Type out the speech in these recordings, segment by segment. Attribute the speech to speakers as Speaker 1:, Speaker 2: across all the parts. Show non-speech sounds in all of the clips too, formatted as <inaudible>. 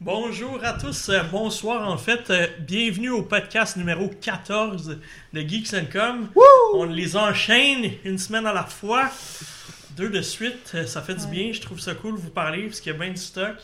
Speaker 1: Bonjour à tous, euh, bonsoir en fait, euh, bienvenue au podcast numéro 14 de Geeks and Com. On les enchaîne une semaine à la fois, deux de suite, euh, ça fait du bien, je trouve ça cool de vous parler parce qu'il y a bien du stock.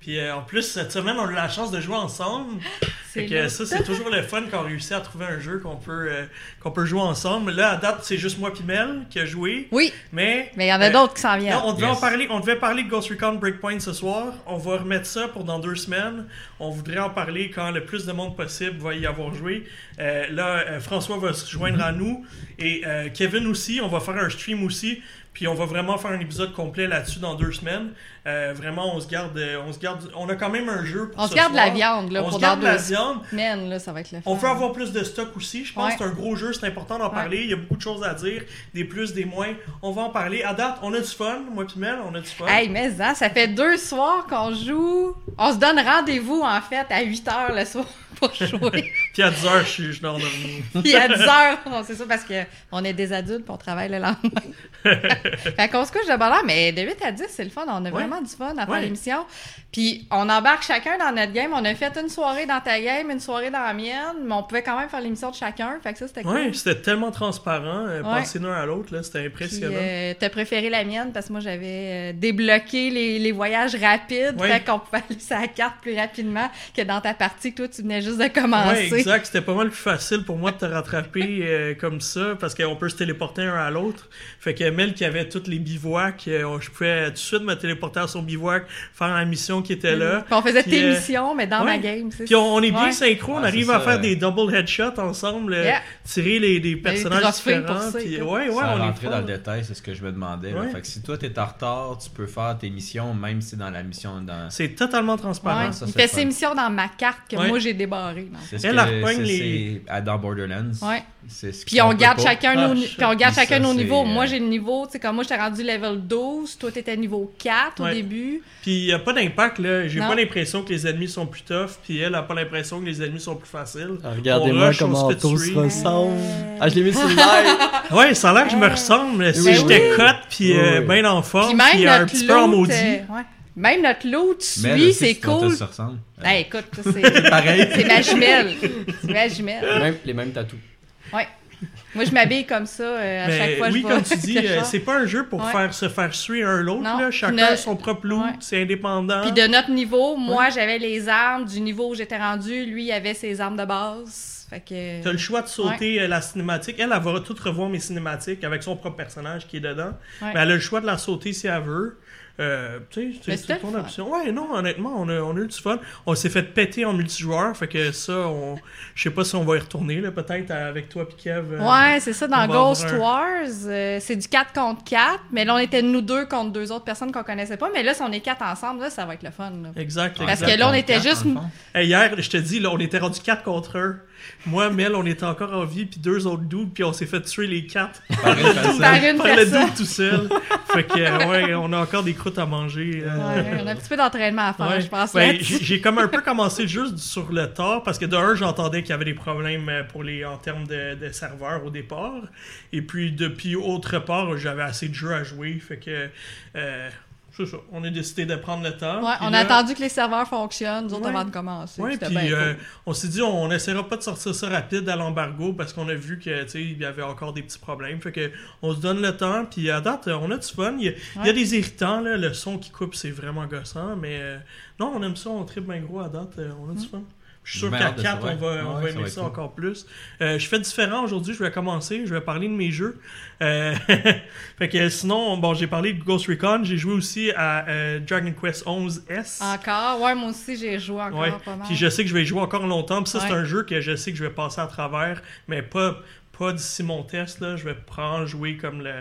Speaker 1: Puis euh, en plus, cette semaine, on a eu la chance de jouer ensemble. Fait que
Speaker 2: là.
Speaker 1: ça, c'est toujours le fun quand on réussit à trouver un jeu qu'on peut, euh, qu'on peut jouer ensemble. Là, à date, c'est juste moi puis Mel qui a joué,
Speaker 2: Oui,
Speaker 1: mais...
Speaker 2: mais il y en a
Speaker 1: euh,
Speaker 2: d'autres qui s'en viennent.
Speaker 1: Non, on devait,
Speaker 3: Yes.
Speaker 1: en parler, on devait parler de Ghost Recon Breakpoint ce soir. On va remettre ça pour dans deux semaines. On voudrait en parler quand le plus de monde possible va y avoir joué. Euh, là, euh, François va se joindre à nous. Et euh, Kevin aussi. On va faire un stream aussi. Puis on va vraiment faire un épisode complet là-dessus dans deux semaines. Euh, vraiment, on se garde, euh, on se garde. On a quand même un jeu pour
Speaker 2: On
Speaker 1: ce
Speaker 2: se garde
Speaker 1: soir.
Speaker 2: la viande, là,
Speaker 1: on
Speaker 2: pour
Speaker 1: se garde
Speaker 2: dans
Speaker 1: la
Speaker 2: deux
Speaker 1: viande.
Speaker 2: Man, là, ça va être le fun.
Speaker 1: On veut avoir plus de stock aussi. Je pense
Speaker 2: Euh, Ouais.
Speaker 1: que c'est un gros jeu, c'est important d'en
Speaker 2: Ouais.
Speaker 1: parler. Il y a beaucoup de choses à dire, des plus, des moins. On va en parler. À date, on a du fun, moi puis Mel, on a du fun.
Speaker 2: Hey, mais hein, ça fait deux soirs qu'on joue. On se donne rendez-vous, en fait, à 8 h le soir <laughs> pour jouer.
Speaker 1: Puis à 10 heures, je suis je suis endormi.
Speaker 2: Puis à 10 h on c'est ça, parce que on est des adultes puis on travaille le lendemain.
Speaker 1: <laughs>
Speaker 2: fait qu'on se couche de bonne heure, mais de 8 à 10, c'est le fun. On a vraiment du fun à faire
Speaker 1: Ouais.
Speaker 2: l'émission. Puis on embarque chacun dans notre game. On a fait une soirée dans ta game, une soirée dans la mienne, mais on pouvait quand même faire l'émission de chacun. Fait que ça, c'était cool.
Speaker 1: Ouais, c'était tellement transparent, euh,
Speaker 2: Ouais.
Speaker 1: passer d'un à l'autre, là, c'était
Speaker 2: Puis,
Speaker 1: impressionnant.
Speaker 2: euh, t'as préféré la mienne parce que moi j'avais euh, débloqué les, les voyages rapides,
Speaker 1: Ouais.
Speaker 2: fait qu'on pouvait aller sur la carte plus rapidement que dans ta partie que toi tu venais juste de commencer.
Speaker 1: Ouais, exact. C'était pas mal plus facile pour moi de te rattraper <laughs> euh, comme ça, parce qu'on peut se téléporter un à l'autre. Fait que Mel qui avait toutes les bivouacs, euh, je pouvais tout de suite me téléporter à son bivouac, faire la mission qui était là.
Speaker 2: Puis on faisait
Speaker 1: Puis,
Speaker 2: tes
Speaker 1: euh,
Speaker 2: missions, mais dans
Speaker 1: ouais.
Speaker 2: ma game, c'est
Speaker 1: Puis on, on est bien
Speaker 2: Ouais.
Speaker 1: synchro, on
Speaker 3: Ouais,
Speaker 1: arrive
Speaker 3: c'est
Speaker 1: à
Speaker 3: ça,
Speaker 1: faire
Speaker 3: euh.
Speaker 1: des double headshots ensemble, euh,
Speaker 2: Yeah.
Speaker 1: tirer les, des personnages
Speaker 2: trophées pour
Speaker 1: différents.
Speaker 2: ça et
Speaker 1: puis-
Speaker 2: tout.
Speaker 1: ouais, ouais,
Speaker 3: Sans
Speaker 1: on est
Speaker 3: rentrer
Speaker 1: fort.
Speaker 3: dans le détail, c'est ce que je me demandais. là.
Speaker 1: Ouais.
Speaker 3: Fait que si toi, t'es en retard, tu peux faire tes missions, même si dans la mission. Dans...
Speaker 1: C'est totalement transparent.
Speaker 2: Ouais.
Speaker 3: ça,
Speaker 2: Il
Speaker 3: c'est
Speaker 2: fait
Speaker 3: fun.
Speaker 2: ses missions dans ma carte que
Speaker 1: Ouais.
Speaker 2: moi j'ai débarrée. dans le fond.
Speaker 3: C'est ce
Speaker 1: Elle,
Speaker 3: que-
Speaker 1: elle repogne
Speaker 3: c'est-
Speaker 1: les-
Speaker 3: c'est- à- Dans Borderlands.
Speaker 2: Ouais.
Speaker 3: C'est ce
Speaker 2: Puis
Speaker 3: qu'on
Speaker 2: on
Speaker 3: peut
Speaker 2: garde
Speaker 3: Ah, pas.
Speaker 2: chacun
Speaker 1: Ah,
Speaker 2: nos,
Speaker 1: shit.
Speaker 2: puis on garde
Speaker 3: Puis
Speaker 2: chacun
Speaker 3: ça,
Speaker 2: nos
Speaker 3: c'est,
Speaker 2: niveaux.
Speaker 3: euh,
Speaker 2: Moi j'ai le niveau, tu sais comme moi j'étais rendu level 12, toi t'étais niveau 4
Speaker 1: Ouais.
Speaker 2: au début.
Speaker 1: Puis il n'y a pas d'impact, là. J'ai
Speaker 2: Non.
Speaker 1: pas l'impression que les ennemis sont plus tough, puis elle a pas l'impression que les ennemis sont plus faciles.
Speaker 4: Ah,
Speaker 1: On
Speaker 4: Regardez-moi
Speaker 1: rush
Speaker 4: comment
Speaker 1: au
Speaker 4: on
Speaker 1: Spit
Speaker 4: tous
Speaker 1: Tree.
Speaker 4: ressemble.
Speaker 2: Euh.
Speaker 4: Ah, je l'ai mis sur le <laughs> live.
Speaker 1: <laughs> Ouais, ça a l'air que je me ressemble. Si
Speaker 4: oui.
Speaker 1: j'étais cote, puis
Speaker 4: Oui,
Speaker 1: euh,
Speaker 4: oui.
Speaker 1: bien en forme,
Speaker 2: ben Puis même
Speaker 1: puis un
Speaker 2: notre
Speaker 1: petit peu en
Speaker 2: loot,
Speaker 1: maudit.
Speaker 2: euh, ouais. même notre loot
Speaker 3: Mais
Speaker 2: suit, c'est cool.
Speaker 3: Ça se ressemble.
Speaker 2: <laughs>
Speaker 3: Euh,
Speaker 2: Hey, écoute, ça, c'est
Speaker 3: Pareil.
Speaker 2: c'est ma jumelle. C'est ma jumelle.
Speaker 4: Les mêmes, les mêmes tatous.
Speaker 2: Moi, je m'habille comme ça euh, à chaque
Speaker 1: Mais
Speaker 2: fois. que
Speaker 1: oui,
Speaker 2: je
Speaker 1: comme
Speaker 2: vais- <laughs>
Speaker 1: tu dis,
Speaker 2: que je
Speaker 1: euh,
Speaker 2: sors.
Speaker 1: c'est pas un jeu pour
Speaker 2: Ouais.
Speaker 1: faire se faire suivre un l'autre.
Speaker 2: Non.
Speaker 1: là. Chacun
Speaker 2: Ne-
Speaker 1: son propre loot,
Speaker 2: Ouais.
Speaker 1: c'est indépendant.
Speaker 2: Puis de notre niveau, moi, j'avais les armes du niveau où j'étais rendu. Lui, il avait ses armes de base. Fait que.
Speaker 1: T'as le choix de sauter euh, la cinématique. Elle, elle va tout revoir mes cinématiques avec son propre personnage qui est dedans.
Speaker 2: Ouais.
Speaker 1: Mais elle a le choix de la sauter si elle veut. Euh, tu sais,
Speaker 2: Mais
Speaker 1: c'est- c'est
Speaker 2: c'était
Speaker 1: ton
Speaker 2: le fun.
Speaker 1: option. Ouais, non, honnêtement, on a, on a eu du fun. On s'est fait péter en multijoueur, fait que ça, on... je sais pas si on va y retourner, là, peut-être euh, avec toi, puis Kev. euh,
Speaker 2: Ouais, c'est ça,
Speaker 1: on va
Speaker 2: dans Ghost
Speaker 1: avoir un-
Speaker 2: Wars, euh, c'est du 4 contre 4, mais là, on était nous deux contre deux autres personnes qu'on connaissait pas, mais là, si on est quatre ensemble, là, ça va être le fun. là.
Speaker 1: Exact,
Speaker 2: Parce
Speaker 1: exact.
Speaker 2: que là, on
Speaker 3: Dans
Speaker 2: était
Speaker 3: le
Speaker 2: juste-
Speaker 3: dans le
Speaker 2: <laughs>
Speaker 3: fond.
Speaker 1: Hey, hier, je te dis, là, on était rendu 4 contre 1. Moi, Mel, on était encore en vie, puis deux autres dudes, puis on s'est fait tuer les quatre
Speaker 3: Pareil,
Speaker 2: <laughs>
Speaker 3: personne.
Speaker 2: Par une
Speaker 1: par le
Speaker 2: personne.
Speaker 1: dude tout seul. fait que, euh, ouais, on a encore des croûtes à manger. euh.
Speaker 2: Ouais, on a un petit peu d'entraînement à faire,
Speaker 1: Ouais.
Speaker 2: je pense.
Speaker 1: Ben,
Speaker 2: là-dessus.
Speaker 1: j'ai j'ai comme
Speaker 2: <laughs>
Speaker 1: un peu commencé juste sur le tard parce que de un, j'entendais qu'il y avait des problèmes euh, pour les, en termes de, de serveurs au départ. Et puis, depuis autre part, j'avais assez de jeux à jouer. Fait que, euh, c'est ça. On a décidé de prendre le temps.
Speaker 2: Ouais,
Speaker 1: Puis
Speaker 2: on
Speaker 1: là-
Speaker 2: a attendu que les serveurs fonctionnent, nous autres,
Speaker 1: Ouais.
Speaker 2: avant de commencer.
Speaker 1: Ouais,
Speaker 2: C'était
Speaker 1: puis
Speaker 2: bien
Speaker 1: euh,
Speaker 2: cool.
Speaker 1: on s'est dit, on n'essaiera pas de sortir ça rapide à l'embargo parce qu'on a vu que tu sais, il y avait encore des petits problèmes. Fait que on se donne le temps, puis à date, euh, on a du fun. Il y a, il y a
Speaker 2: Ouais.
Speaker 1: des irritants, là, le son qui coupe, c'est vraiment gossant, mais euh, non, on aime ça, on tripe bien gros à date, euh, on a
Speaker 2: Mm.
Speaker 1: du fun. Je suis sûr
Speaker 3: Ben,
Speaker 1: qu'à
Speaker 3: hâte de
Speaker 1: 4, on
Speaker 3: ça,
Speaker 1: va,
Speaker 3: ouais.
Speaker 1: on
Speaker 3: Ouais,
Speaker 1: va
Speaker 3: ça
Speaker 1: aimer
Speaker 3: va
Speaker 1: ça,
Speaker 3: être cool.
Speaker 1: encore plus. Euh, je fais différent aujourd'hui, je vais commencer, je vais parler de mes jeux. Euh, <laughs> fait que sinon, bon, j'ai parlé de Ghost Recon, j'ai joué aussi à euh, Dragon Quest 11 S.
Speaker 2: Ah, Encore, ouais, moi aussi, j'ai joué encore
Speaker 1: Ouais.
Speaker 2: pas mal.
Speaker 1: Puis je sais que je vais y jouer encore longtemps. Puis ça, c'est
Speaker 2: Ouais.
Speaker 1: un jeu que je sais que je vais passer à travers, mais pas, pas d'ici mon test. Là. Je vais prendre jouer comme le,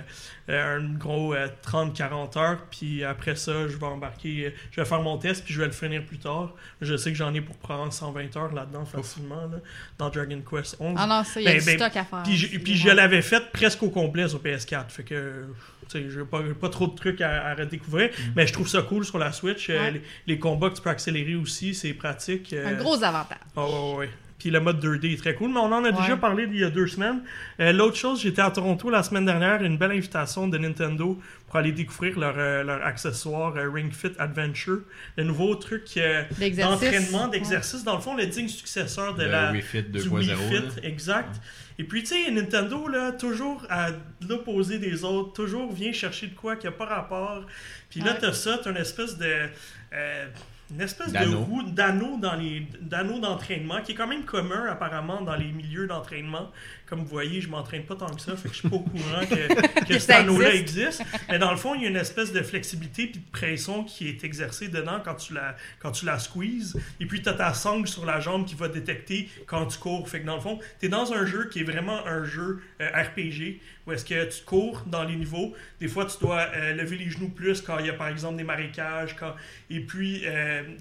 Speaker 1: euh, un gros euh, 30-40 heures. Puis après ça, je vais embarquer. euh, je vais faire mon test, puis je vais le finir plus tard. Je sais que j'en ai pour prendre 120 heures là-dedans facilement, là, dans Dragon Quest 11.
Speaker 2: Ah non, ça, il y a
Speaker 1: Ben,
Speaker 2: du
Speaker 1: ben,
Speaker 2: stock à faire.
Speaker 1: Puis, je,
Speaker 2: aussi,
Speaker 1: puis je
Speaker 2: ouais.
Speaker 1: l'avais fait presque au complet sur PS4. Fait que, tu sais, j'ai pas, pas trop de trucs à, à redécouvrir. Mais je trouve ça cool sur la Switch. Euh,
Speaker 2: Mm. Ouais.
Speaker 1: les, les combats que tu peux accélérer aussi, c'est pratique.
Speaker 2: Un
Speaker 1: Euh,
Speaker 2: gros avantage.
Speaker 1: ah ouais, ouais, ouais. Puis le mode 2D est très cool. Mais on en a
Speaker 2: Ouais.
Speaker 1: déjà parlé il y a deux semaines. Euh, L'autre chose, j'étais à Toronto la semaine dernière, une belle invitation de Nintendo pour aller découvrir leur, euh, leur accessoire euh, Ring Fit Adventure, le nouveau truc euh,
Speaker 2: D'exercice.
Speaker 1: d'entraînement, d'exercice. Dans le fond, le digne successeur de
Speaker 3: Le
Speaker 1: la
Speaker 3: Wii Fit
Speaker 1: du Wii
Speaker 3: 2.0,
Speaker 1: Fit,
Speaker 3: là.
Speaker 1: exact. Et puis, tu sais, Nintendo, là, toujours à l'opposé des autres, toujours vient chercher de quoi qui n'a pas rapport. Puis là,
Speaker 2: Ouais.
Speaker 1: t'as ça, t'as une espèce de... euh, une espèce de
Speaker 3: D'anneau.
Speaker 1: roue d'anneau dans les d'anneau d'entraînement qui est quand même commun apparemment dans les milieux d'entraînement comme vous voyez je m'entraîne pas tant que ça fait que je suis pas au courant que, que
Speaker 2: Que
Speaker 1: cet
Speaker 2: ça
Speaker 1: anneau là existe mais dans le fond il y a une espèce de flexibilité puis de pression qui est exercée dedans quand tu la quand tu la squeezes et puis tu as ta sangle sur la jambe qui va détecter quand tu cours fait que dans le fond tu es dans un jeu qui est vraiment un jeu euh, RPG où est-ce que tu cours dans les niveaux des fois tu dois euh, lever les genoux plus quand il y a par exemple des marécages quand et puis,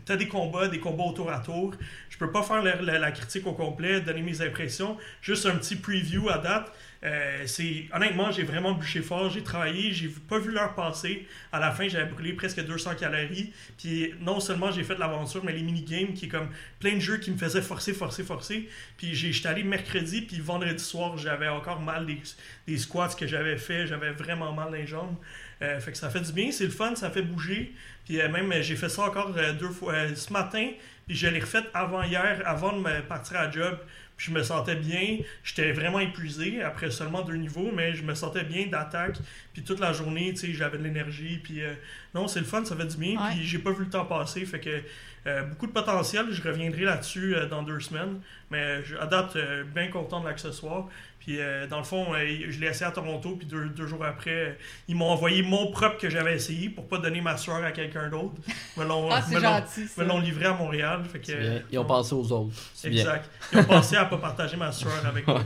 Speaker 1: tu as des combats, des combats au tour à tour. Je peux pas faire la, la- la critique au complet, donner mes impressions. Juste un petit preview à date. Euh, c'est- honnêtement, j'ai vraiment bûché fort, j'ai travaillé, j'ai vu- pas vu l'heure passer. À la fin, j'avais brûlé presque 200 calories. Puis non seulement j'ai fait de l'aventure, mais les minigames qui est comme plein de jeux qui me faisaient forcer, forcer, forcer. Puis j'ai- j'étais allé mercredi, puis vendredi soir, j'avais encore mal des, des squats que j'avais fait, j'avais vraiment mal dans les jambes. Euh, fait que ça fait du bien, c'est le fun, ça fait bouger. Puis euh, même, euh, j'ai fait ça encore euh, deux fois euh, ce matin. Puis je l'ai refait avant hier, avant de me partir à job. Puis je me sentais bien. J'étais vraiment épuisé après seulement deux niveaux, mais je me sentais bien d'attaque. Puis toute la journée, tu sais, j'avais de l'énergie. Puis euh, non, c'est le fun, ça fait du bien.
Speaker 2: Ouais.
Speaker 1: Puis j'ai pas vu le temps passer. Fait que euh, beaucoup de potentiel. Je reviendrai là-dessus euh, dans deux semaines. Mais je, à date, euh, bien content de l'accessoire. Puis euh, dans le fond, euh, je l'ai essayé à Toronto. Puis deux, deux jours après, euh, ils m'ont envoyé mon propre que j'avais essayé pour pas donner ma sueur à
Speaker 2: <laughs>
Speaker 1: quelqu'un d'autre. Me l'ont-
Speaker 2: Ah,
Speaker 1: me
Speaker 2: c'est
Speaker 1: l'ont-
Speaker 2: gentil. ça.
Speaker 1: me l'ont livré à Montréal. Fait que,
Speaker 4: C'est bien. Ils ont passé aux autres. C'est bien.
Speaker 1: Exact. Ils ont pensé à pas partager ma sueur avec moi.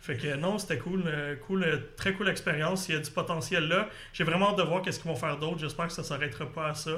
Speaker 1: Fait que non, c'était cool, euh, cool, euh, très cool expérience. Il y a du potentiel là. J'ai vraiment hâte de voir qu'est-ce qu'ils vont faire d'autre. J'espère que ça s'arrêtera pas à ça.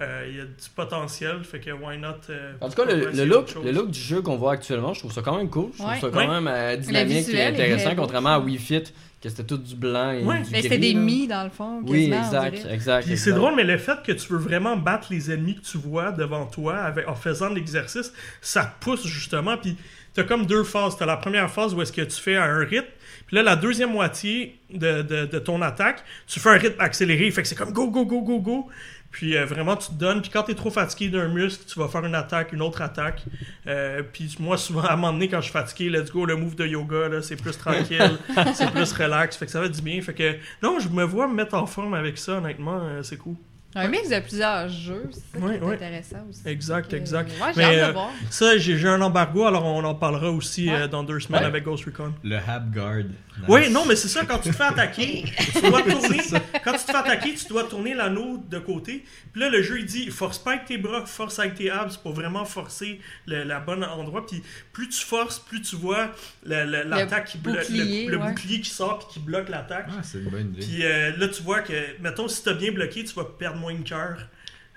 Speaker 1: Euh, il y a du potentiel, fait que why not. euh,
Speaker 4: En tout
Speaker 1: pourquoi
Speaker 4: cas, le,
Speaker 1: pas
Speaker 4: le
Speaker 1: essayer autre
Speaker 4: look,
Speaker 1: chose?
Speaker 4: le look du jeu qu'on voit actuellement, je trouve ça quand même cool. Je trouve
Speaker 2: Ouais.
Speaker 4: ça quand
Speaker 1: Ouais.
Speaker 4: même euh, dynamique et
Speaker 2: visuel est
Speaker 4: intéressant,
Speaker 2: beau,
Speaker 4: contrairement
Speaker 2: ça.
Speaker 4: à Wii Fit, que c'était tout du blanc et
Speaker 1: Ouais.
Speaker 4: du
Speaker 2: Mais Ben, c'était
Speaker 4: gris,
Speaker 2: des
Speaker 4: là.
Speaker 2: mi, dans le fond.
Speaker 4: Oui,
Speaker 2: quasiment, on
Speaker 4: exact,
Speaker 2: dirait.
Speaker 4: exact.
Speaker 1: Puis c'est
Speaker 4: exact.
Speaker 1: drôle, mais le fait que tu veux vraiment battre les ennemis que tu vois devant toi avec, en faisant de l'exercice, ça te pousse justement. Puis t'as comme deux phases. T'as la première phase où est-ce que tu fais à un rythme. Puis là, la deuxième moitié de, de- de ton attaque, tu fais un rythme accéléré. Fait que c'est comme go, go, go, go, go. Puis euh, vraiment, tu te donnes. Puis quand t'es trop fatigué d'un muscle, tu vas faire une attaque, une autre attaque. Euh, puis moi, souvent, à un moment donné, quand je suis fatigué, let's go, le move de yoga, là, c'est plus
Speaker 4: <laughs>
Speaker 1: tranquille, c'est plus relax. Fait que ça va du bien. Fait que non, je me vois me mettre en forme avec ça, honnêtement. euh, c'est cool.
Speaker 2: Un mix de plusieurs jeux, c'est ça qui
Speaker 1: Ouais,
Speaker 2: est
Speaker 1: ouais.
Speaker 2: intéressant aussi.
Speaker 1: Exact,
Speaker 2: Euh,
Speaker 1: exact.
Speaker 2: Ouais, j'ai
Speaker 1: Mais,
Speaker 2: hâte
Speaker 1: euh,
Speaker 2: de voir.
Speaker 1: Ça, j'ai j'ai un embargo, alors on en parlera aussi
Speaker 2: Ouais.
Speaker 1: euh, dans deux semaines
Speaker 3: Ouais.
Speaker 1: avec Ghost Recon.
Speaker 3: Le Hab Guard.
Speaker 1: Oui, non, mais c'est ça, quand tu te
Speaker 2: <laughs>
Speaker 1: fais attaquer, tu dois tourner. quand tu te fais attaquer, tu dois tourner l'anneau de côté. Puis là, le jeu, il dit force pas avec tes bras, force avec tes abs pour vraiment forcer le la bonne endroit. Puis plus tu forces, plus tu vois le- le- l'attaque qui bloque, le,
Speaker 2: bouclier,
Speaker 1: le
Speaker 2: ouais.
Speaker 1: bouclier qui sort puis qui bloque l'attaque.
Speaker 3: Ah, c'est une bonne idée.
Speaker 1: Puis euh, là, tu vois que, mettons, si t'as bien bloqué, tu vas perdre moins de cœur.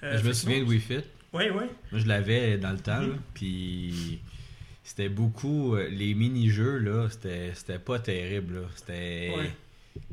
Speaker 1: Euh,
Speaker 3: je me
Speaker 1: fait-
Speaker 3: souviens de Wii Fit.
Speaker 1: Ouais, ouais.
Speaker 3: Moi, je l'avais dans le temps,
Speaker 1: Mhm.
Speaker 3: là, puis c'était beaucoup. euh, Les mini-jeux, là, c'était c'était pas terrible, là. C'était.
Speaker 1: Ouais.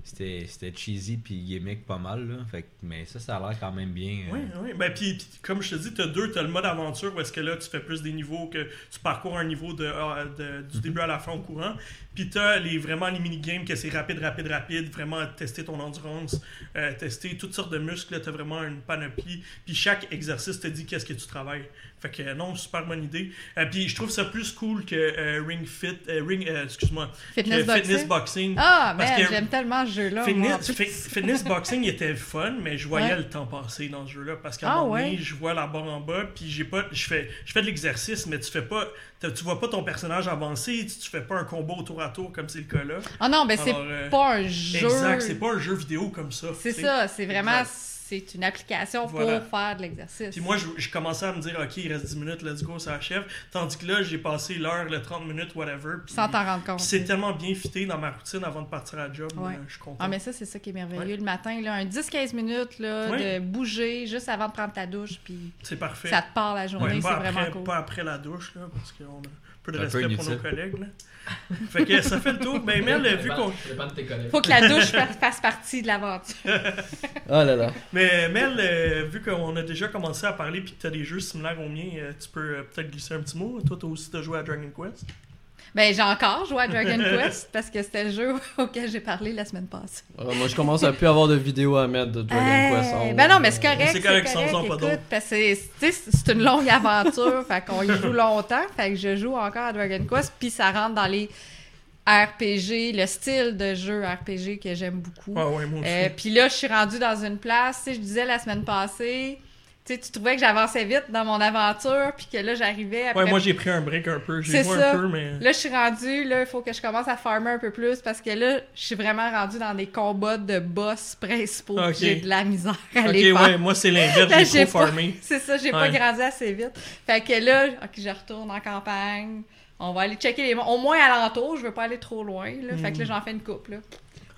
Speaker 3: C'était c'était cheesy puis gimmick pas mal, là. Fait que- mais ça, ça a l'air quand même bien. euh.
Speaker 1: Oui, oui. Ben, puis, puis comme je te dis, tu as deux. Tu as le mode aventure où est-ce que là, tu fais plus des niveaux, que tu parcours un niveau de, ah, de-
Speaker 3: Mhm.
Speaker 1: du début à la fin au courant. Puis tu as les, vraiment les minigames que c'est rapide, rapide, rapide. Vraiment tester ton endurance, euh, tester toutes sortes de muscles. Tu as vraiment une panoplie. Puis chaque exercice te dit qu'est-ce que tu travailles. Fait que euh, non, super bonne idée. Euh, puis je trouve ça plus cool que euh, Ring Fit, euh, Ring, euh, excuse-moi, que
Speaker 2: Fitness Boxing.
Speaker 1: Fitness Boxing.
Speaker 2: Ah,
Speaker 1: Parce
Speaker 2: man,
Speaker 1: que-
Speaker 2: j'aime tellement ce jeu-là. moi, en plus.
Speaker 1: Fitness, fi- fitness boxing était fun, mais je voyais
Speaker 2: Ouais.
Speaker 1: le temps passer dans ce jeu-là parce qu'à
Speaker 2: Ah
Speaker 1: un moment donné,
Speaker 2: ouais.
Speaker 1: je vois la barre en bas, puis j'ai pas, je fais, je fais de l'exercice, mais tu fais pas, t'as- tu vois pas ton personnage avancer, tu, tu fais pas un combo au tour à tour comme c'est le cas là.
Speaker 2: Ah non, ben c'est
Speaker 1: Alors, euh,
Speaker 2: pas un jeu.
Speaker 1: Exact, c'est pas un jeu vidéo comme ça.
Speaker 2: C'est
Speaker 1: tu sais.
Speaker 2: ça, c'est vraiment
Speaker 1: Exact.
Speaker 2: c'est une application
Speaker 1: Voilà.
Speaker 2: pour faire de l'exercice.
Speaker 1: Puis moi, je, je commençais à me dire, ok, il reste 10 minutes, let's go, ça achève. Tandis que là, j'ai passé l'heure, le 30 minutes, whatever. puis-
Speaker 2: sans t'en rendre compte.
Speaker 1: puis c'est tellement bien fité dans ma routine avant de partir à job,
Speaker 2: Ouais.
Speaker 1: euh, je suis content.
Speaker 2: Ah mais ça c'est ça qui est merveilleux le matin là, un 10-15 minutes là,
Speaker 1: Ouais.
Speaker 2: de bouger juste avant de prendre ta douche puis
Speaker 1: C'est parfait.
Speaker 2: ça te part la journée,
Speaker 1: Ouais,
Speaker 2: c'est
Speaker 1: pas,
Speaker 2: vraiment
Speaker 1: après,
Speaker 2: cool.
Speaker 1: pas après la douche, là, parce qu'on a- peu de
Speaker 3: Un peu
Speaker 1: respect pour
Speaker 3: inutile.
Speaker 1: nos collègues. là. fait que ça fait le tour. Ben, Mel, vu qu'on.
Speaker 5: Dépend de tes collègues.
Speaker 2: Faut que la douche fa- <laughs> fasse partie de l'aventure. <laughs>
Speaker 4: Ah là là.
Speaker 1: Mais Mel, euh, vu qu'on a déjà commencé à parler puis que t'as des jeux similaires aux miens, euh, tu peux euh, peut-être glisser un petit mot. Toi, t'as aussi t'as joué à Dragon Quest.
Speaker 2: Ben, j'ai encore joué à
Speaker 1: <laughs>
Speaker 2: Dragon Quest parce que c'était le jeu <laughs> auquel j'ai parlé la semaine passée.
Speaker 4: Ah, moi, je commence à plus avoir de vidéos à mettre de Dragon
Speaker 2: Hey,
Speaker 4: Quest. On-
Speaker 2: ben non, mais c'est correct.
Speaker 1: C'est correct, sans en pas
Speaker 2: écoute,
Speaker 1: d'autres.
Speaker 2: parce que c'est- tu sais, c'est une longue aventure, <laughs> fait qu'on y joue longtemps, fait que je joue encore à Dragon Quest, puis ça rentre dans les RPG, le style de jeu RPG que j'aime beaucoup.
Speaker 1: Ah ouais, moi aussi.
Speaker 2: Euh, Puis là, je suis rendue dans une place, tu sais, je disais la semaine passée, tu sais, tu trouvais que j'avançais vite dans mon aventure, puis que là, j'arrivais après
Speaker 1: ouais, moi j'ai pris un break un peu. J'ai
Speaker 2: C'est
Speaker 1: joué
Speaker 2: ça.
Speaker 1: un peu, mais.
Speaker 2: Là, je suis rendue, là, il faut que je commence à farmer un peu plus parce que là, je suis vraiment rendue dans des combats de boss principaux.
Speaker 1: Ok.
Speaker 2: puis J'ai de la misère à
Speaker 1: Ok,
Speaker 2: les faire.
Speaker 1: ouais, moi c'est l'inverse,
Speaker 2: Là,
Speaker 1: j'ai
Speaker 2: j'ai
Speaker 1: trop
Speaker 2: pas-
Speaker 1: farmé.
Speaker 2: C'est ça, j'ai
Speaker 1: Ouais.
Speaker 2: pas grandi assez vite. Fait que là, ok, je retourne en campagne. On va aller checker les mon- au moins alentour, je veux pas aller trop loin. Là. Fait que
Speaker 1: Hmm.
Speaker 2: là, j'en fais une coupe. Là.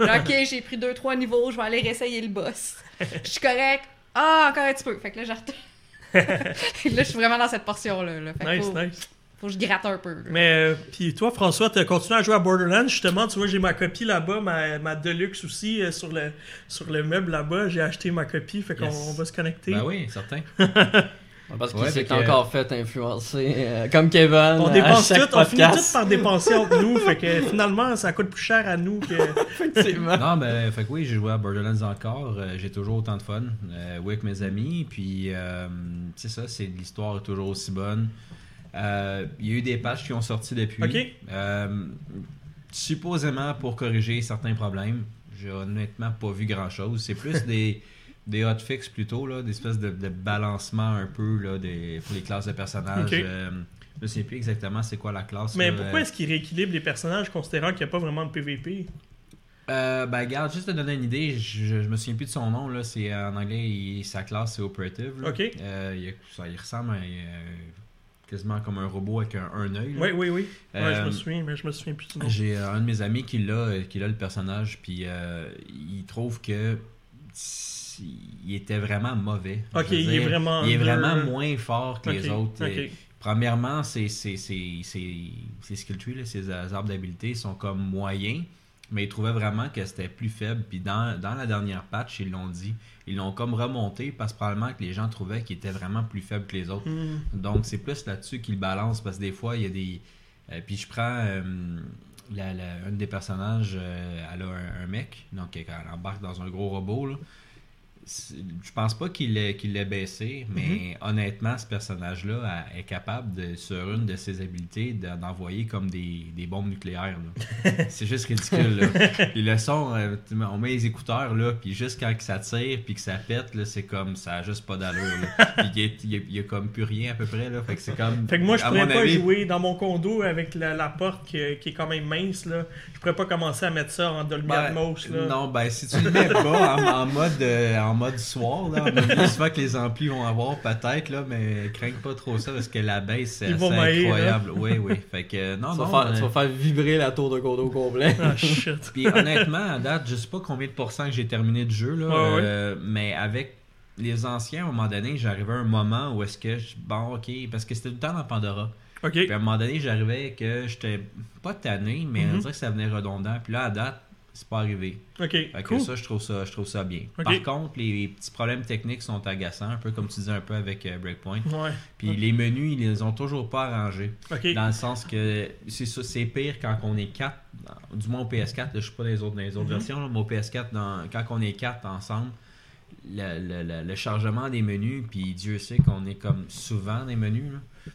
Speaker 2: Là,
Speaker 1: <laughs>
Speaker 2: ok, j'ai pris deux, trois niveaux, je vais aller réessayer le boss. Je suis correct. Ah, encore un petit peu. Fait que là, je retourne.
Speaker 1: <laughs>
Speaker 2: là, je suis vraiment dans cette portion-là. Là. Fait que
Speaker 1: Nice,
Speaker 2: faut,
Speaker 1: nice.
Speaker 2: faut que je gratte un peu. là.
Speaker 1: Mais euh, puis toi, François, t'as continué à jouer à Borderlands. Justement, tu vois, j'ai ma copie là-bas, ma, ma Deluxe aussi euh, sur le sur le meuble là-bas. J'ai acheté ma copie, fait qu'on
Speaker 3: Yes.
Speaker 1: on va se connecter.
Speaker 3: Ben oui,
Speaker 1: <laughs>
Speaker 3: certain.
Speaker 4: Parce qu'il
Speaker 3: Ouais, fait
Speaker 4: s'est
Speaker 3: que-
Speaker 4: encore fait influencer, euh, comme Kevin.
Speaker 1: On
Speaker 4: à
Speaker 1: dépense tout,
Speaker 4: chaque
Speaker 1: on finit tout
Speaker 4: podcast.
Speaker 1: par dépenser entre nous, fait que finalement, ça coûte plus cher à nous
Speaker 3: <laughs>
Speaker 1: que.
Speaker 4: Effectivement.
Speaker 3: Non, ben, fait que oui, j'ai joué à Borderlands encore. Euh, j'ai toujours autant de fun. euh, oui, avec mes
Speaker 1: Mhm.
Speaker 3: amis. Puis, euh, c'est ça, c'est l'histoire est toujours aussi bonne. Euh, Il y a eu des patchs qui ont sorti depuis.
Speaker 1: Ok.
Speaker 3: Euh, supposément pour corriger certains problèmes. J'ai honnêtement pas vu grand chose. C'est plus
Speaker 1: <laughs>
Speaker 3: des, des hotfix plutôt, là, des espèces de, de balancement un peu là, des, pour les classes de personnages.
Speaker 1: Ok.
Speaker 3: Euh, je sais plus exactement c'est quoi la classe.
Speaker 1: Mais
Speaker 3: là,
Speaker 1: pourquoi
Speaker 3: euh,
Speaker 1: est-ce qu'ils rééquilibrent les personnages considérant qu'il n'y a pas vraiment de PVP
Speaker 3: Euh, ben, garde, juste te donner une idée, je, je- je me souviens plus de son nom, là, c'est euh, en anglais, il- sa classe, c'est Operative. là.
Speaker 1: Ok.
Speaker 3: Euh, il, a- ça, il ressemble à, euh, quasiment comme un robot avec un, un œil. là.
Speaker 1: Oui, oui, oui. Ouais, je
Speaker 3: Euh,
Speaker 1: me souviens, mais je me souviens plus du nom.
Speaker 3: J'ai euh, un de mes amis qui l'a, euh, qui l'a le personnage, puis euh, il trouve que s- il était vraiment mauvais.
Speaker 1: Ok,
Speaker 3: Je veux
Speaker 1: il est
Speaker 3: dire,
Speaker 1: vraiment
Speaker 3: il est vraiment
Speaker 1: under-
Speaker 3: moins fort que les
Speaker 1: Ok,
Speaker 3: autres.
Speaker 1: ok.
Speaker 3: Et Premièrement, ses ses- ses- ses- ses skill trees, là, ses euh, arbres d'habilité sont comme moyens, mais il trouvait vraiment que c'était plus faible. Puis dans, dans la dernière patch, ils l'ont dit, ils l'ont comme remonté parce que probablement que les gens trouvaient qu'il était vraiment plus faible que les autres.
Speaker 1: Hmm.
Speaker 3: Donc, c'est plus là-dessus qu'il balance parce que des fois, il y a des. euh, puis je prends euh, la, la- une des personnages, euh, elle a un, un mec, donc elle elle embarque dans un gros robot. Là. C'est- Je pense pas qu'il l'ait qu'il l'ait baissé, mais honnêtement, ce personnage-là elle est capable, de, sur une de ses habilités, d'en- d'envoyer comme des, des bombes nucléaires. là. c'est juste ridicule. Là. Puis le son, euh, tu- on met les écouteurs, là, puis juste quand que ça tire, puis que ça pète, là, c'est comme ça a juste pas d'allure.
Speaker 1: <laughs>
Speaker 3: là. Puis il y a- il y a, il y a comme plus rien à peu près. Là. Fait que c'est comme.
Speaker 1: Fait que moi, je
Speaker 3: à
Speaker 1: pourrais
Speaker 3: mon
Speaker 1: pas
Speaker 3: avis,
Speaker 1: jouer dans mon condo avec la, la porte qui, qui est quand même mince. Là. Je pourrais pas commencer à mettre ça en Dolby
Speaker 3: Ben,
Speaker 1: Atmos. Là.
Speaker 3: Non, ben si tu le mets pas en, en mode, euh, en mode soir, là, en mode souvent que les amplis vont avoir peut-être, là, mais craigne pas trop ça parce que la baisse, c'est
Speaker 1: Ils
Speaker 3: assez
Speaker 1: vont hein. mailler, là.
Speaker 3: incroyable. Oui, oui. Fait que euh, non,
Speaker 4: Tu
Speaker 3: non.
Speaker 4: vas, faire,
Speaker 3: euh,
Speaker 4: tu vas faire vibrer la tour de condo au complet.
Speaker 1: Ah, shit.
Speaker 3: Puis honnêtement, à date, je sais pas combien de pourcents que j'ai terminé de jeu, là,
Speaker 1: Ouais, ouais.
Speaker 3: euh, mais avec les anciens, à un moment donné, j'arrivais à un moment où est-ce que je. Bon, ok, parce que c'était tout le temps dans Pandora.
Speaker 1: Ok.
Speaker 3: Puis à un moment donné, j'arrivais que j'étais pas tanné, mais
Speaker 1: Mhm.
Speaker 3: on dirait que ça venait redondant. Puis là, à date, c'est pas arrivé. Fait
Speaker 1: Ok.
Speaker 3: que
Speaker 1: Cool.
Speaker 3: ça, je trouve ça, je trouve ça bien.
Speaker 1: Ok.
Speaker 3: Par contre, les, petits problèmes techniques sont agaçants, un peu comme tu disais un peu avec euh, Breakpoint.
Speaker 1: Ouais.
Speaker 3: Puis les menus, ils les ont toujours pas arrangés.
Speaker 1: Ok.
Speaker 3: Dans le sens que c'est ça, c'est pire quand on est quatre, dans- du moins au PS4, là, je suis pas dans les autres, dans les autres
Speaker 4: Mm-hmm.
Speaker 1: Mhm.
Speaker 3: versions, là, mais au PS4, dans- quand on est quatre ensemble, le, le- le- le chargement des menus, puis Dieu sait qu'on est comme souvent des menus, là,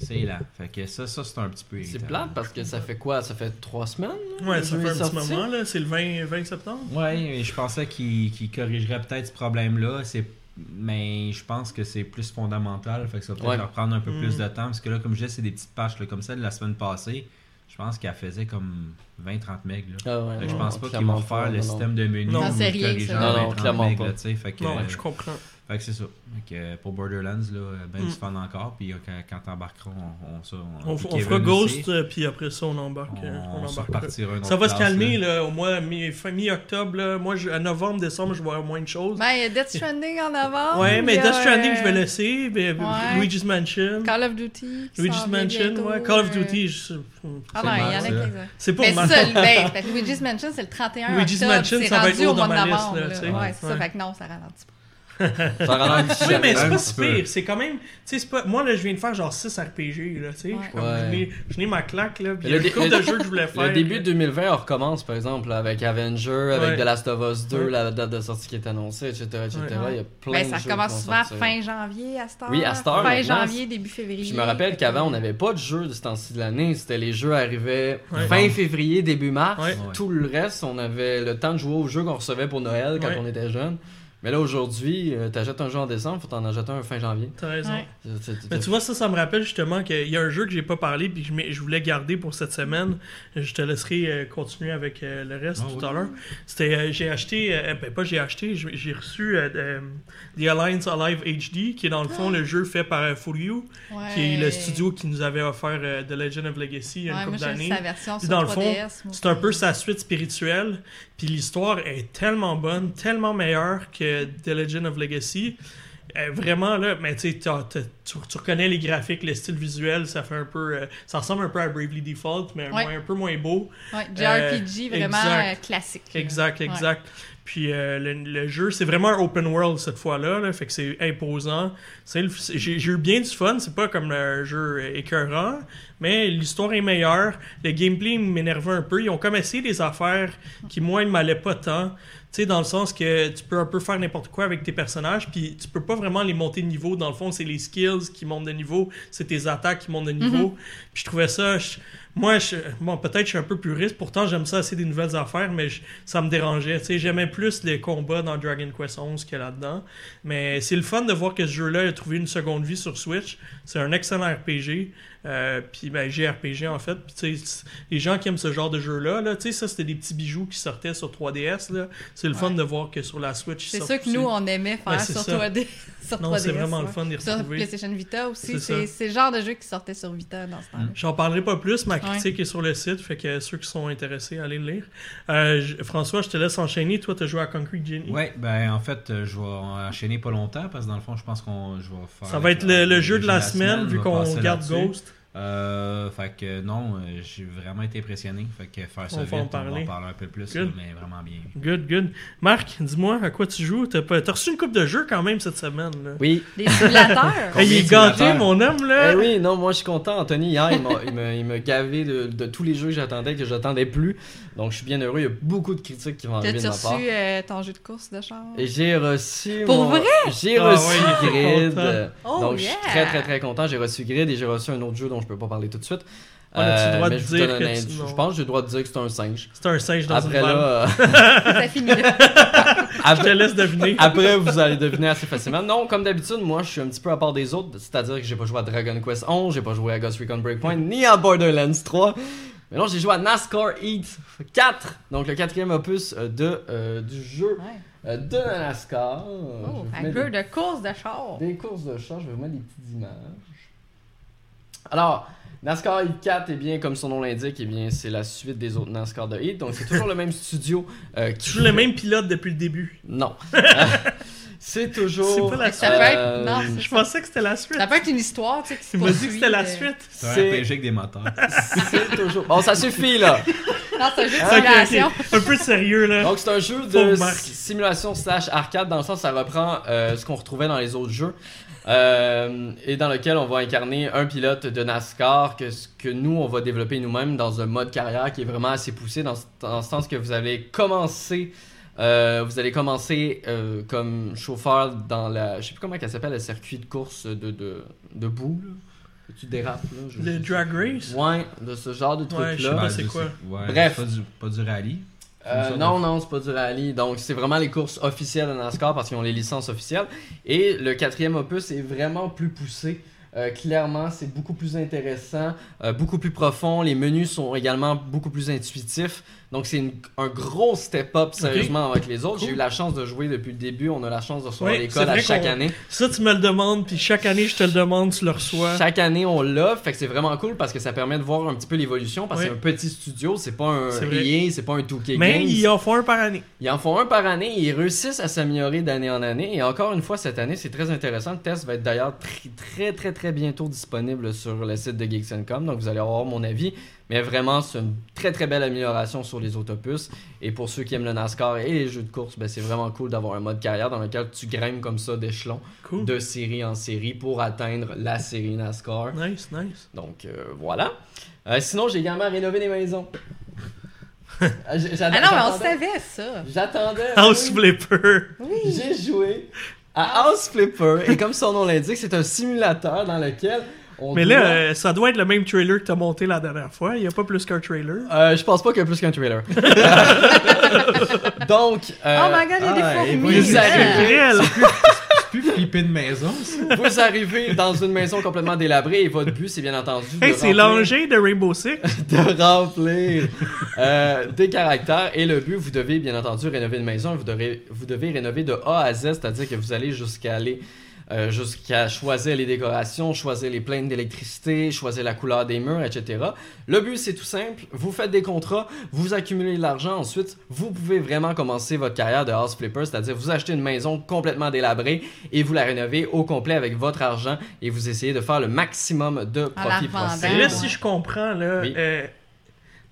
Speaker 3: c'est là. Fait que ça, ça c'est un petit peu
Speaker 4: C'est
Speaker 3: irritant.
Speaker 4: plate parce que ça fait quoi Ça fait trois semaines
Speaker 1: Ouais, ça fait
Speaker 4: Je l'ai
Speaker 1: un petit
Speaker 4: sorti.
Speaker 1: moment. là. C'est le 20, 20 septembre.
Speaker 3: Ouais, mais je pensais qu'il qu'il corrigerait peut-être ce problème-là. C'est mais je pense que c'est plus fondamental, fait que ça va peut-être
Speaker 4: Ouais.
Speaker 3: leur prendre un peu
Speaker 1: Mm.
Speaker 3: plus de temps parce que là comme je disais, c'est des petites patches là, comme celle de la semaine passée. Je pense qu'elle faisait comme 20 30 megs là.
Speaker 4: Ah ouais,
Speaker 3: Fait que je
Speaker 4: non,
Speaker 3: pense pas qu'ils
Speaker 4: clairement
Speaker 3: vont refaire
Speaker 4: pas,
Speaker 3: le
Speaker 4: non, non.
Speaker 3: système de menu
Speaker 1: Non,
Speaker 3: ou
Speaker 2: c'est rien,
Speaker 3: corriger
Speaker 2: ça.
Speaker 3: en
Speaker 4: Non,
Speaker 3: 20, 30
Speaker 4: clairement
Speaker 3: megs,
Speaker 4: pas.
Speaker 3: là, tu sais, fait que
Speaker 1: Non,
Speaker 3: euh,
Speaker 1: je comprends.
Speaker 3: Fait que c'est ça. Fait que, euh, pour Borderlands, là, ben
Speaker 1: Mm.
Speaker 3: du fun encore. Puis euh, quand, quand t'embarqueras, on, on, ça, on,
Speaker 1: On,
Speaker 3: puis
Speaker 1: on
Speaker 3: Kevin
Speaker 1: fera
Speaker 3: le
Speaker 1: Ghost,
Speaker 3: sait,
Speaker 1: euh, puis après ça, on embarque.
Speaker 3: On,
Speaker 1: euh, on
Speaker 3: on se
Speaker 1: embarque.
Speaker 3: repartira une
Speaker 1: Ça
Speaker 3: autre
Speaker 1: va se
Speaker 3: classe,
Speaker 1: calmer,
Speaker 3: là.
Speaker 1: là. au mois mi- fin mi-octobre. là. Moi, je- à novembre, décembre, je vais avoir moins de choses.
Speaker 2: Ben, il y a Death Stranding en avant.
Speaker 1: ouais,
Speaker 2: il
Speaker 1: mais
Speaker 2: y a,
Speaker 1: Death Stranding,
Speaker 2: euh,
Speaker 1: je vais laisser. mais
Speaker 2: Ouais.
Speaker 1: Luigi's Mansion.
Speaker 2: Call of Duty. qui
Speaker 1: Luigi's
Speaker 2: s'en vient
Speaker 1: Mansion,
Speaker 2: bientôt,
Speaker 1: ouais. Call of
Speaker 2: euh,
Speaker 1: Duty, je- hmm.
Speaker 2: Ah
Speaker 3: C'est
Speaker 2: non, il y en a
Speaker 3: mal,
Speaker 2: qui
Speaker 3: ça.
Speaker 2: les
Speaker 1: c'est pour
Speaker 2: Mais
Speaker 1: ma
Speaker 2: c'est ça, le ben, parce que Luigi's Mansion, c'est le 31
Speaker 1: Luigi's
Speaker 2: octobre.
Speaker 1: Mansion,
Speaker 2: c'est
Speaker 1: ça va
Speaker 2: rendu
Speaker 1: être lourd
Speaker 2: au mois
Speaker 1: dans
Speaker 2: de
Speaker 1: ma liste,
Speaker 2: novembre,
Speaker 1: là, tu sais.
Speaker 2: Ouais, c'est
Speaker 1: Ouais.
Speaker 2: ça. Fait que non, ça ralentit pas.
Speaker 4: Ça
Speaker 1: <laughs>
Speaker 4: ralentit
Speaker 1: Oui, mais c'est
Speaker 4: jamais.
Speaker 1: pas
Speaker 3: un
Speaker 1: si
Speaker 3: petit peu.
Speaker 1: pire. C'est quand même. Tu sais, c'est pas... Moi, là, je viens de faire genre 6 RPG, là, tu sais. Je suis comme,
Speaker 4: Ouais.
Speaker 1: Je n'ai- je n'ai ma claque, là. Puis il y
Speaker 4: Le
Speaker 1: a
Speaker 4: dé-
Speaker 1: une couple
Speaker 4: le-
Speaker 1: de jeux que je voulais faire.
Speaker 4: Le début
Speaker 1: là.
Speaker 4: de 2020, on recommence par exemple là, avec Avenger, avec
Speaker 1: Ouais.
Speaker 4: The Last of Us 2,
Speaker 1: Ouais.
Speaker 4: la date de sortie qui est annoncée, etc. etc.
Speaker 2: Ouais.
Speaker 4: Il y a plein
Speaker 2: Ben,
Speaker 4: de
Speaker 2: ça
Speaker 4: jeux qui
Speaker 2: recommence
Speaker 4: vont
Speaker 2: souvent
Speaker 4: sortir.
Speaker 2: fin janvier à cette heure.
Speaker 4: Oui, à cette heure,
Speaker 2: Fin
Speaker 4: maintenant,
Speaker 2: janvier, début février.
Speaker 4: Puis je me rappelle qu'avant, on n'avait pas de jeux de ce temps-ci de l'année. C'était les jeux arrivaient
Speaker 1: Ouais.
Speaker 4: fin février, début mars.
Speaker 1: Ouais.
Speaker 4: Tout le reste, on avait le temps de jouer aux jeux qu'on recevait pour Noël quand
Speaker 1: Ouais.
Speaker 4: on était jeune. Mais là, aujourd'hui, euh, t'achètes un jeu en décembre, faut t'en acheter un fin janvier.
Speaker 1: T'as raison.
Speaker 2: Ouais.
Speaker 4: C'est- c'est-
Speaker 1: Mais tu vois, ça, ça me rappelle justement qu'il y a un jeu que j'ai pas parlé puis que je m'ai- je voulais garder pour cette semaine. Je te laisserai euh, continuer avec euh, le reste
Speaker 3: Ah
Speaker 1: tout
Speaker 3: oui.
Speaker 1: à l'heure. C'était, euh, j'ai acheté, euh, ben pas j'ai acheté, j'ai j'ai reçu euh, euh, The Alliance Alive HD, qui est dans le
Speaker 2: Ah.
Speaker 1: fond le jeu fait par euh, For You, qui est le studio qui nous avait offert euh, The Legend of Legacy il y a
Speaker 2: Ouais,
Speaker 1: une
Speaker 2: moi,
Speaker 1: couple
Speaker 2: j'ai vu
Speaker 1: d'années.
Speaker 2: sa version
Speaker 1: Puis
Speaker 2: sur
Speaker 1: dans le fond,
Speaker 2: 3DS. moi.
Speaker 1: C'est un peu sa suite spirituelle, puis l'histoire est tellement bonne, tellement meilleure que The Legend of Legacy. Euh, vraiment là, mais tu sais, t'as- t'as- tu tu reconnais les graphiques, le style visuel, ça fait un peu, euh, ça ressemble un peu à Bravely Default, mais
Speaker 2: Ouais.
Speaker 1: moins- un peu moins beau.
Speaker 2: Ouais, JRPG
Speaker 1: Euh,
Speaker 2: vraiment
Speaker 1: exact.
Speaker 2: euh, classique. là.
Speaker 1: Exact,
Speaker 2: Ouais.
Speaker 1: exact. Puis euh, le, le jeu, c'est vraiment un open world cette fois-là, là, fait que c'est imposant. C'est le- c'est- J'ai j'ai eu bien du fun, c'est pas comme un jeu euh, écœurant, mais l'histoire est meilleure. Le gameplay m'énervait un peu. Ils ont comme essayé des affaires qui, moi, ne m'allaient pas tant. Tu sais, dans le sens que tu peux un peu faire n'importe quoi avec tes personnages, puis tu peux pas vraiment les monter de niveau. Dans le fond, c'est les skills qui montent de niveau, c'est tes attaques qui montent de niveau. Puis je trouvais ça. je- moi, je, bon, peut-être je suis un peu puriste, pourtant j'aime ça assez des nouvelles affaires, mais je- ça me dérangeait. Tu sais, j'aimais plus les combats dans Dragon Quest 11 que là-dedans. Mais c'est le fun de voir que ce jeu-là a trouvé une seconde vie sur Switch. C'est un excellent RPG, euh, puis ben, JRPG en fait. Puis, tu sais, c- les gens qui aiment ce genre de jeu-là, là, tu sais, ça c'était des petits bijoux qui sortaient sur 3DS. Là. C'est le fun
Speaker 2: Ouais.
Speaker 1: de voir que sur la Switch. ils
Speaker 2: C'est
Speaker 1: sortent
Speaker 2: sûr que
Speaker 1: aussi.
Speaker 2: nous, on aimait faire
Speaker 1: Ouais, c'est
Speaker 2: sur,
Speaker 1: ça.
Speaker 2: 3D, sur 3DS.
Speaker 1: Non, c'est vraiment le
Speaker 2: ouais.
Speaker 1: fun d'y
Speaker 2: Sur
Speaker 1: retrouver.
Speaker 2: PlayStation Vita aussi,
Speaker 1: C'est ça.
Speaker 2: c'est c'est le genre de jeu qui sortait sur Vita dans ce temps-là.
Speaker 1: J'en parlerai pas plus, ma
Speaker 2: Ouais.
Speaker 1: critique est sur le site, fait que ceux qui sont intéressés, allez le lire. Euh, je- François, je te laisse enchaîner. Toi, t'as joué à Concrete Genie.
Speaker 3: Ouais, ben en fait, euh, je vais enchaîner pas longtemps parce que dans le fond, je pense qu'on je vais faire. euh,
Speaker 1: Ça va être le, le jeu de la semaine,
Speaker 3: je
Speaker 1: vu
Speaker 3: vais
Speaker 1: qu'on
Speaker 3: passer
Speaker 1: garde
Speaker 3: là-dessus.
Speaker 1: Ghost.
Speaker 3: Euh, fait que non, euh, j'ai vraiment été impressionné. Fait que faire ça
Speaker 1: On
Speaker 3: vite,
Speaker 1: va en
Speaker 3: on va
Speaker 1: parler.
Speaker 3: en parler un peu plus,
Speaker 1: Good.
Speaker 3: là, mais vraiment bien.
Speaker 1: Good, good. Marc, dis-moi à quoi tu joues. T'as pas- t'as reçu une coupe de jeux quand même cette semaine. Là.
Speaker 4: Oui.
Speaker 2: Des simulateurs.
Speaker 1: Hey, il est
Speaker 3: Combien de
Speaker 1: gâté,
Speaker 3: simulateurs?
Speaker 1: mon homme, là.
Speaker 4: Eh oui, non, moi je suis content. Anthony, hier, il m'a- il m'a- il m'a gavé de, de tous les jeux que j'attendais, que j'attendais plus. Donc je suis bien heureux. Il y a beaucoup de critiques qui vont arriver de
Speaker 2: T'as-tu
Speaker 4: ma part.
Speaker 2: reçu euh, ton jeu de course de char?
Speaker 4: Et j'ai reçu.
Speaker 2: Pour
Speaker 4: mon-
Speaker 2: vrai?
Speaker 4: J'ai
Speaker 1: Ah
Speaker 4: reçu
Speaker 1: ouais, il est
Speaker 4: Grid.
Speaker 1: content.
Speaker 4: Euh,
Speaker 2: Oh,
Speaker 4: donc je suis
Speaker 2: yeah!
Speaker 4: très très très content. J'ai reçu Grid et j'ai reçu un autre jeu dont je peux pas parler tout de suite. Euh,
Speaker 1: On a-tu le droit
Speaker 4: mais
Speaker 1: de
Speaker 4: je vous
Speaker 1: dire
Speaker 4: donne
Speaker 1: que
Speaker 4: un
Speaker 1: tu-
Speaker 4: indice.
Speaker 1: non.
Speaker 4: Je pense que j'ai le droit de dire que c'est un singe.
Speaker 1: C'est un singe dans
Speaker 4: Après
Speaker 1: une balle. <laughs>
Speaker 4: là, euh,
Speaker 2: Ça finit
Speaker 4: <laughs>
Speaker 2: là.
Speaker 1: Je te laisse deviner.
Speaker 4: Après, vous allez deviner assez facilement. Non, comme d'habitude, moi, je suis un petit peu à part des autres. C'est-à-dire que j'ai pas joué à Dragon Quest 11, j'ai pas joué à Ghost Recon Breakpoint, ni à Borderlands 3. Mais non, j'ai joué à NASCAR Heat 4, donc le quatrième opus euh, de, euh, du jeu
Speaker 2: Ouais.
Speaker 4: euh, de NASCAR. Euh,
Speaker 2: Oh,
Speaker 4: je vais
Speaker 2: un
Speaker 4: vous mettre
Speaker 2: jeu de course de char.
Speaker 4: des courses de char, je vais vous mettre des petites images. Alors, NASCAR Heat 4, eh bien, comme son nom l'indique, eh bien, c'est la suite des autres NASCAR de Heat. Donc, c'est toujours le même studio euh, qui
Speaker 1: Tu joues le même pilote depuis le début.
Speaker 4: non. c'est toujours.
Speaker 1: C'est pas la
Speaker 2: Ça
Speaker 1: suite.
Speaker 2: peut être. Non, c'est
Speaker 1: Je
Speaker 2: ça.
Speaker 1: pensais que c'était la suite.
Speaker 2: Ça peut être une histoire, tu sais, qui se
Speaker 1: Tu m'as dit
Speaker 2: poursuit,
Speaker 1: que c'était la
Speaker 2: euh.
Speaker 1: suite.
Speaker 3: C'est un
Speaker 4: C'est-
Speaker 3: RPG avec des
Speaker 4: <laughs>
Speaker 3: moteurs.
Speaker 4: C'est toujours. Bon, ça suffit là.
Speaker 2: Non, c'est un jeu de
Speaker 1: Ah, Ok, ok.
Speaker 2: simulation.
Speaker 1: Un peu sérieux, là.
Speaker 4: Donc c'est un jeu de
Speaker 1: Pauvre Marc.
Speaker 4: simulation slash arcade dans le sens ça reprend euh, ce qu'on retrouvait dans les autres jeux Euh, et dans lequel on va incarner un pilote de NASCAR que ce que nous on va développer nous-mêmes dans un mode carrière qui est vraiment assez poussé dans, ce- dans le sens que vous allez commencer euh, vous allez commencer euh, comme chauffeur dans la je sais plus comment elle s'appelle le circuit de course de de, de boue là, que tu dérapes là je-
Speaker 1: Le
Speaker 4: je-
Speaker 1: Drag Race.
Speaker 4: ouais de ce genre de truc là
Speaker 1: Ouais, je sais pas
Speaker 3: Ben,
Speaker 1: Ah, bah, c'est
Speaker 3: je
Speaker 1: quoi.
Speaker 3: sais- ouais,
Speaker 4: Bref.
Speaker 3: c'est Pas du, pas du rallye.
Speaker 4: Euh,
Speaker 3: Une sorte
Speaker 4: non,
Speaker 3: de-
Speaker 4: non, c'est pas du rallye. Donc, c'est vraiment les courses officielles de NASCAR parce qu'ils ont les licences officielles. Et le quatrième opus est vraiment plus poussé. Euh, clairement, c'est beaucoup plus intéressant, euh, beaucoup plus profond. Les menus sont également beaucoup plus intuitifs. Donc, c'est une- un gros step-up, sérieusement, avec les autres.
Speaker 1: Cool.
Speaker 4: J'ai eu la chance de jouer depuis le début. On a la chance de recevoir
Speaker 1: Oui, c'est
Speaker 4: l'école à
Speaker 1: vrai
Speaker 4: chaque
Speaker 1: qu'on-
Speaker 4: année.
Speaker 1: Ça, tu me le demandes, puis chaque année, je te le demande, tu le reçois.
Speaker 4: Chaque année, on l'a. Fait que c'est vraiment cool parce que ça permet de voir un petit peu l'évolution. Parce que
Speaker 1: Oui.
Speaker 4: c'est un petit studio, c'est pas un
Speaker 1: C'est vrai.
Speaker 4: rien, c'est pas un 2K
Speaker 1: Mais
Speaker 4: Games.
Speaker 1: ils en font un par année.
Speaker 4: Ils en font un par année et ils réussissent à s'améliorer d'année en année. Et encore une fois, cette année, c'est très intéressant. Le test va être d'ailleurs très, très, très, très bientôt disponible sur le site de Geeks&Com. Donc, vous allez avoir mon avis. Mais vraiment, c'est une très, très belle amélioration sur les autobus. Et pour ceux qui aiment le NASCAR et les jeux de course, ben, c'est vraiment cool d'avoir un mode carrière dans lequel tu grimes comme ça d'échelon,
Speaker 1: Cool.
Speaker 4: de série en série pour atteindre la série NASCAR.
Speaker 1: Nice, nice.
Speaker 4: Donc, euh, voilà. Euh, sinon, j'ai également rénové les maisons. Ah, j'- j'attends-
Speaker 2: Ah non, mais on
Speaker 4: j'attendais-
Speaker 2: savait
Speaker 4: Euh,
Speaker 2: ça.
Speaker 4: J'attendais.
Speaker 1: House Flipper.
Speaker 2: Oui.
Speaker 4: J'ai joué
Speaker 2: Ah.
Speaker 4: à House Flipper et comme son nom l'indique, c'est un simulateur dans lequel on
Speaker 1: Mais
Speaker 4: doit-
Speaker 1: là, euh, ça doit être le même trailer que t'as monté la dernière fois. Il n'y a pas plus qu'un trailer.
Speaker 4: Euh, je pense pas qu'il y a plus qu'un trailer.
Speaker 1: <laughs>
Speaker 4: Donc, euh,
Speaker 2: Oh my god, il y a des
Speaker 3: ah, et
Speaker 2: fourmis.
Speaker 3: oui,
Speaker 4: vous arrivez,
Speaker 1: Réel.
Speaker 3: C'est plus flipper de maison, ça.
Speaker 4: vous arrivez dans une maison complètement délabrée et votre but, c'est bien entendu de
Speaker 1: Hey, c'est
Speaker 4: remplir-
Speaker 1: l'engin de Rainbow Six.
Speaker 4: de remplir euh, des caractères. Et le but, vous devez bien entendu rénover une maison. Vous devez, vous devez rénover de A à Z, c'est-à-dire que vous allez jusqu'à aller euh, jusqu'à choisir les décorations, choisir les plaines d'électricité, choisir la couleur des murs, etc. Le but, c'est tout simple. Vous faites des contrats, vous accumulez de l'argent. Ensuite, vous pouvez vraiment commencer votre carrière de house flipper, c'est-à-dire vous achetez une maison complètement délabrée et vous la rénovez au complet avec votre argent et vous essayez de faire le maximum de
Speaker 2: En la
Speaker 4: profit
Speaker 2: revendant.
Speaker 1: Mais
Speaker 4: possible.
Speaker 1: là, si je comprends, là,
Speaker 4: Oui.
Speaker 1: euh,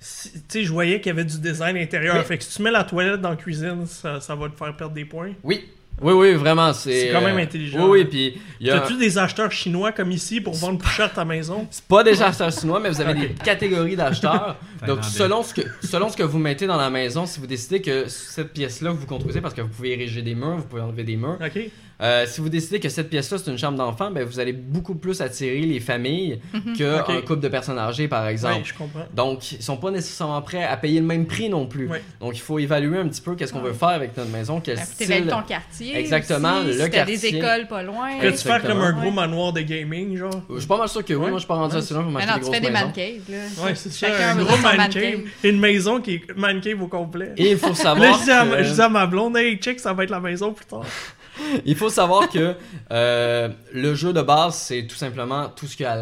Speaker 1: si- tu sais, je voyais qu'il y avait du design intérieur.
Speaker 4: Oui.
Speaker 1: Fait que si tu mets la toilette dans la cuisine, ça, ça va te faire perdre des points.
Speaker 4: Oui. Oui, oui, vraiment, c'est...
Speaker 1: C'est quand même
Speaker 4: euh,
Speaker 1: intelligent.
Speaker 4: Oui, oui, puis il y a...
Speaker 1: T'as-tu des acheteurs chinois comme ici pour vendre plus cher ta maison?
Speaker 4: C'est pas des acheteurs chinois, mais vous avez des catégories
Speaker 1: <laughs>
Speaker 4: d'acheteurs. Donc,
Speaker 3: Finlandais.
Speaker 4: selon ce, que, selon ce que vous mettez dans la maison, si vous décidez que cette pièce-là, vous construisez, parce que vous pouvez ériger des murs, vous pouvez enlever des murs,
Speaker 1: OK.
Speaker 4: euh, si vous décidez que cette pièce-là, c'est une chambre d'enfant, ben, vous allez beaucoup plus attirer les familles
Speaker 2: Mhm.
Speaker 4: qu'un
Speaker 1: Ok.
Speaker 4: couple de personnes âgées, par exemple.
Speaker 1: Oui, je comprends.
Speaker 4: Donc, ils sont pas nécessairement prêts à payer le même prix non plus.
Speaker 1: Oui.
Speaker 4: Donc, il faut évaluer un petit peu qu'est-ce qu'on veut faire avec notre maison, quel
Speaker 2: Ben, faut t'évaluer
Speaker 4: style.
Speaker 2: ton quartier.
Speaker 4: Exactement,
Speaker 2: aussi,
Speaker 4: le
Speaker 2: si t'as des
Speaker 4: quartier.
Speaker 2: écoles pas loin.
Speaker 1: Peux-tu faire comme un
Speaker 4: Exactement.
Speaker 1: gros
Speaker 2: Ouais. pour
Speaker 1: manoir de gaming, genre?
Speaker 4: Euh, Je suis pas mal sûr que oui,
Speaker 1: Ouais.
Speaker 4: moi je suis pas rendu
Speaker 1: Ouais.
Speaker 4: assez loin pour
Speaker 2: Mais
Speaker 4: m'acheter
Speaker 2: non,
Speaker 4: des
Speaker 2: tu
Speaker 4: grosses
Speaker 2: fais des
Speaker 4: maisons.
Speaker 2: man caves, là.
Speaker 1: Ouais, c'est ça.
Speaker 2: Chacun
Speaker 1: Un
Speaker 2: veut
Speaker 1: gros
Speaker 2: son man
Speaker 1: man
Speaker 2: cave.
Speaker 1: cave. Une maison qui est man cave au complet.
Speaker 4: Et il faut savoir.
Speaker 1: Là, je dis, à, ma-
Speaker 4: que-
Speaker 1: je dis à ma blonde, hey, check, ça va être la maison plus tard.
Speaker 4: Il faut savoir que euh, le jeu de base, c'est tout simplement tout ce qu'il y a à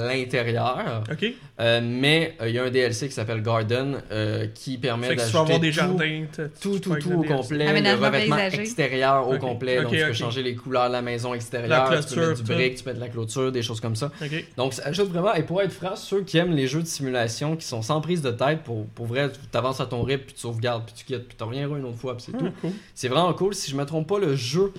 Speaker 4: l'intérieur.
Speaker 1: OK?
Speaker 4: Euh, mais euh, il y a un DLC qui s'appelle Garden euh, qui permet
Speaker 1: Fait que si tu vas
Speaker 4: d'ajouter
Speaker 1: avoir des
Speaker 4: tout-
Speaker 1: jardins, t'as- tu
Speaker 4: tout, tout,
Speaker 1: peux
Speaker 4: tout au
Speaker 1: accéder à ça.
Speaker 4: complet, le
Speaker 2: Aménagement
Speaker 4: revêtement
Speaker 2: paysager.
Speaker 4: extérieur au
Speaker 1: Ok,
Speaker 4: complet.
Speaker 1: ok,
Speaker 4: donc, tu peux
Speaker 1: ok.
Speaker 4: changer les couleurs de la maison extérieure,
Speaker 1: La
Speaker 4: tu peux mettre
Speaker 1: clôture,
Speaker 4: du
Speaker 1: tout.
Speaker 4: brick, tu peux mettre de la clôture, des choses comme ça.
Speaker 1: OK.
Speaker 4: Donc, ça ajoute vraiment, et pour être franc, ceux qui aiment les jeux de simulation, qui sont sans prise de tête, pour, pour vrai, tu avances à ton rythme, puis tu sauvegardes, puis tu quittes, puis tu reviendras une autre fois, puis c'est tout.
Speaker 1: Ah, cool.
Speaker 4: C'est vraiment cool. Si je me trompe pas, le jeu,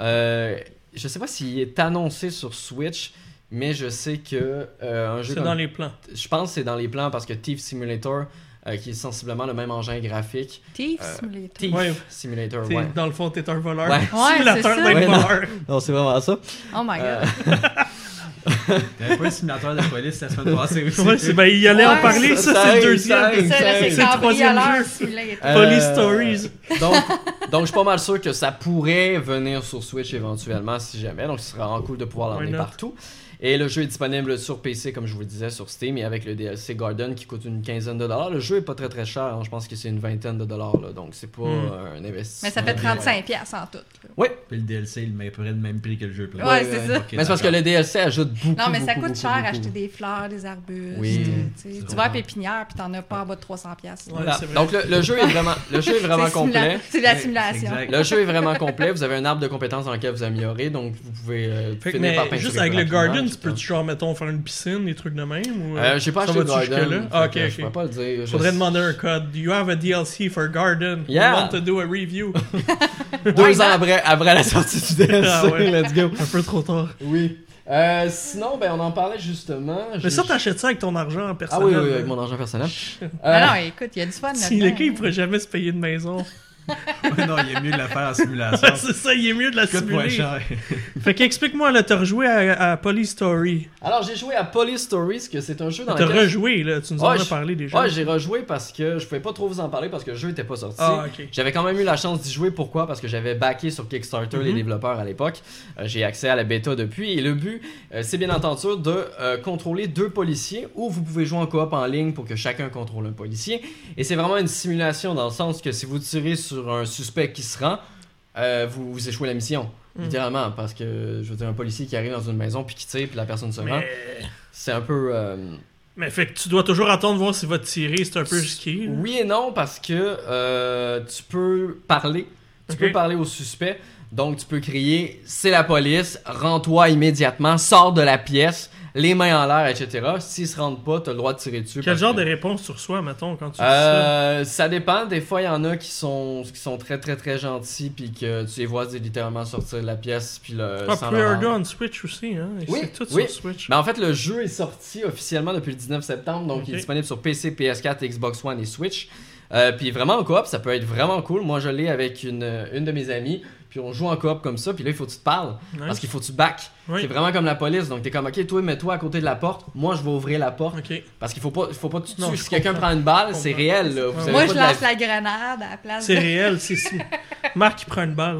Speaker 4: euh, je sais pas s'il est annoncé sur Switch, mais je sais que euh, un jeu
Speaker 1: C'est
Speaker 4: comme-
Speaker 1: dans les plans.
Speaker 4: je pense que c'est dans les plans parce que Thief Simulator, euh, qui est sensiblement le même engin graphique,
Speaker 2: Thief
Speaker 4: Euh,
Speaker 2: Simulator.
Speaker 4: Thief
Speaker 1: Ouais.
Speaker 4: Simulator,
Speaker 1: T'es- <laughs>
Speaker 4: ouais.
Speaker 1: Dans le fond, t'es un voleur.
Speaker 4: Ouais.
Speaker 2: Ouais,
Speaker 1: Simulateur
Speaker 2: c'est
Speaker 1: d'un
Speaker 2: ça.
Speaker 4: Ouais, non.
Speaker 1: voleur.
Speaker 4: Non, c'est vraiment ça.
Speaker 2: Oh my god.
Speaker 4: Euh,
Speaker 3: T'avais pas le simulateur de police la semaine passée aussi.
Speaker 1: Ouais, c'est- ben, il y allait en
Speaker 2: Ouais,
Speaker 1: parler,
Speaker 4: ça,
Speaker 1: ça,
Speaker 4: ça
Speaker 1: c'est
Speaker 4: arrive,
Speaker 1: le
Speaker 4: ça arrive.
Speaker 1: deuxième.
Speaker 2: ça, là,
Speaker 1: c'est
Speaker 2: c'est
Speaker 1: le troisième
Speaker 2: cambrioleur
Speaker 1: jeu.
Speaker 4: Euh,
Speaker 2: Simulator.
Speaker 1: Police Stories.
Speaker 4: Donc, donc, je suis pas mal sûr que ça pourrait venir sur Switch éventuellement, si jamais. Donc, ce sera en cool de pouvoir
Speaker 1: Why
Speaker 4: l'emmener
Speaker 1: not?
Speaker 4: partout. Et le jeu est disponible sur PC, comme je vous le disais, sur Steam, et avec le DLC Garden qui coûte une quinzaine de dollars. Le jeu est pas très très cher, hein. je pense que c'est une vingtaine de dollars, là. donc c'est pas
Speaker 1: Hmm.
Speaker 4: euh, un investissement.
Speaker 2: Mais ça fait
Speaker 4: bien-
Speaker 2: 35$ piastres en tout. là.
Speaker 4: Oui,
Speaker 3: Puis le DLC, il met près le même prix que le jeu. plein.
Speaker 2: Ouais, c'est ça.
Speaker 3: ok,
Speaker 4: mais c'est parce que
Speaker 3: d'accord.
Speaker 4: le DLC ajoute beaucoup.
Speaker 2: Non, mais ça
Speaker 4: beaucoup,
Speaker 2: coûte
Speaker 4: beaucoup,
Speaker 2: cher
Speaker 4: beaucoup.
Speaker 2: acheter des fleurs, des arbustes.
Speaker 4: Oui.
Speaker 2: euh, tu sais.
Speaker 3: C'est
Speaker 2: Tu
Speaker 3: vrai.
Speaker 2: vas à Pépinière puis t'en as pas en bas de 300$. piastres, là.
Speaker 1: Ouais,
Speaker 4: Voilà.
Speaker 1: c'est vrai.
Speaker 4: Donc le, le jeu est vraiment, le jeu est
Speaker 2: <laughs>
Speaker 4: vraiment
Speaker 2: C'est simula-
Speaker 4: complet.
Speaker 2: C'est de la
Speaker 3: Ouais,
Speaker 2: simulation.
Speaker 3: exact.
Speaker 4: Le jeu est vraiment complet. Vous avez un arbre de compétences dans lequel vous améliorez, donc vous pouvez euh,
Speaker 1: Fait que,
Speaker 4: finir par
Speaker 1: mais
Speaker 4: peinturer
Speaker 1: juste avec le
Speaker 4: rapidement,
Speaker 1: garden, tu
Speaker 4: etc.
Speaker 1: peux-tu, genre, mettons, faire une piscine, des trucs de même? Ou...
Speaker 4: Euh, j'ai pas
Speaker 1: Ça
Speaker 4: acheté le
Speaker 1: va-tu
Speaker 4: Garden.
Speaker 1: jusque-là? Ah,
Speaker 4: fait que
Speaker 1: ok,
Speaker 4: Je
Speaker 1: ok.
Speaker 4: pourrais pas le dire. Je-
Speaker 1: Faudrait demander un code. You have a DLC for Garden.
Speaker 4: Yeah.
Speaker 1: We want to do a review.
Speaker 4: Deux ans après, après la sortie
Speaker 1: <laughs>
Speaker 4: du DLC.
Speaker 1: Ah ouais.
Speaker 4: Let's go.
Speaker 1: un peu trop tard.
Speaker 4: Oui. Euh, sinon, ben, on en parlait justement.
Speaker 1: Mais ça, t'achètes ça avec ton argent en
Speaker 4: Ah
Speaker 1: personnel.
Speaker 4: oui, oui, oui,
Speaker 1: là. <laughs>
Speaker 4: avec mon argent personnel. Euh,
Speaker 2: Ah non, écoute, il y a du fun
Speaker 1: Si le
Speaker 2: là-dedans.
Speaker 1: gars, il pourrait jamais se payer une maison.
Speaker 3: Ouais, <laughs> non, il est mieux de la faire en simulation.
Speaker 1: Ouais, c'est <laughs> ça, il est mieux de la
Speaker 3: Coûte moins
Speaker 1: simuler.
Speaker 3: cher.
Speaker 1: Fait qu'explique-moi, là, t'as rejoué à, à Police Story.
Speaker 4: Alors, j'ai joué à Police Stories, que c'est un jeu dans
Speaker 1: T'as
Speaker 4: lequel...
Speaker 1: rejoué, là, tu nous en
Speaker 4: Ouais,
Speaker 1: as
Speaker 4: je-
Speaker 1: parlé déjà.
Speaker 4: Ouais, j'ai rejoué parce que je pouvais pas trop vous en parler parce que le jeu était pas sorti.
Speaker 1: Ah, ok.
Speaker 4: J'avais quand même eu la chance d'y jouer. Pourquoi Parce que j'avais backé sur Kickstarter les
Speaker 1: Mhm.
Speaker 4: développeurs à l'époque. Euh, j'ai accès à la bêta depuis. Et le but, euh, c'est bien entendu de euh, contrôler deux policiers ou vous pouvez jouer en coop en ligne pour que chacun contrôle un policier. Et c'est vraiment une simulation dans le sens que si vous tirez sur un suspect qui se rend, euh, vous, vous échouez la mission.
Speaker 1: Mhm.
Speaker 4: Littéralement, parce que je veux dire, un policier qui arrive dans une maison puis qui tire puis la personne se rend,
Speaker 1: Mais...
Speaker 4: c'est un peu. euh,
Speaker 1: mais fait que tu dois toujours attendre voir si va te tirer, c'est un peu risqué. là.
Speaker 4: Oui et non, parce que euh, tu peux parler. Tu
Speaker 1: Ok.
Speaker 4: peux parler au suspect. Donc, tu peux crier C'est la police, rends-toi immédiatement, sors de la pièce, les mains en l'air, etc. S'ils se rendent pas, tu as le droit de tirer dessus.
Speaker 1: Quel
Speaker 4: parce
Speaker 1: genre
Speaker 4: que-
Speaker 1: de réponse tu reçois, mettons, quand tu dis ça?
Speaker 4: ben, Euh, ça dépend. Des fois, il y en a qui sont, qui sont très, très, très gentils, puis que tu les vois littéralement sortir de la pièce, puis le.
Speaker 1: Ah,
Speaker 4: sans leur-
Speaker 1: pre-order on Switch aussi, hein? Et
Speaker 4: Oui,
Speaker 1: c'est tout
Speaker 4: oui.
Speaker 1: sur Switch.
Speaker 4: Ben, en fait, le jeu est sorti officiellement depuis le 19 septembre, donc
Speaker 1: Ok.
Speaker 4: il est disponible sur PC, PS4, Xbox One et Switch. Euh, puis vraiment en coop, ça peut être vraiment cool. Moi, je l'ai avec une, une de mes amies, puis on joue en coop comme ça, puis là, il faut que tu te parles,
Speaker 1: Nice.
Speaker 4: parce qu'il faut que tu back.
Speaker 1: Oui.
Speaker 4: C'est vraiment comme la police, donc t'es comme, ok, toi, mets-toi à côté de la porte, moi, je vais ouvrir la porte, <laughs>
Speaker 1: Ok.
Speaker 4: parce qu'il faut pas, faut pas que tu tues.
Speaker 1: Non, je
Speaker 4: si quelqu'un
Speaker 1: comprends.
Speaker 4: prend une balle,
Speaker 1: Je
Speaker 4: c'est
Speaker 1: comprends.
Speaker 4: réel, là. Vous
Speaker 1: Ouais. Moi,
Speaker 4: avez
Speaker 2: Moi,
Speaker 4: pas
Speaker 2: je
Speaker 4: de la-
Speaker 2: lance la grenade à la
Speaker 4: Ah,
Speaker 2: place
Speaker 1: C'est
Speaker 2: de...
Speaker 1: réel, c'est si. Marc, il prend une balle.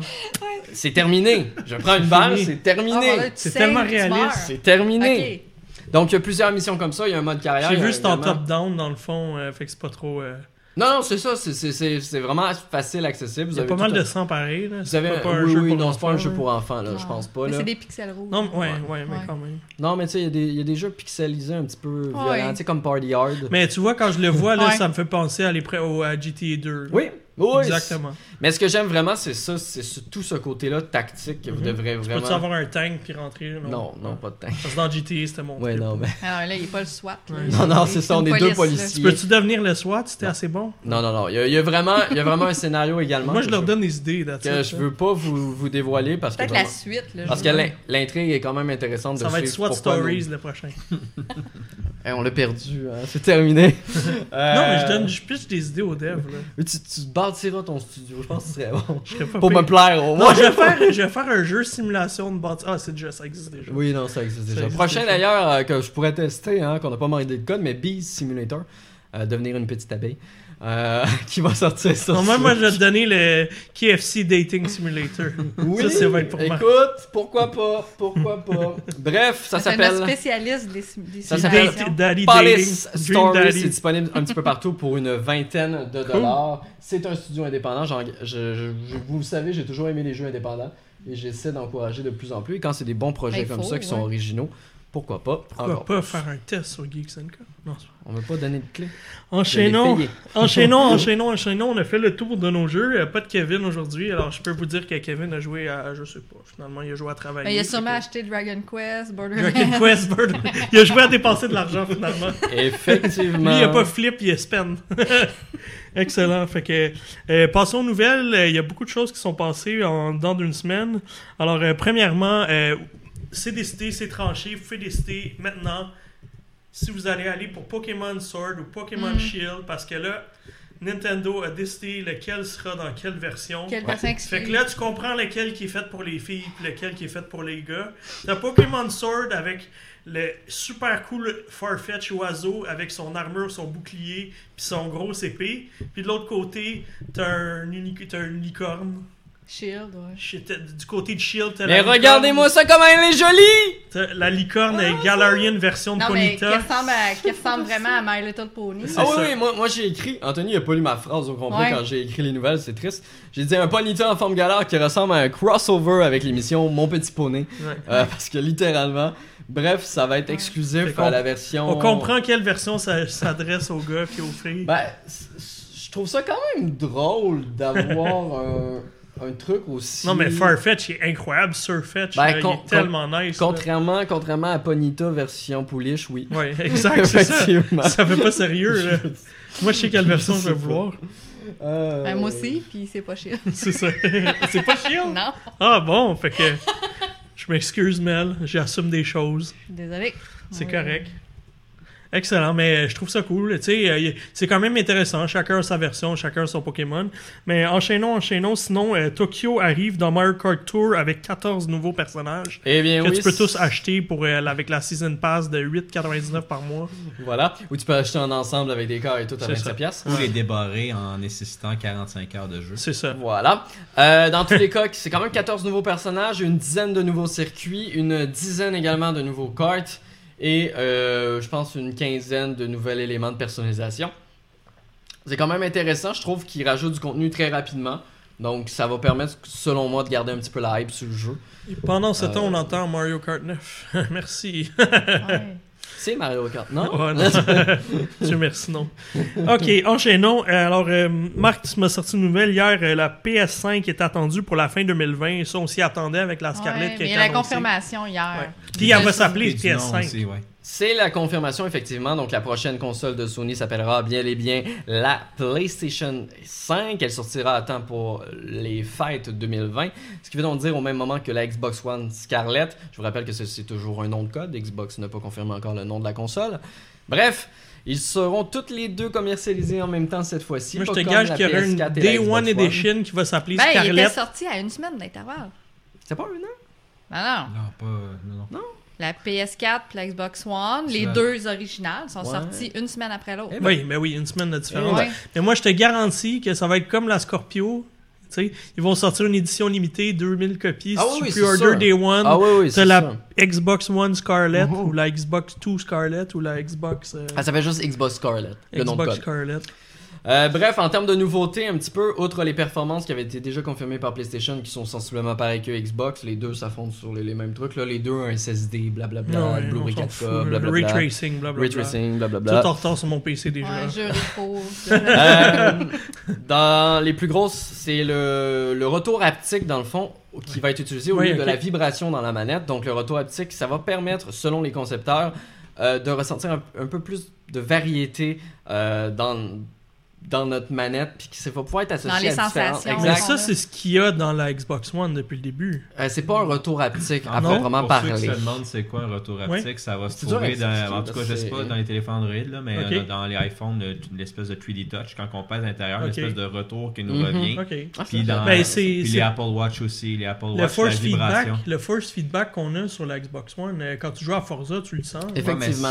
Speaker 4: C'est terminé. Je prends une balle,
Speaker 1: Fini.
Speaker 4: c'est
Speaker 2: Ah, mon Dieu,
Speaker 4: terminé.
Speaker 2: tu
Speaker 1: C'est
Speaker 2: saignes,
Speaker 1: tellement
Speaker 2: tu
Speaker 1: réaliste.
Speaker 2: meurs.
Speaker 4: C'est terminé.
Speaker 2: Ok.
Speaker 4: Donc, il y a plusieurs missions comme ça, il y a un mode carrière.
Speaker 1: J'ai
Speaker 4: il y a
Speaker 1: vu, c'est en
Speaker 4: également-
Speaker 1: top-down, dans le fond, euh, fait que c'est pas trop... euh,
Speaker 4: Non, non, c'est ça, c'est- c'est c'est- c'est vraiment facile, accessible. Vous
Speaker 1: Il y a
Speaker 4: avez
Speaker 1: pas mal
Speaker 4: tout un-
Speaker 1: de sang pareil, là.
Speaker 4: Vous avez
Speaker 1: pas
Speaker 4: oui, oui, non, c'est
Speaker 1: enfants,
Speaker 4: pas un jeu
Speaker 1: là.
Speaker 4: pour enfants, là,
Speaker 2: Ouais.
Speaker 4: je pense pas.
Speaker 2: Mais
Speaker 4: Là.
Speaker 2: c'est des pixels rouges.
Speaker 1: Non, ouais, ouais, mais
Speaker 2: Ouais.
Speaker 1: quand même.
Speaker 4: Non, mais tu sais, il y a des- il y, a des jeux pixelisés un petit peu violents,
Speaker 2: Ouais.
Speaker 4: tu sais, comme Party Hard.
Speaker 1: Mais tu vois, quand je le vois, là,
Speaker 2: Ouais.
Speaker 1: ça me fait penser à, les pré- au, à GTA 2.
Speaker 4: Oui, oui.
Speaker 1: Exactement.
Speaker 4: c'est- Mais ce que j'aime vraiment, c'est ça, c'est ce- tout ce côté-là tactique que vous
Speaker 1: Mhm.
Speaker 4: devrez
Speaker 1: Peux-tu
Speaker 4: vraiment.
Speaker 1: avoir un tank puis rentrer? là,
Speaker 4: Non, non, pas de temps.
Speaker 1: Parce que dans GTA, c'était mon
Speaker 4: Ouais,
Speaker 1: trip.
Speaker 4: non, mais.
Speaker 2: Ah non, là, il est pas le SWAT. là.
Speaker 1: Ouais.
Speaker 4: Non, non, c'est ça, on
Speaker 2: une
Speaker 4: est deux
Speaker 2: police, là.
Speaker 1: Tu
Speaker 4: policiers.
Speaker 1: Peux-tu devenir le SWAT? C'était
Speaker 4: Non.
Speaker 1: assez bon.
Speaker 4: Non, non, non, il y a, il y a vraiment, il y a vraiment un scénario également.
Speaker 1: Moi, je
Speaker 4: que
Speaker 1: leur donne des idées. that's
Speaker 4: Que
Speaker 1: it,
Speaker 4: je
Speaker 1: là.
Speaker 4: veux pas vous, vous dévoiler parce que.
Speaker 2: Peut-être la
Speaker 4: vraiment-
Speaker 2: suite. Là,
Speaker 4: Parce
Speaker 2: je
Speaker 4: que
Speaker 2: veux
Speaker 4: l'in- l'intrigue est quand même intéressante
Speaker 1: Ça
Speaker 4: de
Speaker 1: va être
Speaker 4: suivre
Speaker 1: SWAT
Speaker 4: pourquoi nous-
Speaker 1: Stories le prochain.
Speaker 4: Eh, on l'a perdu, hein, c'est <laughs> terminé. Euh,
Speaker 1: Non, mais je donne, je pitch des idées aux devs. Là.
Speaker 4: Mais tu, tu bâtiras ton studio, je pense que ce serait bon.
Speaker 1: Je serais pas
Speaker 4: Pour
Speaker 1: pire.
Speaker 4: me plaire,
Speaker 1: Non,
Speaker 4: au moins.
Speaker 1: je vais, faire, je vais faire un jeu simulation de bâtiment. Ah, c'est déjà, ça existe déjà.
Speaker 4: Oui, non, ça existe déjà.
Speaker 1: existe
Speaker 4: Prochain
Speaker 1: déjà.
Speaker 4: d'ailleurs euh, que je pourrais tester, hein, qu'on n'a pas manqué de code, mais Bee Simulator, euh, devenir une petite abeille, euh, <laughs> qui va sortir sur
Speaker 1: Non, moi,
Speaker 4: Switch.
Speaker 1: moi, je vais te donner le KFC Dating Simulator.
Speaker 4: Oui,
Speaker 1: ça, ça va être pour moi.
Speaker 4: écoute, pourquoi pas,
Speaker 1: <laughs>
Speaker 4: pourquoi pas. Bref, ça
Speaker 2: dire. C'est notre
Speaker 4: s'appelle
Speaker 2: spécialiste des, sim- des
Speaker 4: Ça s'appelle-
Speaker 2: simulations.
Speaker 1: Date- Daddy
Speaker 4: Palace
Speaker 1: Dating. Dream
Speaker 4: Story, c'est
Speaker 1: Daddy.
Speaker 4: disponible un petit peu partout pour une vingtaine de dollars. C'est un studio indépendant, j'en- je- je- je- vous le savez, j'ai toujours aimé les jeux indépendants et j'essaie d'encourager de plus en plus. Et quand c'est des bons projets
Speaker 2: Ben, il
Speaker 4: comme
Speaker 2: faut,
Speaker 4: ça qui sont
Speaker 2: ouais.
Speaker 4: originaux, pourquoi pas,
Speaker 1: On va
Speaker 4: encore
Speaker 1: pas
Speaker 4: plus.
Speaker 1: faire un test sur Geeks and Co. Non, c'est pas-
Speaker 4: On ne veut pas donner de clé. Je l'ai
Speaker 1: Enchaînons. <laughs>
Speaker 4: payé.
Speaker 1: Enchaînons, enchaînons, enchaînons. On a fait le tour de nos jeux. Euh, Pas de Kevin aujourd'hui. Alors, je peux vous dire que Kevin a joué à. Je sais pas. Finalement, il a joué à travailler.
Speaker 2: Mais Ben, il a
Speaker 1: fait
Speaker 2: sûrement
Speaker 1: que-
Speaker 2: acheté Dragon Quest, Borderlands.
Speaker 1: Dragon Quest Bird. Il a joué à dépenser de l'argent, finalement.
Speaker 4: Effectivement.
Speaker 1: Lui, il a pas flip, il a spend. <laughs> Excellent. Fait que, euh, passons aux nouvelles. Euh, Il y a beaucoup de choses qui sont passées en dans d'une semaine. Alors, euh, premièrement, euh, c'est décidé, c'est tranché. Vous pouvez décider maintenant si vous allez aller pour Pokémon Sword ou Pokémon
Speaker 2: Mm.
Speaker 1: Shield parce que là, Nintendo a décidé lequel sera dans quelle version.
Speaker 2: Quelle personne excuse.
Speaker 1: Fait que là, tu comprends lequel qui est fait pour les filles puis lequel qui est fait pour les gars. T'as Pokémon Sword avec le super cool Farfetch oiseau avec son armure, son bouclier puis son gros épée. Puis de l'autre côté, t'as un, unic- t'as un unicorne.
Speaker 2: Shield, ouais.
Speaker 1: Shit, t'as- Du côté de Shield, t'as la
Speaker 4: Mais
Speaker 1: licorne.
Speaker 4: regardez-moi ça Ah, comme elle est jolie!
Speaker 1: T'as La licorne est Galarian version de
Speaker 2: Non, mais qui
Speaker 1: Ponyta.
Speaker 2: ressemble, à- qui ressemble vraiment à My Little Pony.
Speaker 1: C'est
Speaker 4: Ah oui,
Speaker 1: ça.
Speaker 4: oui, moi, moi j'ai écrit. Anthony il a pas lu ma phrase au complet
Speaker 2: Ouais.
Speaker 4: quand j'ai écrit les nouvelles, c'est triste. J'ai dit un ponytail en forme galère qui ressemble à un crossover avec l'émission Mon Petit Poney.
Speaker 1: Ouais.
Speaker 4: Euh, <laughs> parce que littéralement, bref, ça va être
Speaker 1: Fait
Speaker 4: exclusif
Speaker 1: qu'on-
Speaker 4: à la version.
Speaker 1: On comprend quelle version ça s'adresse aux gars puis aux filles.
Speaker 4: Ben, c- c- je trouve ça quand même drôle d'avoir <laughs> un, un truc aussi.
Speaker 1: non, mais Farfetch est incroyable. Surfetch,
Speaker 4: Ben,
Speaker 1: là, il
Speaker 4: con-
Speaker 1: est tellement nice. là.
Speaker 4: Contrairement, contrairement à Ponyta version pouliche, oui.
Speaker 1: Ouais, exact, c'est ça.
Speaker 4: Effectivement.
Speaker 1: Ça fait pas sérieux, là. Moi, <laughs> je sais quelle version je
Speaker 4: sais
Speaker 1: vais
Speaker 4: pas.
Speaker 1: vouloir.
Speaker 4: Euh,
Speaker 2: Ben, moi aussi, puis c'est pas Shield.
Speaker 1: C'est ça. <laughs> C'est pas chiant.
Speaker 2: non,
Speaker 1: Ah bon, fait que. Je m'excuse, Mel. J'assume des choses. <laughs>
Speaker 2: désolé.
Speaker 1: C'est correct. Excellent, mais euh, je trouve ça cool. Tu sais, euh, y- c'est quand même intéressant. Chacun a sa version, chacun a son Pokémon. Mais enchaînons, enchaînons. Sinon, euh, Tokyo arrive dans Mario Kart Tour avec 14 nouveaux personnages
Speaker 4: Eh bien,
Speaker 1: que
Speaker 4: oui.
Speaker 1: tu peux tous acheter pour, euh, avec la Season Pass de 8,99 par mois.
Speaker 4: Voilà. Ou tu peux acheter un ensemble avec des cartes et tout à
Speaker 1: C'est ça.
Speaker 4: 25$. piastres.
Speaker 3: Ou les débarrer en nécessitant 45 heures de jeu.
Speaker 1: C'est ça.
Speaker 4: Voilà. Euh, dans tous les cas, c'est quand même 14 nouveaux personnages, une dizaine de nouveaux circuits, une dizaine également de nouveaux cartes et euh, je pense une quinzaine de nouveaux éléments de personnalisation. C'est quand même intéressant, je trouve qu'ils rajoutent du contenu très rapidement. Donc ça va permettre, selon moi, de garder un petit peu la hype sur le jeu.
Speaker 1: Et pendant ce
Speaker 4: Euh,
Speaker 1: temps, on entend Mario Kart 9. <laughs> merci.
Speaker 2: Ouais.
Speaker 4: C'est Mario
Speaker 1: <laughs>
Speaker 4: Kart, non?
Speaker 1: Ouais, non. Dieu merci, non. Ah. OK, enchaînons. Euh, Alors, euh, Marc, tu m'as sorti une nouvelle hier. euh, la PS5 est attendue pour la fin 2020. Ça, on s'y attendait avec la Scarlett
Speaker 2: Ouais,
Speaker 1: qui
Speaker 2: mais
Speaker 1: a
Speaker 2: il y
Speaker 1: été
Speaker 2: a la
Speaker 1: annoncée.
Speaker 2: confirmation hier.
Speaker 1: Ouais. Puis elle va s'appeler
Speaker 3: Et du nom
Speaker 1: PS5.
Speaker 3: aussi, ouais.
Speaker 4: C'est la confirmation, effectivement. Donc, la prochaine console de Sony s'appellera bien et bien la PlayStation 5. Elle sortira à temps pour les fêtes 2020. Ce qui veut donc dire au même moment que la Xbox One Scarlett. Je vous rappelle que ceci est toujours un nom de code. Xbox n'a pas confirmé encore le nom de la console. Bref. Ils seront toutes les deux commercialisés en même temps cette fois-ci.
Speaker 1: Moi, je
Speaker 4: pas
Speaker 1: te
Speaker 4: comme
Speaker 1: gage
Speaker 4: la
Speaker 1: qu'il y aura une
Speaker 4: PS4 et la
Speaker 1: Day
Speaker 4: Xbox
Speaker 1: One Edition qui va s'appeler
Speaker 2: Ben, il était
Speaker 1: Scarlett.
Speaker 2: sorti à une semaine d'intervalle.
Speaker 4: C'est pas un an?
Speaker 2: Non, non.
Speaker 3: Non, pas. euh, Non, non.
Speaker 2: La PS4 puis la Xbox One, les
Speaker 3: Ça-
Speaker 2: deux originales sont
Speaker 4: Ouais.
Speaker 2: sorties une semaine après l'autre.
Speaker 4: Eh ben,
Speaker 1: Oui, mais oui, une semaine de différence.
Speaker 2: Ouais.
Speaker 1: Mais moi, je te garantis que ça va être comme la Scorpio. Tu sais, ils vont sortir une édition limitée, 2000 copies.
Speaker 4: Ah
Speaker 1: si
Speaker 4: oui,
Speaker 1: tu
Speaker 4: oui,
Speaker 1: pre-order
Speaker 4: c'est sûr.
Speaker 1: Day One,
Speaker 4: Ah oui, oui,
Speaker 1: t'as
Speaker 4: c'est
Speaker 1: la
Speaker 4: ça. Oh.
Speaker 1: Xbox One Scarlett ou la Xbox Two Scarlett ou la Xbox, euh,
Speaker 4: Ah, ça fait juste Xbox Scarlett, le nom de
Speaker 1: Xbox
Speaker 4: code.
Speaker 1: Scarlett.
Speaker 4: Euh, bref, en termes de nouveautés, un petit peu, outre les performances qui avaient été déjà confirmées par PlayStation, qui sont sensiblement pareilles que Xbox, les deux s'affrontent sur les, les mêmes trucs. Là, les deux ont un SSD, blablabla,
Speaker 1: Non,
Speaker 4: le Blu-ray
Speaker 1: on s'en
Speaker 4: 4K,
Speaker 1: fout.
Speaker 4: blablabla.
Speaker 1: Ray tracing, blablabla.
Speaker 4: Ray tracing,
Speaker 1: Tout en
Speaker 4: blablabla.
Speaker 1: retard sur mon PC déjà.
Speaker 2: Ouais,
Speaker 1: <laughs>
Speaker 2: jeu rétro.
Speaker 4: Euh, dans les plus grosses, c'est le, le retour haptique dans le fond qui va être utilisé au
Speaker 1: Oui,
Speaker 4: lieu de
Speaker 1: ok.
Speaker 4: la vibration dans la manette. Donc le retour haptique, ça va permettre, selon les concepteurs, euh, de ressentir un, un peu plus de variété euh, dans dans notre manette, puis que ça va pouvoir être associé
Speaker 2: Dans les
Speaker 4: à différents-
Speaker 2: sensations.
Speaker 1: Mais
Speaker 4: Exact.
Speaker 1: ça, c'est ce qu'il y a dans la Xbox One depuis le début.
Speaker 4: Euh, c'est pas un retour haptique à
Speaker 1: Ah non?
Speaker 4: proprement
Speaker 3: Pour ceux qui
Speaker 4: parler.
Speaker 3: se demandent c'est quoi un retour haptique, ça va se
Speaker 4: C'est dur à
Speaker 3: trouver
Speaker 4: expliquer,
Speaker 3: dans, en tout cas, je sais
Speaker 4: parce
Speaker 3: pas,
Speaker 4: que-
Speaker 3: dans les téléphones Android, là, mais
Speaker 1: Ok.
Speaker 3: euh, dans les iPhones, le- l'espèce de 3D Touch, quand on passe à l'intérieur,
Speaker 1: Ok.
Speaker 3: l'espèce de retour qui nous
Speaker 4: Mhm.
Speaker 3: revient.
Speaker 1: OK.
Speaker 4: Ah,
Speaker 3: Puis,
Speaker 4: ça,
Speaker 3: dans,
Speaker 1: Ben, c'est-
Speaker 3: puis
Speaker 1: c'est-
Speaker 3: les Apple Watch aussi, les Apple
Speaker 1: Le
Speaker 3: Watch, la
Speaker 1: force, feedback,
Speaker 3: vibration.
Speaker 1: le force feedback qu'on a sur la Xbox One, euh, quand tu joues à Forza, tu le sens.
Speaker 4: Effectivement,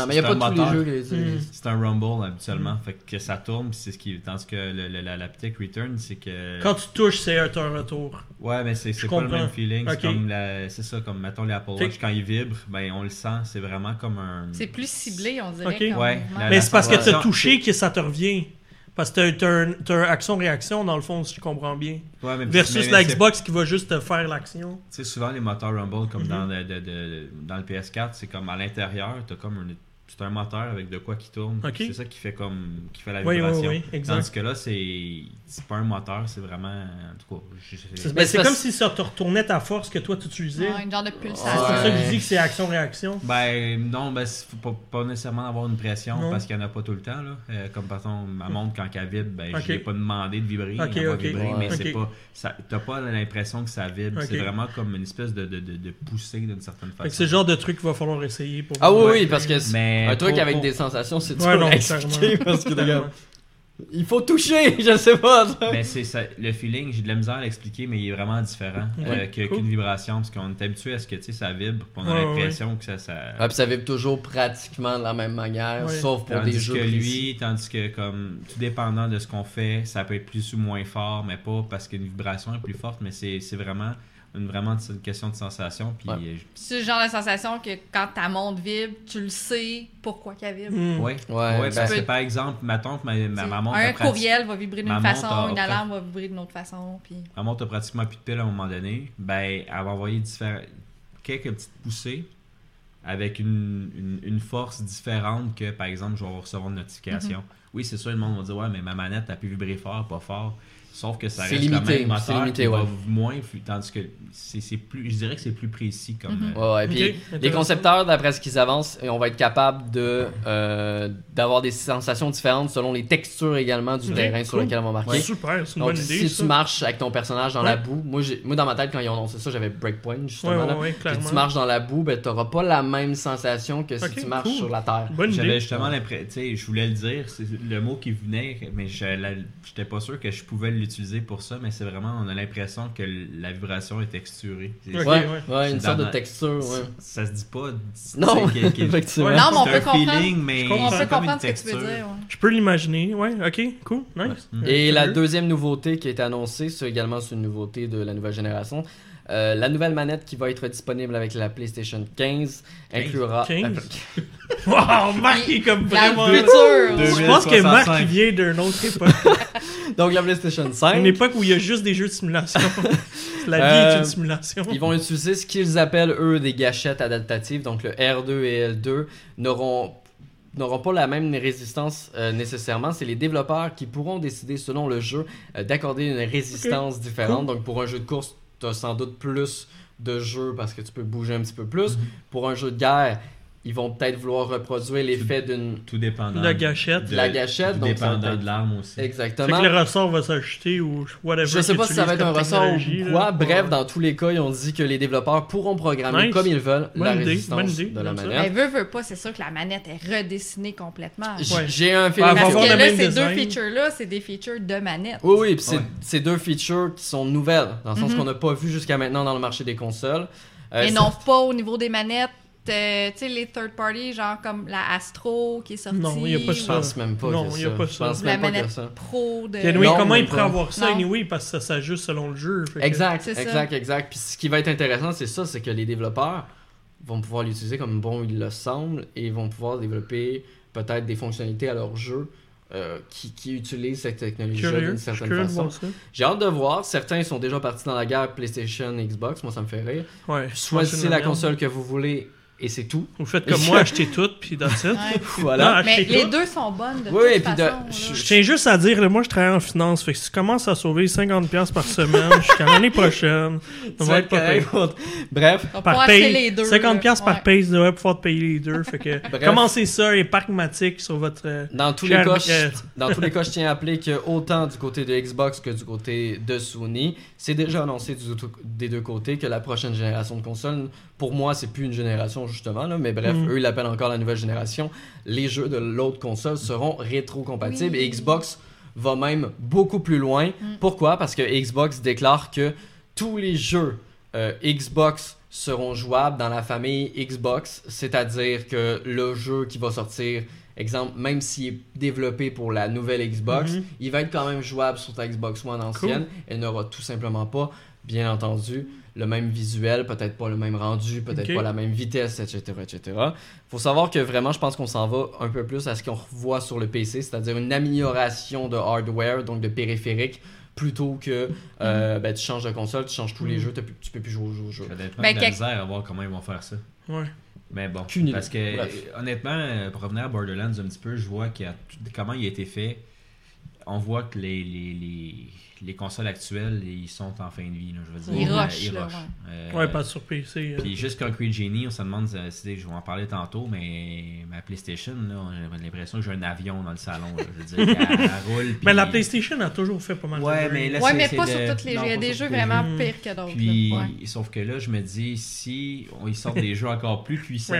Speaker 3: Ouais,
Speaker 4: mais
Speaker 3: mais
Speaker 4: il n'y a
Speaker 3: c'est
Speaker 4: pas
Speaker 3: un
Speaker 4: tous les
Speaker 3: moteur.
Speaker 4: jeux. qui les-
Speaker 1: Mm.
Speaker 3: C'est un rumble habituellement,
Speaker 1: Mhm.
Speaker 3: fait que ça tourne, puis c'est ce qui. Tandis que le, le- la l'haptic return, c'est que.
Speaker 1: Quand tu touches, c'est un un retour.
Speaker 3: Ouais, mais c'est
Speaker 1: Je
Speaker 3: c'est pas le
Speaker 1: comprends.
Speaker 3: même feeling.
Speaker 1: Ok.
Speaker 3: C'est comme la- c'est ça, comme mettons les Apple
Speaker 1: Ok.
Speaker 3: Watch, quand ils vibrent, ben on le sent, c'est vraiment comme un.
Speaker 2: C'est plus ciblé, on dirait.
Speaker 1: Ok.
Speaker 2: comme
Speaker 3: Ouais,
Speaker 2: mouvement.
Speaker 3: la-
Speaker 1: Mais Ben, c'est parce que tu as
Speaker 3: sensation,
Speaker 1: touché que ça te revient. Parce que tu as, un action-réaction, dans le fond, si je comprends bien.
Speaker 3: Ouais, mais- mais-
Speaker 1: Versus
Speaker 3: mais
Speaker 1: la
Speaker 3: c'est-
Speaker 1: Xbox qui va juste te faire l'action.
Speaker 3: Tu sais, souvent les moteurs Rumble, comme
Speaker 1: Mhm.
Speaker 3: dans, le, de- de- dans le PS4, c'est comme à l'intérieur, t'as comme un. C'est un moteur avec de quoi qui tourne.
Speaker 1: Ok.
Speaker 3: C'est ça qui fait comme qui fait la
Speaker 1: Oui, oui,
Speaker 3: vibration.
Speaker 1: oui, exact.
Speaker 3: Tandis que là, c'est c'est pas un moteur, c'est vraiment. En tout cas, je- je-
Speaker 1: C'est
Speaker 4: Mais
Speaker 1: ben, c'est
Speaker 4: parce-
Speaker 1: comme si ça te retournait ta force que toi, tu utilisais.
Speaker 2: Ouais, une genre de
Speaker 1: C'est
Speaker 2: pulsation.
Speaker 1: pour ça que je
Speaker 4: Ouais.
Speaker 1: dis que c'est action-réaction.
Speaker 3: Ben non, ben c'est- faut pas, pas nécessairement avoir une pression
Speaker 1: Non.
Speaker 3: parce qu'il n'y en a pas tout le temps. Là. Euh, comme par exemple, ma montre quand elle vibre, ben
Speaker 1: Ok.
Speaker 3: je l'ai pas demandé de vibrer,
Speaker 1: Ok,
Speaker 3: elle va
Speaker 1: ok.
Speaker 3: vibrer,
Speaker 4: Ouais.
Speaker 3: mais
Speaker 1: Ok.
Speaker 3: c'est pas. ça- T'as pas l'impression que ça vibre.
Speaker 1: Ok.
Speaker 3: C'est vraiment comme une espèce de, de, de, de poussée d'une certaine
Speaker 1: Fait
Speaker 3: façon.
Speaker 1: que c'est le genre de truc qu'il va falloir essayer pour.
Speaker 4: Ah oui,
Speaker 1: Ouais.
Speaker 4: oui, parce que c'est
Speaker 3: Mais
Speaker 4: un truc
Speaker 3: pour-
Speaker 4: avec
Speaker 3: pour-
Speaker 4: des sensations, c'est
Speaker 1: Ouais,
Speaker 4: dur <laughs>
Speaker 1: non,
Speaker 4: à expliquer
Speaker 1: clairement.
Speaker 4: parce que
Speaker 1: Clairement.
Speaker 4: regarde, il faut toucher, <laughs> je sais pas.
Speaker 1: <laughs>
Speaker 4: ça.
Speaker 3: Mais c'est ça, le feeling, j'ai de la misère à l'expliquer, mais il est vraiment différent
Speaker 1: Ok,
Speaker 3: euh, que-
Speaker 1: cool.
Speaker 3: qu'une vibration, parce qu'on est habitué à ce que tu sais, ça vibre, puis on a
Speaker 1: Ouais,
Speaker 3: l'impression que ça, ça,
Speaker 4: Ouais, puis ça vibre toujours pratiquement de la même manière,
Speaker 1: Ouais.
Speaker 4: sauf Ah, pour
Speaker 3: Tandis
Speaker 4: des jeux
Speaker 3: que
Speaker 4: précis.
Speaker 3: lui, tandis que comme tout dépendant de ce qu'on fait, ça peut être plus ou moins fort, mais pas parce qu'une vibration est plus forte, mais c'est c'est vraiment une vraiment une question de sensation. Puis
Speaker 4: Ouais.
Speaker 3: euh,
Speaker 2: C'est le genre de sensation que quand ta montre vibre, tu le sais pourquoi qu'elle vibre.
Speaker 1: Hmm.
Speaker 3: je- ouais, ouais,
Speaker 4: ben-
Speaker 3: parce que
Speaker 2: peux-
Speaker 3: par exemple, ma tante, ma, ma,
Speaker 2: Tu sais,
Speaker 3: ma montre, a
Speaker 2: un
Speaker 3: prati-
Speaker 2: courriel va vibrer d'une
Speaker 3: ma
Speaker 2: façon,
Speaker 3: montre a-
Speaker 2: une
Speaker 3: a-
Speaker 2: alarme va vibrer d'une autre façon. Puis...
Speaker 3: ma montre a pratiquement plus de pile à un moment donné, ben elle va envoyer différents quelques petites poussées avec une, une, une force différente que par exemple je vais recevoir une notification. Oui, c'est sûr, le monde va dire ouais, mais ma manette a pu vibrer fort, pas fort. Sauf que ça
Speaker 4: C'est
Speaker 3: reste quand
Speaker 4: limité,
Speaker 3: même un
Speaker 4: c'est
Speaker 3: moteur
Speaker 4: limité,
Speaker 3: qui
Speaker 4: ouais.
Speaker 3: va moins flu- tandis que c'est c'est plus je dirais que c'est plus précis comme
Speaker 2: Mhm.
Speaker 3: euh,
Speaker 4: Ouais, ouais. Puis
Speaker 1: Ok,
Speaker 4: les
Speaker 1: intéressant.
Speaker 4: concepteurs, d'après ce qu'ils avancent, on va être capable de euh, d'avoir des sensations différentes selon les textures également du
Speaker 1: Ok,
Speaker 4: terrain sur
Speaker 1: cool.
Speaker 4: lequel on va marquer.
Speaker 1: Super, c'est une
Speaker 4: Donc,
Speaker 1: bonne idée.
Speaker 4: si
Speaker 1: ça.
Speaker 4: tu marches avec ton personnage dans la
Speaker 1: Ouais.
Speaker 4: boue, moi, j'ai- moi dans ma tête, quand ils ont annoncé ça, j'avais Breakpoint justement.
Speaker 1: Ouais, ouais,
Speaker 4: là.
Speaker 1: ouais,
Speaker 4: Puis
Speaker 1: clairement.
Speaker 4: tu marches dans la boue, ben, t'auras pas la même sensation que si
Speaker 1: Ok,
Speaker 4: tu marches
Speaker 1: cool.
Speaker 4: sur la terre.
Speaker 1: Bonne
Speaker 3: J'avais
Speaker 1: idée.
Speaker 3: justement l'impression, tu sais, je voulais le dire, c'est le mot qui venait, mais je la- j'étais pas sûr que je pouvais l'utiliser pour ça, mais c'est vraiment, on a l'impression que la vibration est texturée. C'est-
Speaker 1: Ok,
Speaker 4: ouais,
Speaker 1: ouais.
Speaker 4: ouais, une
Speaker 3: Dans
Speaker 4: sorte de
Speaker 3: la-
Speaker 4: texture.
Speaker 3: Ça,
Speaker 4: Ouais.
Speaker 3: ça se dit pas.
Speaker 4: Non,
Speaker 3: tu sais,
Speaker 4: <laughs>
Speaker 3: qu'il- qu'il-
Speaker 4: effectivement.
Speaker 2: Non, mais on
Speaker 3: c'est
Speaker 2: peut
Speaker 3: un
Speaker 2: comprendre.
Speaker 3: feeling, mais
Speaker 1: Je
Speaker 2: On
Speaker 1: comprends.
Speaker 3: c'est
Speaker 2: peut
Speaker 3: comme
Speaker 2: comprendre
Speaker 3: une
Speaker 2: ce que tu
Speaker 3: texture.
Speaker 2: veux dire. ouais.
Speaker 1: Je peux l'imaginer, ouais, ok, cool, nice.
Speaker 3: Ouais.
Speaker 4: Et la
Speaker 1: Curieux.
Speaker 4: deuxième nouveauté qui a été annoncée, c'est également c'est une nouveauté de la nouvelle génération. euh, la nouvelle manette qui va être disponible avec la PlayStation 15 inclura
Speaker 1: 15? Wow, Marc est comme
Speaker 2: La
Speaker 1: vraiment.
Speaker 2: future!
Speaker 3: Deux-
Speaker 1: Je pense que
Speaker 3: 2065.
Speaker 1: Marc il vient d'une autre époque.
Speaker 4: donc la PlayStation 5.
Speaker 1: Une époque où il y a juste des jeux de
Speaker 4: <laughs>
Speaker 1: simulation. La vie est
Speaker 4: Euh,
Speaker 1: une simulation.
Speaker 4: Ils vont utiliser ce qu'ils appellent eux des gâchettes adaptatives, donc le R2 et L2 n'auront n'auront pas la même résistance euh, nécessairement. C'est les développeurs qui pourront décider selon le jeu euh, d'accorder une résistance différente. Donc pour un jeu de course, tu as sans doute plus de jeux parce que tu peux bouger un petit peu
Speaker 1: Mhm.
Speaker 4: plus. Pour un jeu de guerre, ils vont peut-être vouloir reproduire l'effet d'une
Speaker 3: Tout dépendant.
Speaker 1: La gâchette.
Speaker 3: de-
Speaker 4: La gâchette,
Speaker 3: Tout
Speaker 4: donc ça va
Speaker 3: dépendant
Speaker 4: être-
Speaker 3: de l'arme aussi.
Speaker 1: Fait que
Speaker 4: exactement.
Speaker 1: le ressort va s'ajouter ou whatever.
Speaker 4: Je sais pas si ça va être un ressort ou quoi. Bref,
Speaker 1: dans
Speaker 4: dans tous les cas, ils ont dit que les développeurs pourront programmer
Speaker 1: euh, Nice.
Speaker 4: comme ils veulent la
Speaker 1: Bonne idée,
Speaker 4: résistance
Speaker 1: bonne idée,
Speaker 4: de la
Speaker 1: j'aime ça.
Speaker 4: manette.
Speaker 2: Mais veut, veut pas, c'est sûr que la manette est redessinée complètement.
Speaker 4: J-
Speaker 1: Ouais.
Speaker 4: J'ai un
Speaker 1: Ah,
Speaker 4: feeling.
Speaker 1: va
Speaker 2: Parce
Speaker 4: que-
Speaker 1: avoir
Speaker 2: que
Speaker 1: le
Speaker 2: là,
Speaker 1: même
Speaker 2: ces deux
Speaker 1: design.
Speaker 2: features-là, c'est des features de manette.
Speaker 4: Oui, oui, puis c'est
Speaker 3: Ouais.
Speaker 4: c'est deux features qui sont nouvelles, dans le sens
Speaker 2: Mhm.
Speaker 4: qu'on n'a pas vu jusqu'à maintenant dans le marché des consoles. Euh,
Speaker 2: Mais
Speaker 4: ça-
Speaker 2: non pas au niveau des manettes. euh, tu sais, les third party, genre comme la Astro qui est sortie.
Speaker 1: Non, il y a pas
Speaker 2: ou
Speaker 4: Je
Speaker 1: ça.
Speaker 4: pense même pas
Speaker 1: Non,
Speaker 4: que
Speaker 1: il y
Speaker 4: ça.
Speaker 1: a pas
Speaker 4: Je
Speaker 1: ça.
Speaker 4: pense
Speaker 2: La
Speaker 4: même pas que
Speaker 2: manette
Speaker 4: ça.
Speaker 2: pro de.
Speaker 1: Anyway,
Speaker 4: Non,
Speaker 1: comment
Speaker 4: même
Speaker 1: il pourrait
Speaker 4: pas.
Speaker 1: avoir ça,
Speaker 2: Non.
Speaker 1: anyway, parce que ça s'ajuste selon le jeu. fait que-
Speaker 4: Exact,
Speaker 2: C'est ça.
Speaker 4: exact, exact. Puis ce qui va être intéressant, c'est ça, c'est que les développeurs vont pouvoir l'utiliser comme bon il le semble et vont pouvoir développer peut-être des fonctionnalités à leur jeu euh, qui, qui utilisent cette technologie-là
Speaker 1: Curieux,
Speaker 4: d'une
Speaker 1: je suis
Speaker 4: certaine
Speaker 1: curieux de
Speaker 4: façon.
Speaker 1: voir ça.
Speaker 4: J'ai hâte de voir. Certains sont déjà partis dans la guerre PlayStation, Xbox. Moi, ça me fait rire.
Speaker 1: Ouais, c'est
Speaker 4: Choisissez
Speaker 1: une
Speaker 4: la
Speaker 1: merde.
Speaker 4: console que vous voulez et c'est
Speaker 1: <laughs>
Speaker 4: tout.
Speaker 1: Vous faites comme moi, achetez tout, puis that's it.
Speaker 2: Ouais.
Speaker 4: Voilà.
Speaker 1: Non,
Speaker 2: Mais
Speaker 1: achetez
Speaker 2: les
Speaker 1: tout.
Speaker 2: deux sont bonnes de
Speaker 4: Oui,
Speaker 2: toute
Speaker 4: et puis de-
Speaker 2: façon. là.
Speaker 4: je-
Speaker 1: Je tiens juste à dire, là, moi je travaille en finance, fait que si tu commences à sauver 50$ par semaine jusqu'à l'année prochaine, on
Speaker 4: Tu vas
Speaker 1: va
Speaker 4: être
Speaker 1: être pas pire.
Speaker 4: correct contre- Bref,
Speaker 2: On peut
Speaker 1: Par
Speaker 2: acheter
Speaker 1: paye,
Speaker 2: les deux.
Speaker 1: 50$
Speaker 2: là.
Speaker 1: par
Speaker 2: Ouais.
Speaker 1: paye, vous devez pouvoir te payer les deux. Fait
Speaker 3: <laughs>
Speaker 1: que
Speaker 4: Bref.
Speaker 1: commencez ça et Parkmatic sur votre. euh,
Speaker 4: dans tous, les
Speaker 1: Cher
Speaker 4: cas, je,
Speaker 1: Michael.
Speaker 4: dans
Speaker 1: <laughs>
Speaker 4: tous les cas, je tiens à appeler que autant du côté de Xbox que du côté de Sony, c'est déjà annoncé du- des deux côtés que la prochaine génération de consoles, pour moi, c'est plus une génération justement, là, mais bref,
Speaker 1: Mm.
Speaker 4: eux, ils l'appellent encore la nouvelle génération. Les jeux de l'autre console seront rétro-compatibles
Speaker 2: Oui.
Speaker 4: et Xbox va même beaucoup plus loin. Pourquoi Parce que Xbox déclare que tous les jeux euh, Xbox seront jouables dans la famille Xbox, c'est-à-dire que le jeu qui va sortir, exemple, même s'il est développé pour la nouvelle Xbox,
Speaker 1: Mhm.
Speaker 4: il va être quand même jouable sur ta Xbox One ancienne. Elle n'aura tout simplement pas, bien entendu, le même visuel, peut-être pas le même rendu, peut-être
Speaker 1: Ok.
Speaker 4: pas la même vitesse, etc., etc. Faut savoir que vraiment, je pense qu'on s'en va un peu plus à ce qu'on revoit sur le PC, c'est-à-dire une amélioration de hardware, donc de périphérique, plutôt que
Speaker 1: Mm-hmm.
Speaker 4: euh, ben, tu changes de console, tu changes tous les
Speaker 1: Mhm.
Speaker 4: jeux, t'as plus- tu peux plus jouer au jeu. au jeu.
Speaker 3: Ça dépend
Speaker 2: Ben,
Speaker 3: de la
Speaker 2: quelque-
Speaker 3: misère à voir comment ils vont faire ça.
Speaker 1: Ouais.
Speaker 3: Mais bon,
Speaker 4: Aucune idée.
Speaker 3: parce que
Speaker 4: Bref.
Speaker 3: euh, honnêtement, euh, pour revenir à Borderlands un petit peu, je vois qu'il y a tout- comment il a été fait. On voit que les, les, les, les consoles actuelles, ils sont en fin de vie. là, je veux dire,
Speaker 2: Ils
Speaker 3: Euh,
Speaker 2: rushent, là,
Speaker 3: Euh,
Speaker 1: Ouais, pas sur PC. euh.
Speaker 3: Puis juste Concrete Genie, on se demande, euh, si- je vais en parler tantôt, mais ma PlayStation, là, j'ai l'impression que j'ai un avion dans le salon. là. je veux dire,
Speaker 1: <laughs>
Speaker 3: elle, elle roule. puis-
Speaker 1: Mais la PlayStation a toujours fait pas mal de
Speaker 3: Ouais,
Speaker 1: jeux.
Speaker 3: mais là,
Speaker 2: Ouais,
Speaker 3: c'est-
Speaker 2: mais
Speaker 3: c'est
Speaker 2: pas
Speaker 3: de-
Speaker 2: sur toutes les
Speaker 3: non,
Speaker 2: jeux. Il y a
Speaker 3: pas
Speaker 2: des
Speaker 3: sur
Speaker 2: jeux
Speaker 3: tous les
Speaker 2: vraiment
Speaker 1: jeux.
Speaker 2: pires que d'autres.
Speaker 3: Puis,
Speaker 2: là. Ouais.
Speaker 3: sauf que là, je me dis, si on- ils sortent des jeux encore plus puissants,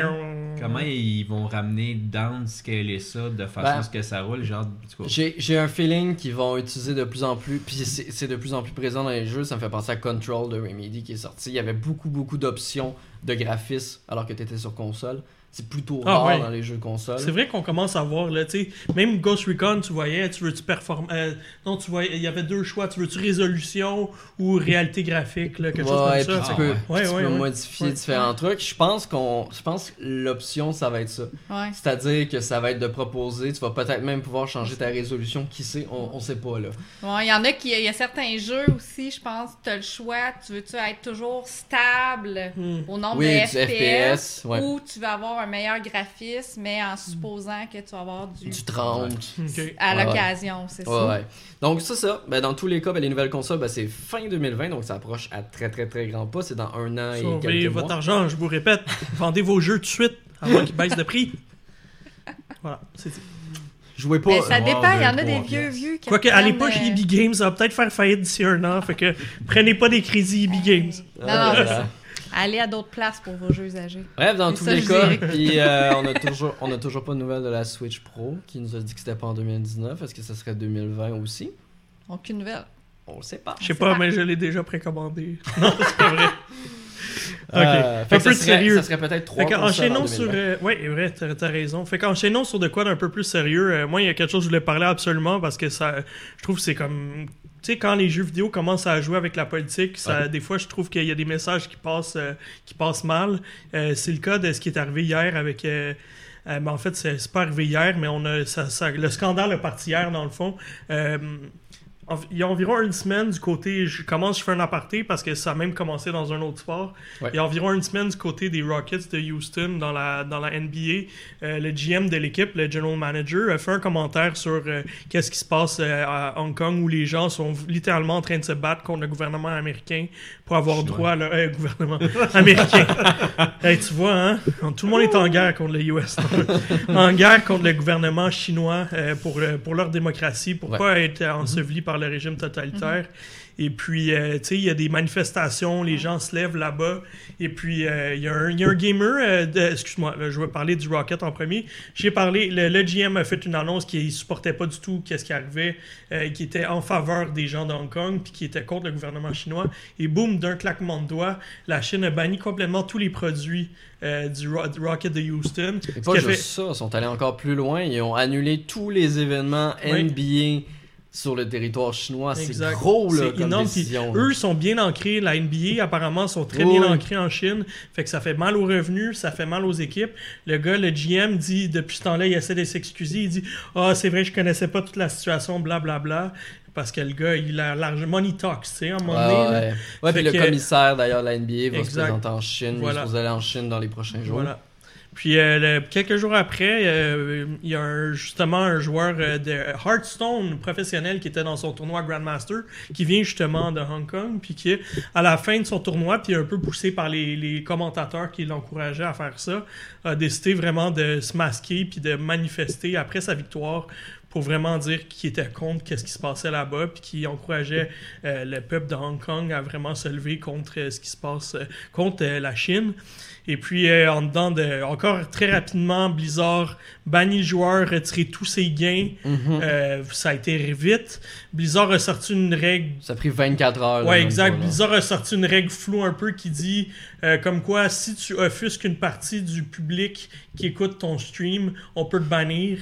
Speaker 3: comment ils vont ramener down scaler ça de façon
Speaker 4: Ben,
Speaker 3: à ce que ça roule, genre, en tout cas,
Speaker 4: J'ai j'ai un feeling qu'ils vont utiliser de plus en plus, puis c'est c'est de plus en plus présent dans les jeux. Ça me fait penser à Control de Remedy qui est sorti. Il y avait beaucoup, beaucoup d'options de graphisme alors que tu étais sur console. C'est plutôt
Speaker 1: Ah,
Speaker 4: rare
Speaker 1: ouais.
Speaker 4: dans les jeux console.
Speaker 1: C'est vrai qu'on commence à voir, là, tu sais, même Ghost Recon, tu voyais, tu veux-tu performer... non, tu voyais, il y avait deux choix, tu veux-tu résolution ou réalité graphique, là, quelque
Speaker 4: Ouais,
Speaker 1: chose comme
Speaker 4: puis
Speaker 1: ça.
Speaker 4: tu
Speaker 3: Ah,
Speaker 4: peux,
Speaker 3: ouais.
Speaker 4: puis
Speaker 1: Ouais,
Speaker 4: tu
Speaker 1: ouais,
Speaker 4: peux
Speaker 1: ouais.
Speaker 4: modifier
Speaker 1: Ouais.
Speaker 4: différents trucs. Je pense qu'on, je pense que l'option ça va être ça.
Speaker 2: Ouais.
Speaker 4: C'est-à-dire que ça va être de proposer. Tu vas peut-être même pouvoir changer ta résolution. Qui sait On, on sait pas là.
Speaker 2: Ouais, il y en a qui. Il y a certains jeux aussi, je pense, tu as le choix. Tu veux-tu être toujours stable
Speaker 1: Hmm.
Speaker 2: au nombre forme
Speaker 4: Oui,
Speaker 2: de
Speaker 4: du FPS, ouais.
Speaker 2: où tu vas avoir un meilleur graphisme, mais en supposant que tu vas avoir du,
Speaker 4: Du 30.
Speaker 1: Ok.
Speaker 2: à
Speaker 4: Ouais,
Speaker 2: l'occasion, c'est
Speaker 4: Ouais,
Speaker 2: ça.
Speaker 4: ouais. Donc, c'est ça. Ben, dans tous les cas, ben, les nouvelles consoles, ben, c'est fin 2020, donc ça approche à très, très, très grand pas. C'est dans un an et
Speaker 1: Sauvez
Speaker 4: quelques
Speaker 1: votre
Speaker 4: mois.
Speaker 1: argent, je vous répète. <laughs> Vendez vos jeux tout de suite avant qu'ils baissent de
Speaker 3: <laughs>
Speaker 1: prix. Voilà, c'est dit.
Speaker 4: Jouez pas. euh,
Speaker 2: Mais ça
Speaker 3: Oh,
Speaker 2: dépend, il y en a
Speaker 3: deux,
Speaker 2: des
Speaker 3: trois
Speaker 2: vieux,
Speaker 3: pièces.
Speaker 2: vieux qui
Speaker 1: Quoique, allez
Speaker 2: reprennent,
Speaker 1: pas chez
Speaker 2: euh,
Speaker 1: EB Games, ça va peut-être faire faillite d'ici un an. Fait que prenez pas des crédits EB Games.
Speaker 2: Non,
Speaker 4: Ah,
Speaker 2: non, c'est
Speaker 4: voilà.
Speaker 2: ça. Allez à d'autres places pour vos jeux âgés.
Speaker 4: Bref, dans
Speaker 2: Mais
Speaker 4: tous
Speaker 2: ça,
Speaker 4: les
Speaker 2: je
Speaker 4: cas,
Speaker 2: dirais.
Speaker 4: puis euh, on, a toujours, on a toujours pas de nouvelles de la Switch Pro qui nous a dit que c'était pas en 2019. Est-ce que ça serait 2020 aussi
Speaker 2: Aucune nouvelle.
Speaker 4: On le sait pas.
Speaker 1: Je sais
Speaker 2: C'est
Speaker 1: pas,
Speaker 2: pas-
Speaker 1: mais je l'ai déjà précommandé. Non, c'est pas vrai. Ok.
Speaker 4: Euh, fait
Speaker 1: Un
Speaker 4: que ça
Speaker 1: peu de
Speaker 4: serait-
Speaker 1: sérieux.
Speaker 4: Ça serait peut-être trois
Speaker 1: Fait
Speaker 4: consoles en
Speaker 1: qu'enchaînons sur.
Speaker 4: 2020.
Speaker 1: euh, ouais, c'est vrai, t'as t'as raison. Fait qu'enchaînons sur de quoi d'un peu plus sérieux. euh, moi, il y a quelque chose que je voulais parler absolument parce que ça. Je trouve que c'est comme. Tu sais, quand les jeux vidéo commencent à jouer avec la politique, ça, des fois, je trouve qu'il y a des messages qui passent, euh, qui passent mal. Euh, c'est le cas de ce qui est arrivé hier avec. euh, euh, ben, en fait, c'est c'est pas arrivé hier, mais on a, ça, ça- le scandale a parti hier, dans le fond. Euh, en- il y a environ une semaine du côté. Je commence, je fais un aparté parce que ça a même commencé dans un autre sport.
Speaker 4: Ouais.
Speaker 1: Il y a environ une semaine du côté des Rockets de Houston dans la, dans la NBA. euh, le GM de l'équipe, le general manager, a fait un commentaire sur euh, qu'est-ce qui se passe euh, à Hong Kong où les gens sont littéralement en train de se battre contre le gouvernement américain pour avoir
Speaker 3: Chinois.
Speaker 1: droit à leur euh, gouvernement
Speaker 4: <laughs>
Speaker 1: américain. Hey, tu vois, hein? Tout le monde est en guerre contre le US. en guerre contre le gouvernement chinois euh, pour, euh, pour leur démocratie, pour
Speaker 4: Ouais. Mhm.
Speaker 1: pas être enseveli par le régime totalitaire. Et puis, euh, tu sais, il y a des manifestations, les gens se lèvent là-bas. Et puis, euh, il y, a un- il y a un gamer, euh, de- excuse-moi, là, je vais parler du Rocket en premier. J'ai parlé, le, le GM a fait une annonce qui supportait pas du tout qu'est-ce qui arrivait, euh, qui était en faveur des gens de Hong Kong, puis qui était contre le gouvernement chinois. Et boum, d'un claquement de doigts, la Chine a banni complètement tous les produits euh, du, Ro- du Rocket de Houston.
Speaker 4: Et
Speaker 1: Ce
Speaker 4: pas
Speaker 1: qui a
Speaker 4: juste
Speaker 1: fait-
Speaker 4: ça, ils sont allés encore plus loin. Ils ont annulé tous les événements
Speaker 1: Oui.
Speaker 4: NBA sur le territoire chinois. C'est
Speaker 1: Exact.
Speaker 4: gros, là,
Speaker 1: C'est
Speaker 4: comme
Speaker 1: énorme, puis
Speaker 4: décision.
Speaker 1: Eux sont bien ancrés, la NBA apparemment sont très
Speaker 4: Oui,
Speaker 1: bien
Speaker 4: oui.
Speaker 1: ancrés en Chine, fait que ça fait mal aux revenus, ça fait mal aux équipes. Le gars, le GM dit depuis ce temps-là, il essaie de s'excuser, il dit "Ah, c'est vrai, je connaissais pas toute la situation, blablabla." Parce que le gars, il a large money talks, tu sais, à un moment
Speaker 4: Ouais,
Speaker 1: donné. là.
Speaker 4: Ah ouais. Ouais,
Speaker 1: Fait
Speaker 4: puis le
Speaker 1: que-
Speaker 4: commissaire d'ailleurs de la NBA va se
Speaker 1: Exact.
Speaker 4: présenter en Chine.
Speaker 1: Voilà.
Speaker 4: Vous allez en Chine dans les prochains jours.
Speaker 1: Voilà. Puis euh, le- quelques jours après, euh, il y a un- justement un joueur euh, de Hearthstone professionnel qui était dans son tournoi Grandmaster, qui vient justement de Hong Kong, puis qui, à la fin de son tournoi, puis un peu poussé par les, les commentateurs qui l'encourageaient à faire ça, a décidé vraiment de se masquer puis de manifester après sa victoire pour vraiment dire qu'il était contre qu'est-ce qui se passait là-bas puis qui encourageait euh, le peuple de Hong Kong à vraiment se lever contre euh, ce qui se passe euh, contre euh, la Chine. Et puis, euh, en dedans, de, encore très rapidement, Blizzard bannit le joueur, retiré tous ses gains.
Speaker 4: Mhm.
Speaker 1: Euh, ça a été vite. Blizzard a sorti une règle
Speaker 4: Ça a pris 24 heures. là,
Speaker 1: Ouais,
Speaker 4: même
Speaker 1: exact.
Speaker 4: pas, là.
Speaker 1: Blizzard a sorti une règle floue un peu qui dit euh, comme quoi si tu offusques une partie du public qui écoute ton stream, on peut te bannir.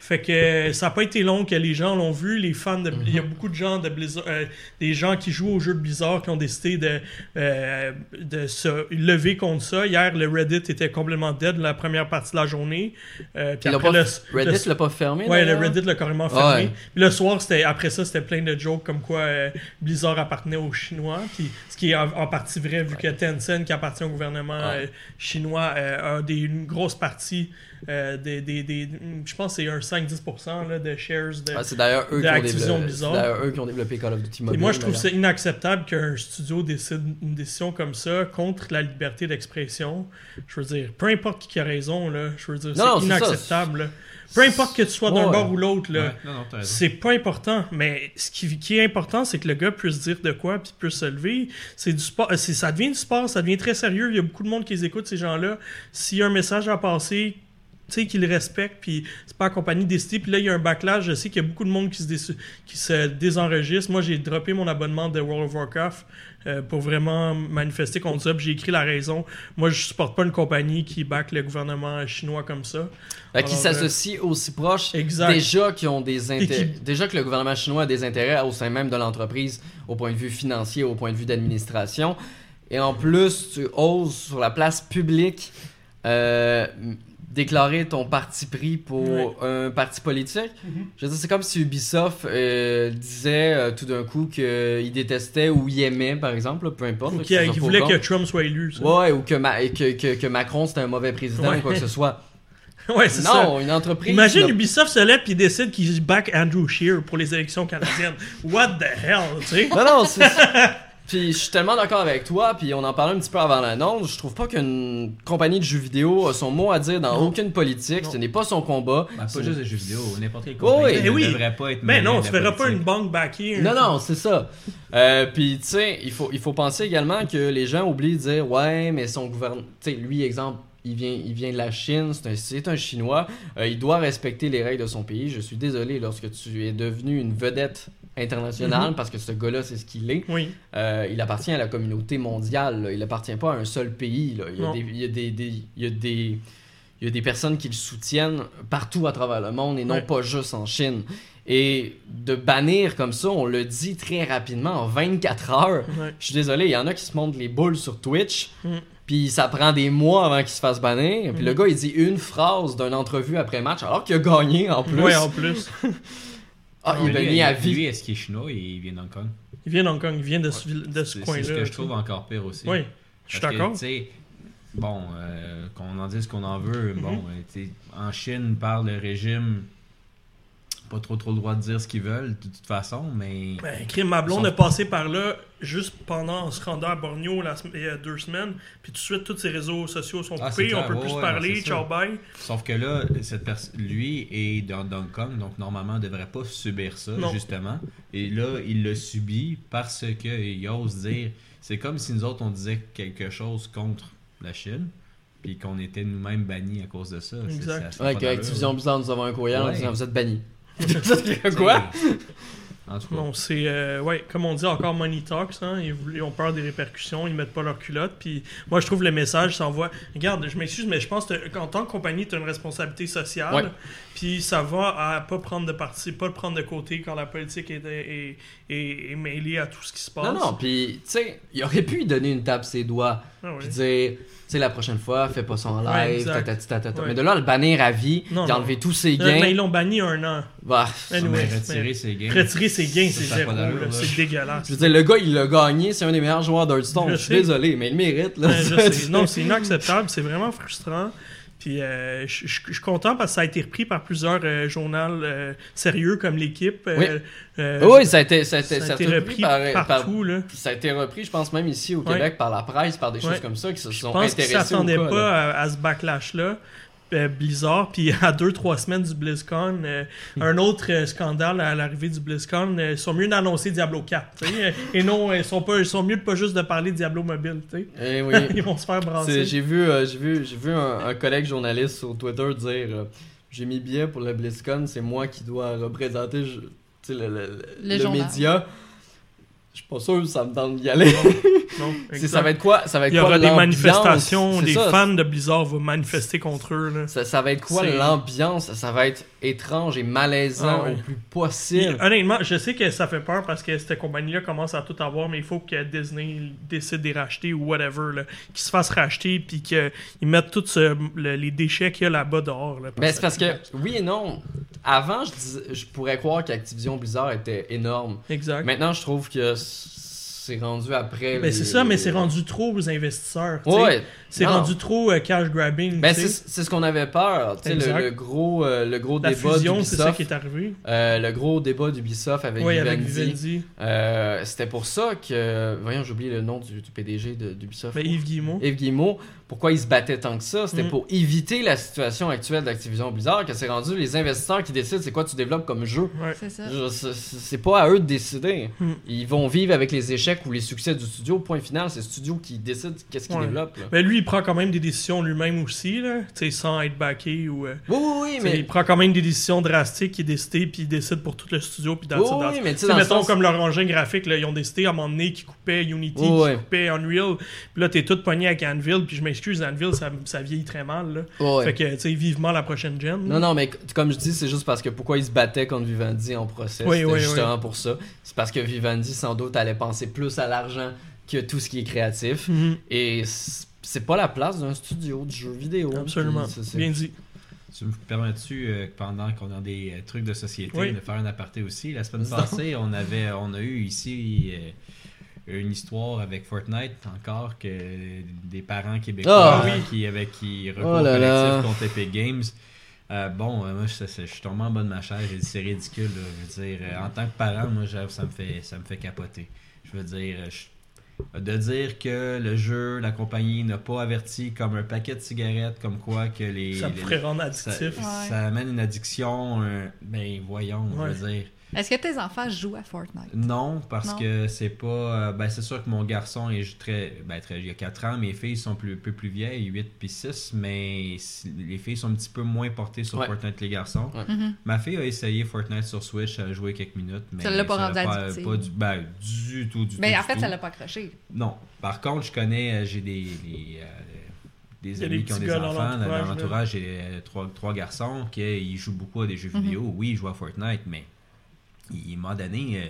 Speaker 1: Fait que euh, ça n'a pas été long que les gens l'ont vu. Les fans de, il y a
Speaker 4: Mm-hmm.
Speaker 1: beaucoup de gens de Blizzard, euh, des gens qui jouent au jeu de Blizzard qui ont décidé de euh, de se lever contre ça. Hier, le Reddit était complètement dead la première partie de la journée. Euh, puis
Speaker 4: Il l'a
Speaker 1: après
Speaker 4: pas-
Speaker 1: le, le-
Speaker 4: Reddit l'a pas fermé.
Speaker 1: Ouais, le
Speaker 4: d'ailleurs?
Speaker 1: Reddit l'a carrément fermé.
Speaker 4: Ouais.
Speaker 1: Puis le soir, c'était après ça, c'était plein de jokes comme quoi euh, Blizzard appartenait aux Chinois, puis ce qui est en, en partie vrai vu que Tencent, qui appartient au gouvernement
Speaker 4: Ouais.
Speaker 1: euh, chinois, euh, a des, une grosse partie euh, des, des, des- je pense que c'est un 5-10% là, de shares de,
Speaker 4: Ah, c'est d'ailleurs eux,
Speaker 1: de
Speaker 4: qui ont
Speaker 1: Activision
Speaker 4: développé- c'est
Speaker 1: Blizzard.
Speaker 4: d'ailleurs eux qui ont développé Call of Duty
Speaker 1: et
Speaker 4: Mobile.
Speaker 1: moi, je trouve ça
Speaker 4: d'ailleurs.
Speaker 1: inacceptable qu'un studio décide une décision comme ça contre la liberté d'expression. Je veux dire, peu importe qui a raison, là, je veux dire, c'est
Speaker 4: Non, non, c'est ça.
Speaker 1: inacceptable. là. Peu importe que tu sois d'un
Speaker 4: Ouais.
Speaker 1: bord ou l'autre, là,
Speaker 3: Ouais, Non, non, t'as raison.
Speaker 1: c'est pas important, mais ce qui, qui est important, c'est que le gars puisse dire de quoi puis puisse se lever. C'est du sport, euh, c'est- ça devient du sport, ça devient très sérieux. Il y a beaucoup de monde qui les écoute ces gens-là. S'il y a un message à passer, tu sais qu'ils le respectent, puis c'est pas accompagné d'estime. Puis là, il y a un backlash. Je sais qu'il y a beaucoup de monde qui se, dés- qui se désenregistre. Moi, j'ai droppé mon abonnement de World of Warcraft euh, pour vraiment manifester contre ça. puis J'ai écrit la raison. Moi, je supporte pas une compagnie qui back le gouvernement chinois comme ça.
Speaker 4: Fait qu'ils
Speaker 1: Alors,
Speaker 4: s'associent aussi proches
Speaker 1: Exact.
Speaker 4: déjà qui ont des intérêts.
Speaker 1: qui-
Speaker 4: Déjà que le gouvernement chinois a des intérêts au sein même de l'entreprise, au point de vue financier, au point de vue d'administration. Et en plus, tu oses sur la place publique euh, déclarer ton parti pris pour
Speaker 1: Ouais.
Speaker 4: un parti politique.
Speaker 1: Mhm.
Speaker 4: Je veux dire, c'est comme si Ubisoft euh, disait euh, tout d'un coup qu'il détestait ou il aimait, par exemple, là, peu importe.
Speaker 1: Ou
Speaker 4: là, que
Speaker 1: qui,
Speaker 4: ce soit
Speaker 1: qui
Speaker 4: faux
Speaker 1: voulait
Speaker 4: ou
Speaker 1: que
Speaker 4: contre.
Speaker 1: Trump soit élu. ça.
Speaker 4: Ouais, ou que, Ma- et que, que- que Macron c'était un mauvais président
Speaker 1: Ouais.
Speaker 4: ou quoi que ce soit.
Speaker 1: <laughs> Ouais, <laughs> c'est ça.
Speaker 4: non, une entreprise.
Speaker 1: Imagine
Speaker 4: n'a-
Speaker 1: Ubisoft se lève puis décide qu'il back Andrew Shear pour les élections
Speaker 3: <laughs>
Speaker 1: canadiennes. What the hell, tu sais?
Speaker 4: Non, non, c'est. Puis je suis tellement d'accord avec toi, puis on en parlait un petit peu avant l'annonce. Je trouve pas qu'une compagnie de jeux vidéo a son mot à dire dans
Speaker 1: Non.
Speaker 4: aucune politique.
Speaker 1: Non.
Speaker 4: Ce n'est pas son combat.
Speaker 3: Bah,
Speaker 4: C'est-
Speaker 3: pas juste des jeux vidéo, n'importe quel
Speaker 4: Oh, oui.
Speaker 3: compagnie
Speaker 1: Eh
Speaker 3: ne
Speaker 1: oui.
Speaker 3: devrait pas être
Speaker 1: Mais
Speaker 3: mêlée
Speaker 1: non,
Speaker 3: de
Speaker 1: tu
Speaker 3: la
Speaker 1: feras pas
Speaker 3: politique.
Speaker 1: une banque backée. hein.
Speaker 4: Non, non, c'est ça. Euh, puis, tu sais, il faut, il faut penser également que les gens oublient de dire Ouais, mais son gouvernement. Tu sais, lui, exemple, il vient, il vient de la Chine, c'est un, c'est un Chinois, euh, il doit respecter les règles de son pays. Je suis désolé, lorsque tu es devenu une vedette
Speaker 1: Mm-hmm.
Speaker 4: internationale, parce que ce gars-là, c'est ce qu'il est,
Speaker 1: Oui.
Speaker 4: euh, il appartient à la communauté mondiale, là. il appartient pas à un seul pays. là. Il, y a
Speaker 1: Non.
Speaker 4: des, il y a des- des- il y a des- il y a des personnes qui le soutiennent partout à travers le monde et non
Speaker 1: Ouais.
Speaker 4: pas juste en Chine. Et de bannir comme ça, on le dit très rapidement, en 24 heures.
Speaker 1: Ouais.
Speaker 4: Je suis désolé, il y en a qui se montrent les boules sur Twitch,
Speaker 1: Mm.
Speaker 4: puis ça prend des mois avant qu'ils se fassent bannir. Puis le
Speaker 1: Mm.
Speaker 4: gars, il dit une phrase d'une entrevue après match, alors qu'il a gagné en plus.
Speaker 1: Ouais, en plus.
Speaker 4: Ah, il est
Speaker 3: Mais lui,
Speaker 4: banni à
Speaker 3: lui,
Speaker 4: vie.
Speaker 3: Lui, est-ce qu'il est chinois et il vient d'Hong Kong
Speaker 1: Il vient d'Hong Kong, il vient de ce, vil- de ce
Speaker 3: C'est
Speaker 1: coin-là.
Speaker 3: c'est ce que
Speaker 1: tu
Speaker 3: je
Speaker 1: sais.
Speaker 3: trouve encore pire aussi.
Speaker 1: Oui, je suis
Speaker 3: Parce que,
Speaker 1: d'accord.
Speaker 3: tu sais, Bon, euh, qu'on en dise ce qu'on en veut,
Speaker 1: Mm-hmm.
Speaker 3: bon, euh, tu sais, en Chine, par le régime, pas trop trop le droit de dire ce qu'ils veulent, de toute façon, mais.
Speaker 1: Ben, crime, ma blonde
Speaker 3: Ils sont-
Speaker 1: a passé par là juste pendant en se rendant à Borneo la sem- il y a deux semaines. Puis tout de suite, tous ses réseaux sociaux sont
Speaker 3: Ah,
Speaker 1: coupés,
Speaker 3: c'est
Speaker 1: on peut
Speaker 3: clair,
Speaker 1: plus
Speaker 3: ouais,
Speaker 1: se
Speaker 3: ouais,
Speaker 1: parler,
Speaker 3: c'est ça.
Speaker 1: ciao bye. <laughs>
Speaker 3: <laughs> Sauf que là, cette pers- lui est dans Hong Kong, donc normalement, ne devrait pas subir ça,
Speaker 1: Non.
Speaker 3: justement. Et là, il le subit parce qu'il ose dire. C'est comme si nous autres, on disait quelque chose contre la Chine, puis qu'on était nous-mêmes bannis à cause de ça. C'est-
Speaker 1: Exact.
Speaker 3: c'est- ça a
Speaker 4: Ouais,
Speaker 3: pas
Speaker 4: que
Speaker 3: d'allure,
Speaker 4: Activision Blizzard nous avons un courriel en
Speaker 3: Ouais.
Speaker 4: disant vous êtes banni.
Speaker 3: là.
Speaker 4: <laughs> Quoi?
Speaker 3: En tout cas.
Speaker 1: Non, c'est. euh, ouais, comme on dit encore, Money Talks, hein, ils, voulaient- ils ont peur des répercussions, ils mettent pas leur culotte. Puis moi, je trouve le message s'envoie. Regarde, je m'excuse, mais je pense que qu'en tant que compagnie, tu as une responsabilité
Speaker 4: Ouais.
Speaker 1: sociale. Puis ça va à pas prendre de parti, pas le prendre de côté quand la politique est, est, est- est mêlée à tout ce qui se passe.
Speaker 4: Non, non, puis, tu sais, il aurait pu lui donner une tape ses doigts,
Speaker 1: Ah ouais.
Speaker 4: puis dire, tu sais, la prochaine fois, fais pas ça en
Speaker 1: Ouais,
Speaker 4: live,
Speaker 1: exact.
Speaker 4: tatati, tatata.
Speaker 1: Ouais.
Speaker 4: Mais de là, à le bannir à vie,
Speaker 1: Non,
Speaker 4: il a
Speaker 1: non.
Speaker 4: enlevé tous ses
Speaker 1: Euh,
Speaker 4: gains.
Speaker 1: mais ils l'ont banni un an.
Speaker 4: Bah,
Speaker 3: Non,
Speaker 1: Anyway, ben,
Speaker 3: mais retirer ses gains.
Speaker 1: Retirer ses gains,
Speaker 3: Ça,
Speaker 1: c'est
Speaker 3: ça a
Speaker 1: zéro.
Speaker 3: pas d'allure,
Speaker 1: là.
Speaker 3: là.
Speaker 1: C'est dégueulasse.
Speaker 4: je veux dire, le gars, il l'a gagné, c'est un des meilleurs joueurs d'Hearthstone.
Speaker 1: Je
Speaker 4: Je suis
Speaker 1: sais.
Speaker 4: désolé, mais il le mérite, là.
Speaker 1: Ouais,
Speaker 4: <laughs>
Speaker 1: je sais. Non, c'est inacceptable, c'est vraiment frustrant. Puis euh, je je- je suis content parce que ça a été repris par plusieurs euh, journaux euh, sérieux comme l'équipe. euh,
Speaker 4: Oui.
Speaker 1: euh,
Speaker 4: oui, ça a été, ça a
Speaker 1: ça
Speaker 4: été,
Speaker 1: a été repris
Speaker 4: par- par-
Speaker 1: partout. là.
Speaker 4: ça a été repris, je pense, même ici au
Speaker 1: Ouais.
Speaker 4: Québec, par la presse, par des
Speaker 1: Ouais.
Speaker 4: choses comme ça, qui se
Speaker 1: Je
Speaker 4: sont
Speaker 1: pense qu'ils
Speaker 4: intéressés au
Speaker 1: s'attendaient
Speaker 4: cas, là.
Speaker 1: pas à, à ce backlash-là. euh, Blizzard, puis <laughs> à deux, trois semaines du BlizzCon, euh,
Speaker 4: Hmm.
Speaker 1: un autre euh, scandale à l'arrivée du BlizzCon, euh, ils sont mieux d'annoncer Diablo 4, tu sais, euh, et non, ils sont, pas, ils sont mieux de pas juste de parler Diablo Mobile, tu sais.
Speaker 4: Eh
Speaker 1: <laughs>
Speaker 4: oui.
Speaker 1: ils vont se faire
Speaker 4: C'est-
Speaker 1: brasser.
Speaker 4: J'ai vu, euh, j'ai vu, j'ai vu un, un collègue journaliste sur Twitter dire euh, J'ai mis billet pour le BlizzCon, c'est moi qui dois représenter je- tu sais, le, le- le-
Speaker 2: Le
Speaker 4: le
Speaker 2: journal.
Speaker 4: média. Je suis pas sûr que ça me tente d'y aller.
Speaker 1: Non,
Speaker 4: C'est-
Speaker 1: exact.
Speaker 4: ça va être quoi Ça va être
Speaker 1: Il y
Speaker 4: quoi
Speaker 1: aura des
Speaker 4: l'ambiance?
Speaker 1: manifestations,
Speaker 4: C'est
Speaker 1: des
Speaker 4: ça,
Speaker 1: fans de Blizzard vont manifester contre eux. Là.
Speaker 4: Ça, ça va être quoi
Speaker 1: C'est-
Speaker 4: l'ambiance Ça va être étrange et malaisant
Speaker 1: Ah ouais.
Speaker 4: au plus
Speaker 1: Puis,
Speaker 4: possible.
Speaker 1: honnêtement, je sais que ça fait peur parce que cette compagnie-là commence à tout avoir, mais il faut que Disney décide de les racheter ou whatever, là, qu'ils se fassent racheter puis qu'ils mettent tous les déchets qu'il y a là-bas dehors. Là,
Speaker 4: Ben, c'est parce que, oui et non, avant, je, disais- je pourrais croire qu'Activision Blizzard était énorme.
Speaker 1: Exact.
Speaker 4: Maintenant, je trouve que c'est rendu après.
Speaker 1: Ben, c'est
Speaker 4: les-
Speaker 1: ça, mais c'est rendu trop aux investisseurs. tu sais.
Speaker 4: euh, Ouais,
Speaker 1: C'est
Speaker 4: non.
Speaker 1: rendu trop euh, cash grabbing.
Speaker 4: Ben,
Speaker 1: tu
Speaker 4: c'est
Speaker 1: sais.
Speaker 4: c'est ce qu'on avait peur. Tu sais,
Speaker 1: Exact.
Speaker 4: le, le gros, euh, le gros
Speaker 1: La
Speaker 4: débat
Speaker 1: fusion, c'est ça qui
Speaker 4: d'Ubisoft.
Speaker 1: est arrivé.
Speaker 4: euh, le gros débat d'Ubisoft avec
Speaker 1: Oui, avec
Speaker 4: Vivendi.
Speaker 1: Vivendi.
Speaker 4: Euh, C'était pour ça que. Voyons, j'oublie le nom du, du PDG de- d'Ubisoft.
Speaker 1: Ben, Yves Guillemot.
Speaker 4: Yves Guillemot, pourquoi il se battait tant que ça C'était
Speaker 1: Mm.
Speaker 4: pour éviter la situation actuelle d'Activision Blizzard, que c'est rendu les investisseurs qui décident c'est quoi tu développes comme jeu.
Speaker 1: Ouais.
Speaker 2: C'est ça.
Speaker 4: Je- c'est- C'est pas à eux de décider.
Speaker 1: Mm.
Speaker 4: Ils vont vivre avec les échecs ou les succès du studio. Point final, c'est le studio qui décide qu'est-ce qu'il
Speaker 1: Ouais.
Speaker 4: développe. là.
Speaker 1: Ben, lui, il prend quand même des décisions lui-même aussi, là, tu sais, sans être backé ou. euh,
Speaker 4: Oui, oui, oui,
Speaker 1: T'sais,
Speaker 4: mais
Speaker 1: Il prend quand même des décisions drastiques, il est décidé, puis il décide pour tout le studio, puis dans
Speaker 4: Oui, oui, mais tu sais, dans le
Speaker 1: mettons
Speaker 4: sens-
Speaker 1: comme leur engin graphique, là, ils ont décidé à un moment donné qu'ils coupaient Unity,
Speaker 4: Oui,
Speaker 1: qu'ils
Speaker 4: oui.
Speaker 1: coupaient Unreal, puis là, t'es tout pogné avec Anvil, puis je m'excuse, Anvil, ça, ça vieillit très mal, là.
Speaker 4: Ouais.
Speaker 1: Fait que, tu sais, vivement la prochaine gen.
Speaker 4: Non, non, mais c- comme je dis, c'est juste parce que pourquoi ils se battaient contre Vivendi en procès,
Speaker 1: Oui,
Speaker 4: c'était
Speaker 1: oui,
Speaker 4: justement pour ça. C'est parce que Vivendi, sans doute, allait penser plus à l'argent que tout ce qui est créatif.
Speaker 1: Mhm.
Speaker 4: Et c- c'est pas la place d'un studio de jeux vidéo.
Speaker 1: Absolument.
Speaker 4: Puis c'est- c'est-
Speaker 1: Bien dit.
Speaker 3: Tu me permets-tu, euh, pendant qu'on a des euh, trucs de société,
Speaker 1: Oui.
Speaker 3: de faire un aparté aussi? La semaine
Speaker 4: Vas-y
Speaker 3: passée, on, avait, on a eu ici euh, une histoire avec Fortnite, encore, que des parents québécois
Speaker 4: Ah
Speaker 1: oui.
Speaker 3: qui, avec, qui recours
Speaker 4: Oh là là.
Speaker 3: collectif contre Epic Games. Euh, bon, euh, moi, je, je- je suis tombé en bas de ma chaise, j'ai dit c'est ridicule. là. Je veux dire, euh, en tant que parent, moi, j'avoue, ça me fait, ça me fait capoter. Je veux dire, euh, je- de dire que le jeu, la compagnie n'a pas averti comme un paquet de cigarettes, comme quoi que les-
Speaker 1: Ça
Speaker 3: les,
Speaker 1: pourrait rendre
Speaker 3: ça,
Speaker 1: addictif.
Speaker 2: Ouais.
Speaker 3: ça amène une addiction, un- ben voyons,
Speaker 1: Ouais.
Speaker 3: je veux dire.
Speaker 2: Est-ce que tes enfants jouent à Fortnite?
Speaker 3: Non, parce
Speaker 2: Non.
Speaker 3: que c'est pas. euh, Ben, c'est sûr que mon garçon est ju- très. Ben, très- il y a 4 ans, mes filles sont plus, un peu plus vieilles, 8 puis 6, mais si- les filles sont un petit peu moins portées sur
Speaker 4: Ouais.
Speaker 3: Fortnite que les garçons.
Speaker 4: Ouais.
Speaker 2: Mhm.
Speaker 3: Ma fille a essayé Fortnite sur Switch, elle a joué quelques minutes, mais.
Speaker 2: Ça l'a pas
Speaker 3: rendu
Speaker 2: rendue addictive.
Speaker 3: du, ben, du tout, du tout.
Speaker 2: Mais Ben, en
Speaker 3: du
Speaker 2: fait,
Speaker 3: tout.
Speaker 2: ça l'a pas accroché.
Speaker 3: Non. Par contre, je connais, euh, j'ai des, des, euh, des
Speaker 1: y a
Speaker 3: amis
Speaker 1: des
Speaker 3: qui ont
Speaker 1: petits
Speaker 3: des
Speaker 1: gars dans
Speaker 3: enfants. là, Dans
Speaker 1: l'entourage,
Speaker 3: l'entourage, j'ai euh, trois, trois garçons qui euh, ils jouent beaucoup à des jeux
Speaker 2: Mhm.
Speaker 3: vidéo. Oui, ils jouent à Fortnite, mais ils m'ont donné. euh,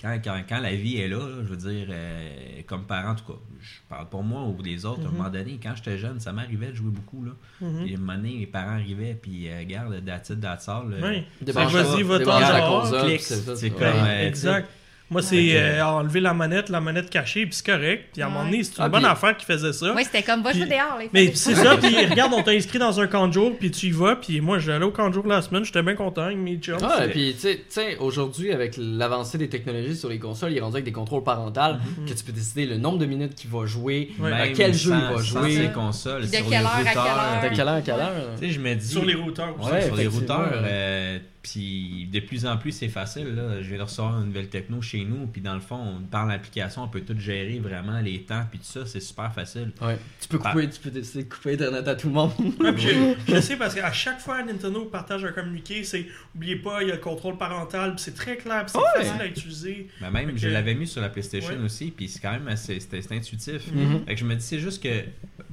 Speaker 3: quand, quand, quand la vie est là, là, je veux dire, euh, comme parent, en tout cas, je parle pour moi ou les autres, à un
Speaker 1: Mhm.
Speaker 3: moment donné, quand j'étais jeune, ça m'arrivait de jouer beaucoup. Là.
Speaker 1: Mhm.
Speaker 3: Et à un moment donné, mes parents arrivaient, puis, euh, garde, d'attitude, d'attitude,
Speaker 4: euh,
Speaker 1: Oui.
Speaker 4: Débranche
Speaker 1: Fait que vas-y,
Speaker 4: la-
Speaker 1: va-t'en
Speaker 4: débranche la
Speaker 1: dehors,
Speaker 4: console,
Speaker 3: clique,
Speaker 4: puis c'est ça,
Speaker 3: c'est
Speaker 4: ouais.
Speaker 1: Ben,
Speaker 3: comme, euh,
Speaker 1: exact. Moi,
Speaker 3: Fait
Speaker 1: c'est
Speaker 3: que-
Speaker 1: euh, enlever la manette, la manette cachée, puis c'est correct. Puis à un moment donné, c'est une
Speaker 4: Ah,
Speaker 1: bonne
Speaker 4: puis-
Speaker 1: affaire qui faisait ça.
Speaker 2: Oui, c'était comme, va jouer
Speaker 1: Puis-
Speaker 2: dehors, les
Speaker 1: Mais c'est
Speaker 3: <laughs>
Speaker 1: ça, puis regarde, on t'a inscrit dans un camp de jour, puis tu y vas, puis moi, j'allais au camp de jour la semaine, j'étais bien content avec mes chums.
Speaker 4: Ah,
Speaker 1: c'était-
Speaker 4: et puis, tu sais- tu sais, aujourd'hui, avec l'avancée des technologies sur les consoles, il est rendu avec des contrôles parentaux
Speaker 1: Hmm.
Speaker 4: que tu peux décider le nombre de minutes qu'il va jouer,
Speaker 1: Ouais.
Speaker 4: à
Speaker 3: même
Speaker 4: quel jeu
Speaker 3: sans-
Speaker 4: il
Speaker 3: sans
Speaker 4: va jouer,
Speaker 3: ces consoles,
Speaker 2: Puis de
Speaker 3: sur
Speaker 2: quelle
Speaker 3: les
Speaker 2: heure à quelle
Speaker 3: routeurs,
Speaker 2: heure.
Speaker 4: de
Speaker 3: puis-
Speaker 4: quelle heure à quelle heure.
Speaker 3: Tu sais, je me dis.
Speaker 1: Sur les routeurs aussi.
Speaker 3: Ouais, sur les
Speaker 4: effectivement.
Speaker 3: routeurs. euh, puis de plus en plus, c'est facile. Là. Je vais recevoir une nouvelle techno chez nous. Puis dans le fond, on- par l'application, on peut tout gérer vraiment les temps. Puis tout ça, c'est super facile.
Speaker 4: Ouais. Bah. Tu peux couper, tu peux décider de couper Internet à tout le monde.
Speaker 1: Ouais, puis je, je sais parce qu'à chaque fois Nintendo partage un communiqué, c'est oubliez pas, il y a le contrôle parental, puis c'est très clair, puis c'est
Speaker 4: Ouais.
Speaker 1: facile à utiliser.
Speaker 3: Mais même,
Speaker 1: Ok.
Speaker 3: je l'avais mis sur la PlayStation
Speaker 1: Ouais.
Speaker 3: aussi. Puis c'est quand même assez c'était- c'était intuitif.
Speaker 4: Mhm.
Speaker 3: Fait que je me dis, c'est juste que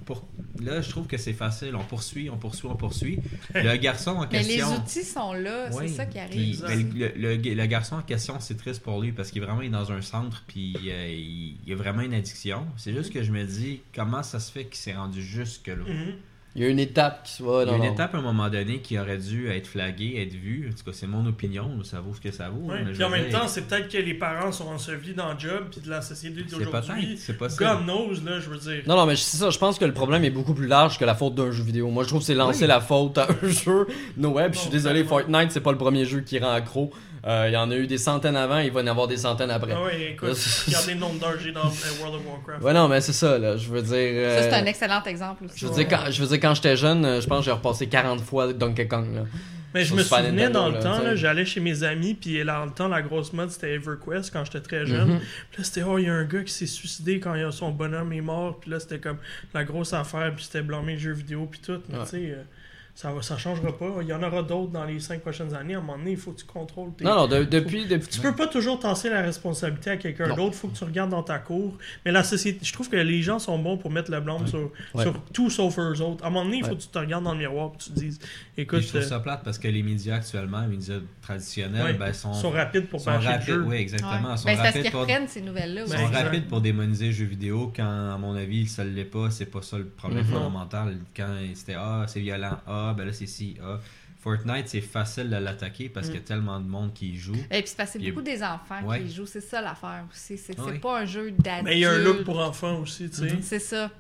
Speaker 3: pour... là, je trouve que c'est facile. On poursuit, on poursuit, on poursuit. Le garçon en
Speaker 2: Mais
Speaker 3: question.
Speaker 2: les outils sont là,
Speaker 3: Oui,
Speaker 2: Ah, c'est ça qui
Speaker 3: puis,
Speaker 2: arrive.
Speaker 1: Exact.
Speaker 3: ben, le, le- le garçon en question, c'est triste pour lui parce qu'il est vraiment dans un centre puis euh, il, il a vraiment une addiction. C'est juste que je me dis comment ça se fait qu'il s'est rendu jusque là.
Speaker 1: Mhm.
Speaker 4: Il y a une étape qui soit
Speaker 3: Il y
Speaker 4: dans
Speaker 3: a une étape à un moment donné qui aurait dû être flaguée, être vue. En tout cas, c'est mon opinion, là, ça vaut ce que ça vaut. hein,
Speaker 1: Ouais.
Speaker 3: mais je
Speaker 1: Puis en
Speaker 3: veux
Speaker 1: même
Speaker 3: dire,
Speaker 1: temps, c'est peut-être que les parents sont ensevelis dans le job, puis de la société
Speaker 3: c'est peut-être,
Speaker 1: d'aujourd'hui.
Speaker 3: c'est possible.
Speaker 1: God knows, là, je veux dire.
Speaker 4: Non, non, mais c'est ça. Je pense que le problème est beaucoup plus large que la faute d'un jeu vidéo. Moi, je trouve que c'est lancer la faute à un <laughs> jeu. No web, je suis
Speaker 1: Non,
Speaker 4: désolé,
Speaker 1: clairement.
Speaker 4: Fortnite, c'est pas le premier jeu qui rend accro. Euh, Il y en a eu des centaines avant, il va y en avoir des centaines après.
Speaker 1: Ah ouais, écoute,
Speaker 3: <laughs>
Speaker 1: regardez le nombre d'heures que j'ai dans euh, World of Warcraft.
Speaker 4: Ouais, non, mais c'est ça, là. Je veux dire. euh,
Speaker 2: Ça, c'est un excellent exemple aussi.
Speaker 4: Je veux, dire, quand, je veux dire, quand j'étais jeune, euh, je pense que j'ai repassé 40 fois Donkey Kong. Là.
Speaker 1: Mais je
Speaker 4: Sur
Speaker 1: me
Speaker 4: Super
Speaker 1: souvenais
Speaker 4: Nintendo,
Speaker 1: dans le
Speaker 4: là,
Speaker 1: temps,
Speaker 4: tu sais.
Speaker 1: là, j'allais chez mes amis, puis dans le temps, la grosse mode, c'était EverQuest quand j'étais très jeune.
Speaker 4: Mhm.
Speaker 1: Puis là, c'était, oh, il y a un gars qui s'est suicidé quand il a- son bonhomme est mort, puis là, c'était comme la grosse affaire, puis c'était blâmer les jeux vidéo, puis tout. Mais
Speaker 4: Ouais.
Speaker 1: tu sais, euh, ça, va- ça changera pas. Il y en aura d'autres dans les cinq prochaines années. À un moment donné, il faut que tu contrôles tes.
Speaker 4: Non, non, de- depuis. depuis
Speaker 1: Tu peux pas toujours tasser la responsabilité à quelqu'un
Speaker 4: Non.
Speaker 1: d'autre, faut que tu regardes dans ta cour. Mais la société, je trouve que les gens sont bons pour mettre le blâme sur,
Speaker 4: Ouais.
Speaker 1: sur tout sauf eux autres. À un moment donné, il faut
Speaker 4: Ouais.
Speaker 1: que tu te regardes dans le miroir et tu te dises
Speaker 3: Puis
Speaker 1: écoute,
Speaker 3: je trouve
Speaker 1: euh,
Speaker 3: ça plate parce que les médias actuellement, les médias traditionnels,
Speaker 1: Ouais,
Speaker 3: ben, sont,
Speaker 1: ils sont rapides pour
Speaker 3: sont
Speaker 1: bâcher le
Speaker 3: rapides-
Speaker 1: jeu.
Speaker 3: oui,
Speaker 2: Ouais.
Speaker 3: exactement,
Speaker 2: Ben,
Speaker 3: sont
Speaker 2: c'est parce
Speaker 3: rapides
Speaker 2: qu'ils
Speaker 3: pour-
Speaker 2: reprennent ces nouvelles-là
Speaker 3: Ils
Speaker 1: Ben,
Speaker 2: aussi.
Speaker 3: sont
Speaker 1: exact.
Speaker 3: rapides pour démoniser le jeu vidéo quand, à mon avis, ça ne l'est pas. C'est pas ça le problème
Speaker 4: Mhm.
Speaker 3: fondamental. Quand c'était Ah, c'est violent. Ah, ben là, c'est si. Ah. Fortnite, c'est facile de l'attaquer parce
Speaker 1: Mm.
Speaker 3: qu'il y a tellement de monde qui y joue.
Speaker 2: Et puis, c'est parce que
Speaker 3: Il
Speaker 2: c'est
Speaker 3: y a-
Speaker 2: beaucoup des enfants
Speaker 3: Ouais.
Speaker 2: qui y jouent. C'est ça l'affaire aussi. C'est c'est
Speaker 3: Ouais.
Speaker 2: pas un jeu d'adulte.
Speaker 1: Mais il y a un look pour enfants aussi, tu sais. Puis
Speaker 2: C'est ça. Mhm.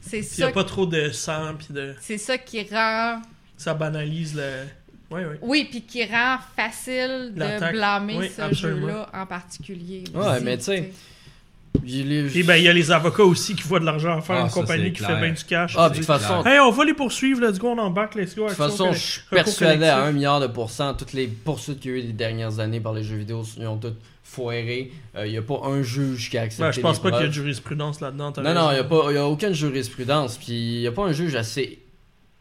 Speaker 2: C'est
Speaker 1: il n'y a
Speaker 2: ça,
Speaker 1: pas trop de sang, puis de...
Speaker 2: c'est ça qui rend.
Speaker 1: ça banalise le. Ouais, ouais.
Speaker 2: Oui, puis qui rend facile de
Speaker 1: L'attaque.
Speaker 2: blâmer
Speaker 1: Oui,
Speaker 2: ce
Speaker 1: absolument.
Speaker 2: jeu-là en particulier.
Speaker 4: Ouais,
Speaker 2: aussi,
Speaker 4: mais tu sais, il est-
Speaker 1: Puis ben, il y a les avocats aussi qui voient de l'argent à faire,
Speaker 3: Ah,
Speaker 1: une
Speaker 3: ça,
Speaker 1: compagnie
Speaker 3: c'est
Speaker 1: qui
Speaker 3: clair.
Speaker 1: fait bien du cash.
Speaker 4: Ah, de
Speaker 1: tu
Speaker 4: toute
Speaker 1: sais.
Speaker 4: façon,
Speaker 1: Hey, on va les poursuivre, let's go, on embarque, let's go.
Speaker 4: De toute façon, je suis persuadé à un milliard de pourcents, toutes les poursuites qu'il y a eu les dernières années par les jeux vidéo ils ont toutes foiré. Euh, Il n'y a pas un juge qui a accepté.
Speaker 1: Ben, je pense
Speaker 4: les
Speaker 1: pas qu'il y a
Speaker 4: preuves.
Speaker 1: de jurisprudence là-dedans. t'as
Speaker 4: Non, non, il
Speaker 1: raison.
Speaker 4: n'y a, pas- il y a aucune jurisprudence. Puis il n'y a pas un juge assez,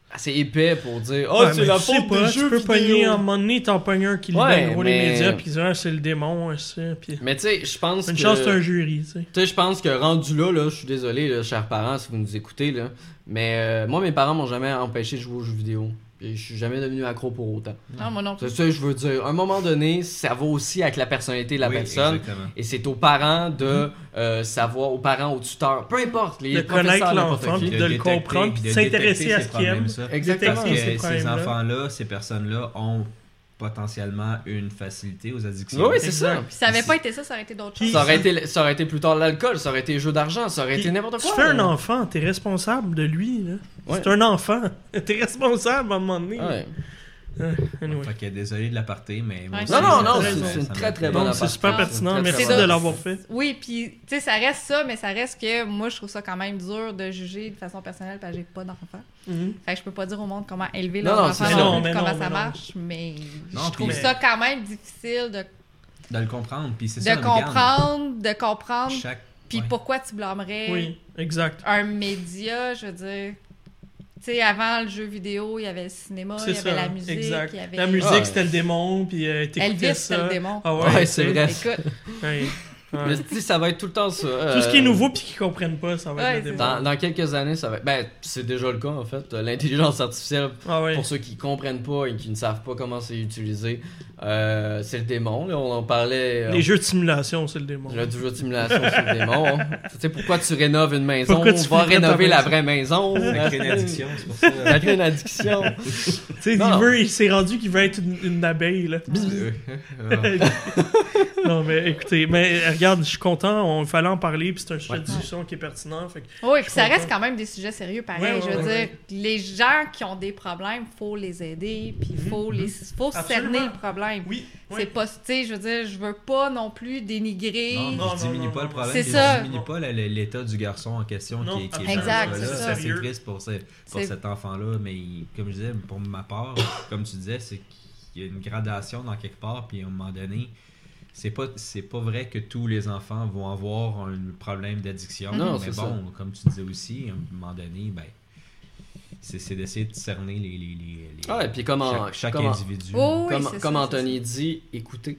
Speaker 4: assez épais pour dire Oh,
Speaker 1: Ouais,
Speaker 4: c'est
Speaker 1: mais
Speaker 4: la
Speaker 1: tu sais
Speaker 4: faute
Speaker 1: pas,
Speaker 4: des
Speaker 1: Tu
Speaker 4: jeux
Speaker 1: peux pogner
Speaker 4: vidéo.
Speaker 1: un moment donné, t'en pognes un qui
Speaker 4: Ouais,
Speaker 1: libère le gros les
Speaker 4: mais-
Speaker 1: médias, puis ils disent, ah, c'est le démon, ça. Puis...
Speaker 4: Mais tu sais, je pense
Speaker 1: Une
Speaker 4: que.
Speaker 1: chance, c'est un jury, tu sais.
Speaker 4: Tu sais, je pense que rendu là, là, je suis désolé, là, chers parents, si vous nous écoutez, là, mais euh, moi, mes parents m'ont jamais empêché de jouer aux jeux vidéo. Et je suis jamais devenu accro pour autant.
Speaker 2: Non, moi non
Speaker 4: C'est
Speaker 2: plus.
Speaker 4: ça que je veux dire. À un moment donné, ça va aussi avec la personnalité de la
Speaker 3: Oui,
Speaker 4: personne.
Speaker 3: exactement.
Speaker 4: Et c'est aux parents de euh, savoir, aux parents, aux tuteurs, peu importe, les
Speaker 1: De connaître
Speaker 4: professeurs, n'importe
Speaker 1: l'enfant,
Speaker 4: qui.
Speaker 1: puis de le
Speaker 3: détecter,
Speaker 1: comprendre, puis
Speaker 3: de
Speaker 1: de s'intéresser
Speaker 3: détecter
Speaker 1: à
Speaker 3: ces
Speaker 1: ce qu'il aime.
Speaker 3: problèmes-là.
Speaker 4: Exactement.
Speaker 3: Parce
Speaker 1: Détecter ces
Speaker 3: que ces,
Speaker 1: problèmes-là.
Speaker 3: enfants-là, ces personnes-là ont potentiellement une facilité aux addictions.
Speaker 4: Oui, c'est ça.
Speaker 2: Puis ça avait pas été ça, ça aurait été d'autres
Speaker 1: Qui-
Speaker 2: choses.
Speaker 4: Ça aurait, été, ça aurait été plus tard l'alcool, ça aurait été jeu d'argent, ça aurait
Speaker 1: Puis,
Speaker 4: été n'importe quoi. euh,
Speaker 1: Tu fais un
Speaker 4: là.
Speaker 1: enfant, t'es responsable de lui. là.
Speaker 4: Ouais.
Speaker 1: C'est un enfant. <laughs> T'es responsable à un moment donné.
Speaker 4: Ouais.
Speaker 1: Euh, anyway.
Speaker 3: Fait que désolé de l'aparté, mais. moi
Speaker 2: Ouais.
Speaker 3: aussi,
Speaker 4: Non, non,
Speaker 1: c'est
Speaker 4: non,
Speaker 1: très
Speaker 4: c'est
Speaker 1: bon.
Speaker 4: c'est une
Speaker 3: ça
Speaker 4: très
Speaker 3: m'a
Speaker 4: très
Speaker 3: fait-
Speaker 1: Donc,
Speaker 4: bonne
Speaker 1: c'est super pertinent.
Speaker 4: C'est une très,
Speaker 1: Merci
Speaker 4: très bonne
Speaker 1: de
Speaker 2: bon.
Speaker 1: l'avoir fait.
Speaker 2: Oui, puis, tu sais, ça reste ça, mais ça reste que moi, je trouve ça quand même dur de juger de façon personnelle parce que j'ai pas d'enfant.
Speaker 1: Mhm.
Speaker 2: Fait que je peux pas dire au monde comment élever
Speaker 4: Non,
Speaker 2: leur
Speaker 4: non,
Speaker 2: enfant,
Speaker 4: c'est
Speaker 2: non plus,
Speaker 1: ça. Non, mais
Speaker 2: comment
Speaker 1: non, mais
Speaker 2: ça
Speaker 1: non.
Speaker 2: marche, mais
Speaker 3: Non,
Speaker 2: je trouve
Speaker 1: puis-
Speaker 2: ça quand même difficile de,
Speaker 3: De le comprendre. Puis c'est
Speaker 2: de
Speaker 3: ça, regarde,
Speaker 2: comprendre, de comprendre,
Speaker 3: Chaque.
Speaker 2: puis
Speaker 3: ouais.
Speaker 2: pourquoi tu blâmerais
Speaker 1: Oui, exact.
Speaker 2: un média, je veux dire. Tu sais, avant le jeu vidéo, il y avait le cinéma, Ah, il
Speaker 1: C'est
Speaker 2: y avait
Speaker 1: ça.
Speaker 2: la musique,
Speaker 1: exact.
Speaker 2: il y avait... Ah.
Speaker 1: La musique,
Speaker 4: Ouais.
Speaker 1: c'était le démon, puis euh, t'écoutais
Speaker 2: Elvis,
Speaker 1: ça.
Speaker 2: c'était le démon.
Speaker 1: Ah ouais,
Speaker 4: Ah. Ouais, c'est vrai.
Speaker 2: Écoute,
Speaker 1: Ouais. Ouais.
Speaker 4: Mais si, ça va être tout le temps ça. euh,
Speaker 1: Tout ce qui est nouveau puis qu'ils comprennent pas, ça va
Speaker 2: Ouais,
Speaker 1: être le
Speaker 2: c'est
Speaker 1: démon.
Speaker 4: Dans, dans quelques années, ça va être. Ben, c'est déjà le cas en fait. Euh, L'intelligence artificielle,
Speaker 1: Ah ouais.
Speaker 4: pour ceux qui comprennent pas et qui ne savent pas comment c'est utilisé, euh, c'est le démon. là. on en parlait. euh,
Speaker 1: Les jeux de simulation, c'est le démon.
Speaker 4: J'ai toujours de simulation sur le démon. hein. Tu sais, pourquoi tu rénoves une maison
Speaker 1: Pourquoi tu
Speaker 4: Va
Speaker 1: flipperais ta
Speaker 4: rénover la
Speaker 1: maison?
Speaker 4: vraie maison.
Speaker 3: Ça
Speaker 4: <laughs>
Speaker 3: crée une addiction, c'est pour ça.
Speaker 4: Ça crée
Speaker 3: <laughs>
Speaker 4: une addiction.
Speaker 1: Tu sais, il
Speaker 4: Non, non.
Speaker 1: veut, il s'est rendu qu'il veut être une, une abeille, là. <laughs> Euh, non, mais écoutez, mais euh, regarde, je suis content, on fallait en parler, puis c'est un sujet de discussion qui est pertinent. Fait que
Speaker 2: oui, puis ça
Speaker 1: comprends.
Speaker 2: reste quand même des sujets sérieux, pareil.
Speaker 1: Ouais, ouais,
Speaker 2: je veux
Speaker 1: ouais,
Speaker 2: dire, les gens qui ont des problèmes, faut les aider, puis faut les, faut
Speaker 1: Mhm, Absolument.
Speaker 2: cerner le problème.
Speaker 1: oui,
Speaker 2: C'est
Speaker 1: ouais.
Speaker 2: pas, tu sais, je veux dire, je veux pas non plus dénigrer.
Speaker 3: Non,
Speaker 1: Non,
Speaker 3: non, je
Speaker 1: non,
Speaker 3: diminue
Speaker 1: non,
Speaker 3: pas
Speaker 1: non.
Speaker 3: le problème,
Speaker 2: C'est
Speaker 3: mais
Speaker 2: ça.
Speaker 3: je diminue pas la- la- l'état du garçon en question
Speaker 1: Non,
Speaker 3: qui, est- qui est
Speaker 1: absolument.
Speaker 2: Exact,
Speaker 3: dans ce
Speaker 2: c'est
Speaker 3: cas-là.
Speaker 2: ça.
Speaker 3: C'est assez
Speaker 1: Sérieux.
Speaker 3: triste pour, ce- pour
Speaker 2: C'est-
Speaker 3: cet enfant-là, mais il- comme je disais, pour ma part, <coughs> comme tu disais, c'est qu'il y a une gradation dans quelque part, puis à un moment donné, c'est pas, c'est pas vrai que tous les enfants vont avoir un problème d'addiction.
Speaker 4: Non,
Speaker 3: mais
Speaker 4: c'est
Speaker 3: bon, comme tu disais aussi, à un moment donné, ben, c'est, c'est d'essayer de cerner les. les, les- les-
Speaker 4: Ah, et puis comme en-
Speaker 3: chaque, chaque
Speaker 4: comme en-
Speaker 3: individu.
Speaker 2: Oh, oui,
Speaker 4: comme
Speaker 2: c'est
Speaker 4: comme
Speaker 2: ça,
Speaker 4: Anthony dit, écoutez.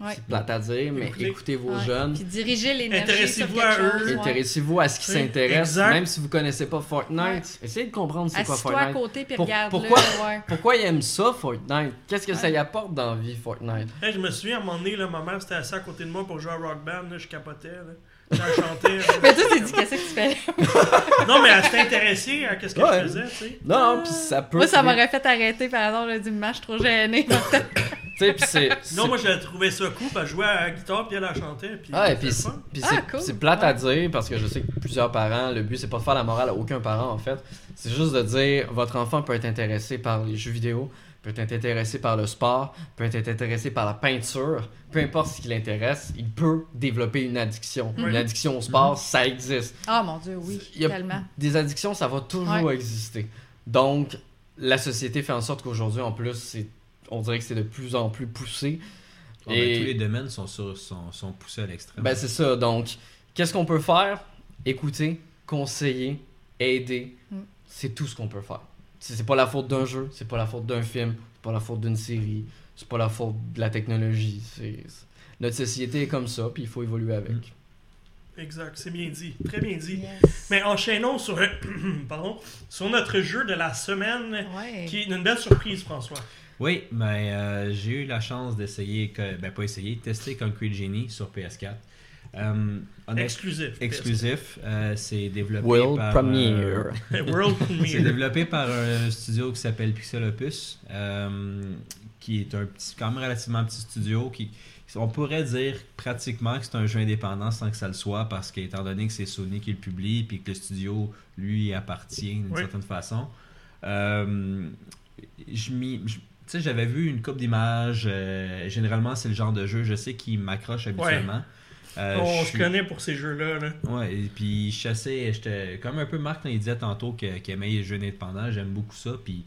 Speaker 2: Ouais.
Speaker 4: C'est plate à dire, mais
Speaker 1: Écoutez.
Speaker 4: écoutez vos
Speaker 2: c'est ça. Ouais.
Speaker 4: jeunes.
Speaker 2: Puis diriger l'énergie.
Speaker 1: Intéressez-vous
Speaker 2: sur quelque
Speaker 1: à eux.
Speaker 2: chose, ouais.
Speaker 4: Intéressez-vous à ce qui
Speaker 1: Oui,
Speaker 4: s'intéresse,
Speaker 1: exact.
Speaker 4: même si vous connaissez pas Fortnite.
Speaker 2: Ouais.
Speaker 4: Essayez de comprendre c'est quoi
Speaker 2: Assis-toi à
Speaker 4: Fortnite.
Speaker 2: côté, puis
Speaker 4: Pour-
Speaker 2: regarde.
Speaker 4: pourquoi-
Speaker 2: ouais.
Speaker 4: Pourquoi ils aiment ça, Fortnite Qu'est-ce que ça
Speaker 2: Ouais.
Speaker 4: y apporte dans la vie, Fortnite
Speaker 1: Hey, je me souviens, à un moment donné, là, ma mère c'était assise à côté de moi pour jouer à Rock Band, là, je capotais. Là. Elle chantait. là.
Speaker 2: <laughs> Mais toi, t'es dit, qu'est-ce que tu
Speaker 3: <laughs>
Speaker 2: fais?
Speaker 1: non, mais elle s'était intéressée à ce que
Speaker 4: Ouais.
Speaker 1: je faisais, tu sais.
Speaker 4: Non, non, puis ça peut.
Speaker 2: Ah. Moi, ça m'aurait fait arrêter, par exemple, le dimanche, je suis trop
Speaker 3: <laughs>
Speaker 2: gênée.
Speaker 4: Tu sais, puis c'est. c'est-
Speaker 1: Non, moi, je la trouvais ça cool, puis elle jouait à la guitare, puis elle la chantait. Puis
Speaker 4: Ah, et
Speaker 1: c'était
Speaker 4: puis
Speaker 1: le
Speaker 4: c'est
Speaker 1: fun.
Speaker 4: puis
Speaker 2: Ah,
Speaker 4: c'est-
Speaker 2: cool.
Speaker 4: c'est plate à dire parce que je sais que plusieurs parents, le but c'est pas de faire la morale à aucun parent en fait. C'est juste de dire votre enfant peut être intéressé par les jeux vidéo, peut être intéressé par le sport, peut être intéressé par la peinture, peu importe ce qui l'intéresse, il peut développer une addiction.
Speaker 1: Mhm.
Speaker 4: Une addiction au sport, ça existe.
Speaker 2: Ah, mon Dieu, oui,
Speaker 4: Il y a-
Speaker 2: tellement.
Speaker 4: Des addictions, ça va toujours
Speaker 2: Ouais.
Speaker 4: exister. Donc, la société fait en sorte qu'aujourd'hui, en plus, c'est- on dirait que c'est de plus en plus poussé.
Speaker 3: Bon, ben, tous les domaines sont, sur- sont, sont poussés à l'extrême.
Speaker 4: Ben c'est ça, donc qu'est-ce qu'on peut faire Écouter, conseiller, aider,
Speaker 2: Mm.
Speaker 4: c'est tout ce qu'on peut faire. C'est c'est pas la faute d'un jeu, c'est pas la faute d'un film, c'est pas la faute d'une série, c'est pas la faute de la technologie. c'est- c'est- Notre société est comme ça, puis il faut évoluer avec.
Speaker 3: Mm.
Speaker 1: Exact, c'est bien dit. Très bien dit.
Speaker 2: Yes.
Speaker 1: Mais enchaînons sur, <clears throat> pardon, sur notre jeu de la semaine,
Speaker 2: Ouais.
Speaker 1: qui est une belle surprise, François.
Speaker 3: Oui, mais euh, j'ai eu la chance d'essayer, que- ben pas essayer, de tester Concrete Genie sur PS4. Euh, honnêtement,
Speaker 1: Exclusif.
Speaker 3: exclusif, euh, c'est développé
Speaker 4: World
Speaker 3: par... euh,
Speaker 4: premiere.
Speaker 3: <laughs>
Speaker 1: World
Speaker 3: c'est
Speaker 1: Premiere.
Speaker 3: développé par un studio qui s'appelle Pixel Opus, euh, qui est un petit, quand même relativement petit studio qui, on pourrait dire pratiquement que c'est un jeu indépendant sans que ça le soit parce qu'étant donné que c'est Sony qui le publie puis que le studio lui appartient d'une
Speaker 1: Oui.
Speaker 3: certaine façon. Euh, je m'y- je- tu sais, j'avais vu une coupe d'images. euh, généralement, c'est le genre de jeu, je sais, qui m'accroche habituellement. Euh,
Speaker 1: On
Speaker 3: je
Speaker 1: se
Speaker 3: suis-
Speaker 1: connaît pour ces jeux-là. là.
Speaker 3: Ouais, et puis je chassais, j'étais comme un peu Marc quand il disait tantôt que- qu'il aimait les jeux indépendants, j'aime beaucoup ça. Puis,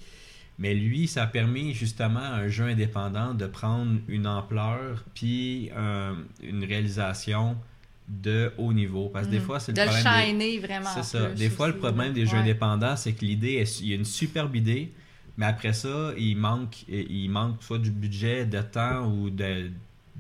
Speaker 3: mais lui, ça a permis justement à un jeu indépendant de prendre une ampleur, puis euh, une réalisation de haut niveau. Parce que des
Speaker 2: Mhm.
Speaker 3: fois, c'est
Speaker 2: De
Speaker 3: le
Speaker 2: le
Speaker 3: problème. des-
Speaker 2: shiner, vraiment.
Speaker 3: c'est
Speaker 2: en
Speaker 3: ça.
Speaker 2: plus
Speaker 3: Des fois, le
Speaker 2: aussi.
Speaker 3: problème des
Speaker 2: Ouais.
Speaker 3: jeux indépendants, c'est que l'idée, est- il y a une superbe idée, mais après ça, il manque, il manque soit du budget, de temps ou de,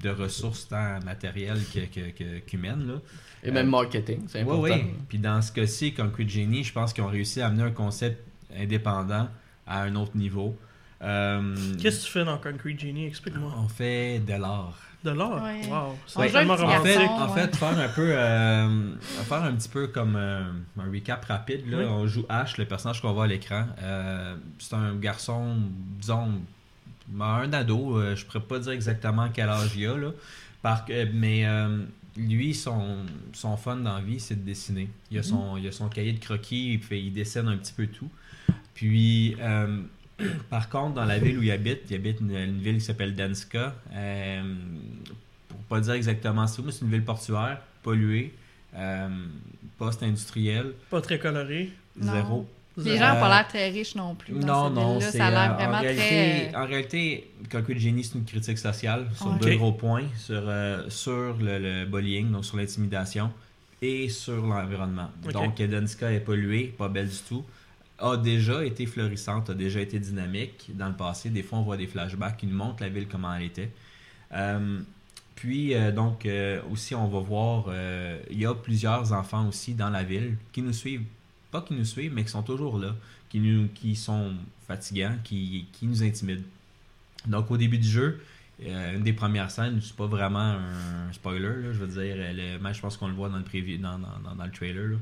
Speaker 3: de ressources, tant matérielles que- que- que- qu'humaines. là.
Speaker 4: Et
Speaker 3: euh,
Speaker 4: même marketing, c'est important.
Speaker 3: Oui, oui. Puis dans ce cas-ci, Concrete Genie, je pense qu'ils ont réussi à amener un concept indépendant à un autre niveau. Euh,
Speaker 1: Qu'est-ce que tu fais dans Concrete Genie Explique-moi.
Speaker 3: on fait de l'art.
Speaker 1: De l'or
Speaker 2: Ouais.
Speaker 1: Wow.
Speaker 2: On
Speaker 1: C'est
Speaker 2: joue
Speaker 1: tellement
Speaker 2: un petit
Speaker 3: En
Speaker 1: romantique.
Speaker 3: fait,
Speaker 2: Garçon,
Speaker 3: en
Speaker 2: ouais.
Speaker 3: fait, faire un peu, euh, faire un petit peu comme euh, un recap rapide. Là,
Speaker 1: Oui.
Speaker 3: on joue Ash, le personnage qu'on voit à l'écran. Euh, c'est un garçon, disons, ben, un ado. euh, je pourrais pas dire exactement quel âge il a là, par- euh, mais euh, lui, son, son fun dans la vie, c'est de dessiner. Il a
Speaker 1: Mhm.
Speaker 3: son, il a son cahier de croquis, il, fait, il dessine un petit peu tout. Puis, euh, <clears throat> par contre, dans la ville où il habite, il habite une, une ville qui s'appelle Danska. Euh, pour pas dire exactement ça, mais c'est une ville portuaire, polluée, euh, post-industrielle,
Speaker 1: Pas très coloré.
Speaker 2: Non.
Speaker 3: zéro.
Speaker 2: Les
Speaker 1: Euh,
Speaker 2: gens n'ont pas l'air très riches non plus.
Speaker 3: Non, non, c'est
Speaker 2: c'est. Ça a l'air
Speaker 3: euh,
Speaker 2: vraiment
Speaker 3: en réalité,
Speaker 2: très.
Speaker 3: en réalité, Concrete Genie, c'est une critique sociale sur
Speaker 2: Ouais.
Speaker 3: deux
Speaker 1: Ok.
Speaker 3: gros points, sur, euh, sur le, le bullying, donc sur l'intimidation, et sur l'environnement.
Speaker 1: Ok.
Speaker 3: Donc, Edenska est polluée, pas belle du tout, a déjà été florissante, a déjà été dynamique dans le passé. Des fois, on voit des flashbacks qui nous montrent la ville comment elle était. Euh, puis, euh, donc, euh, aussi, on va voir, euh, il y a plusieurs enfants aussi dans la ville qui nous suivent, pas qui nous suivent, mais qui sont toujours là, qui, nous, qui sont fatigants, qui, qui nous intimident. Donc, au début du jeu, euh, une des premières scènes, c'est pas vraiment un spoiler, là, je veux dire, euh, le, moi, je pense qu'on le voit dans le, preview- dans, dans, dans- dans le trailer. là.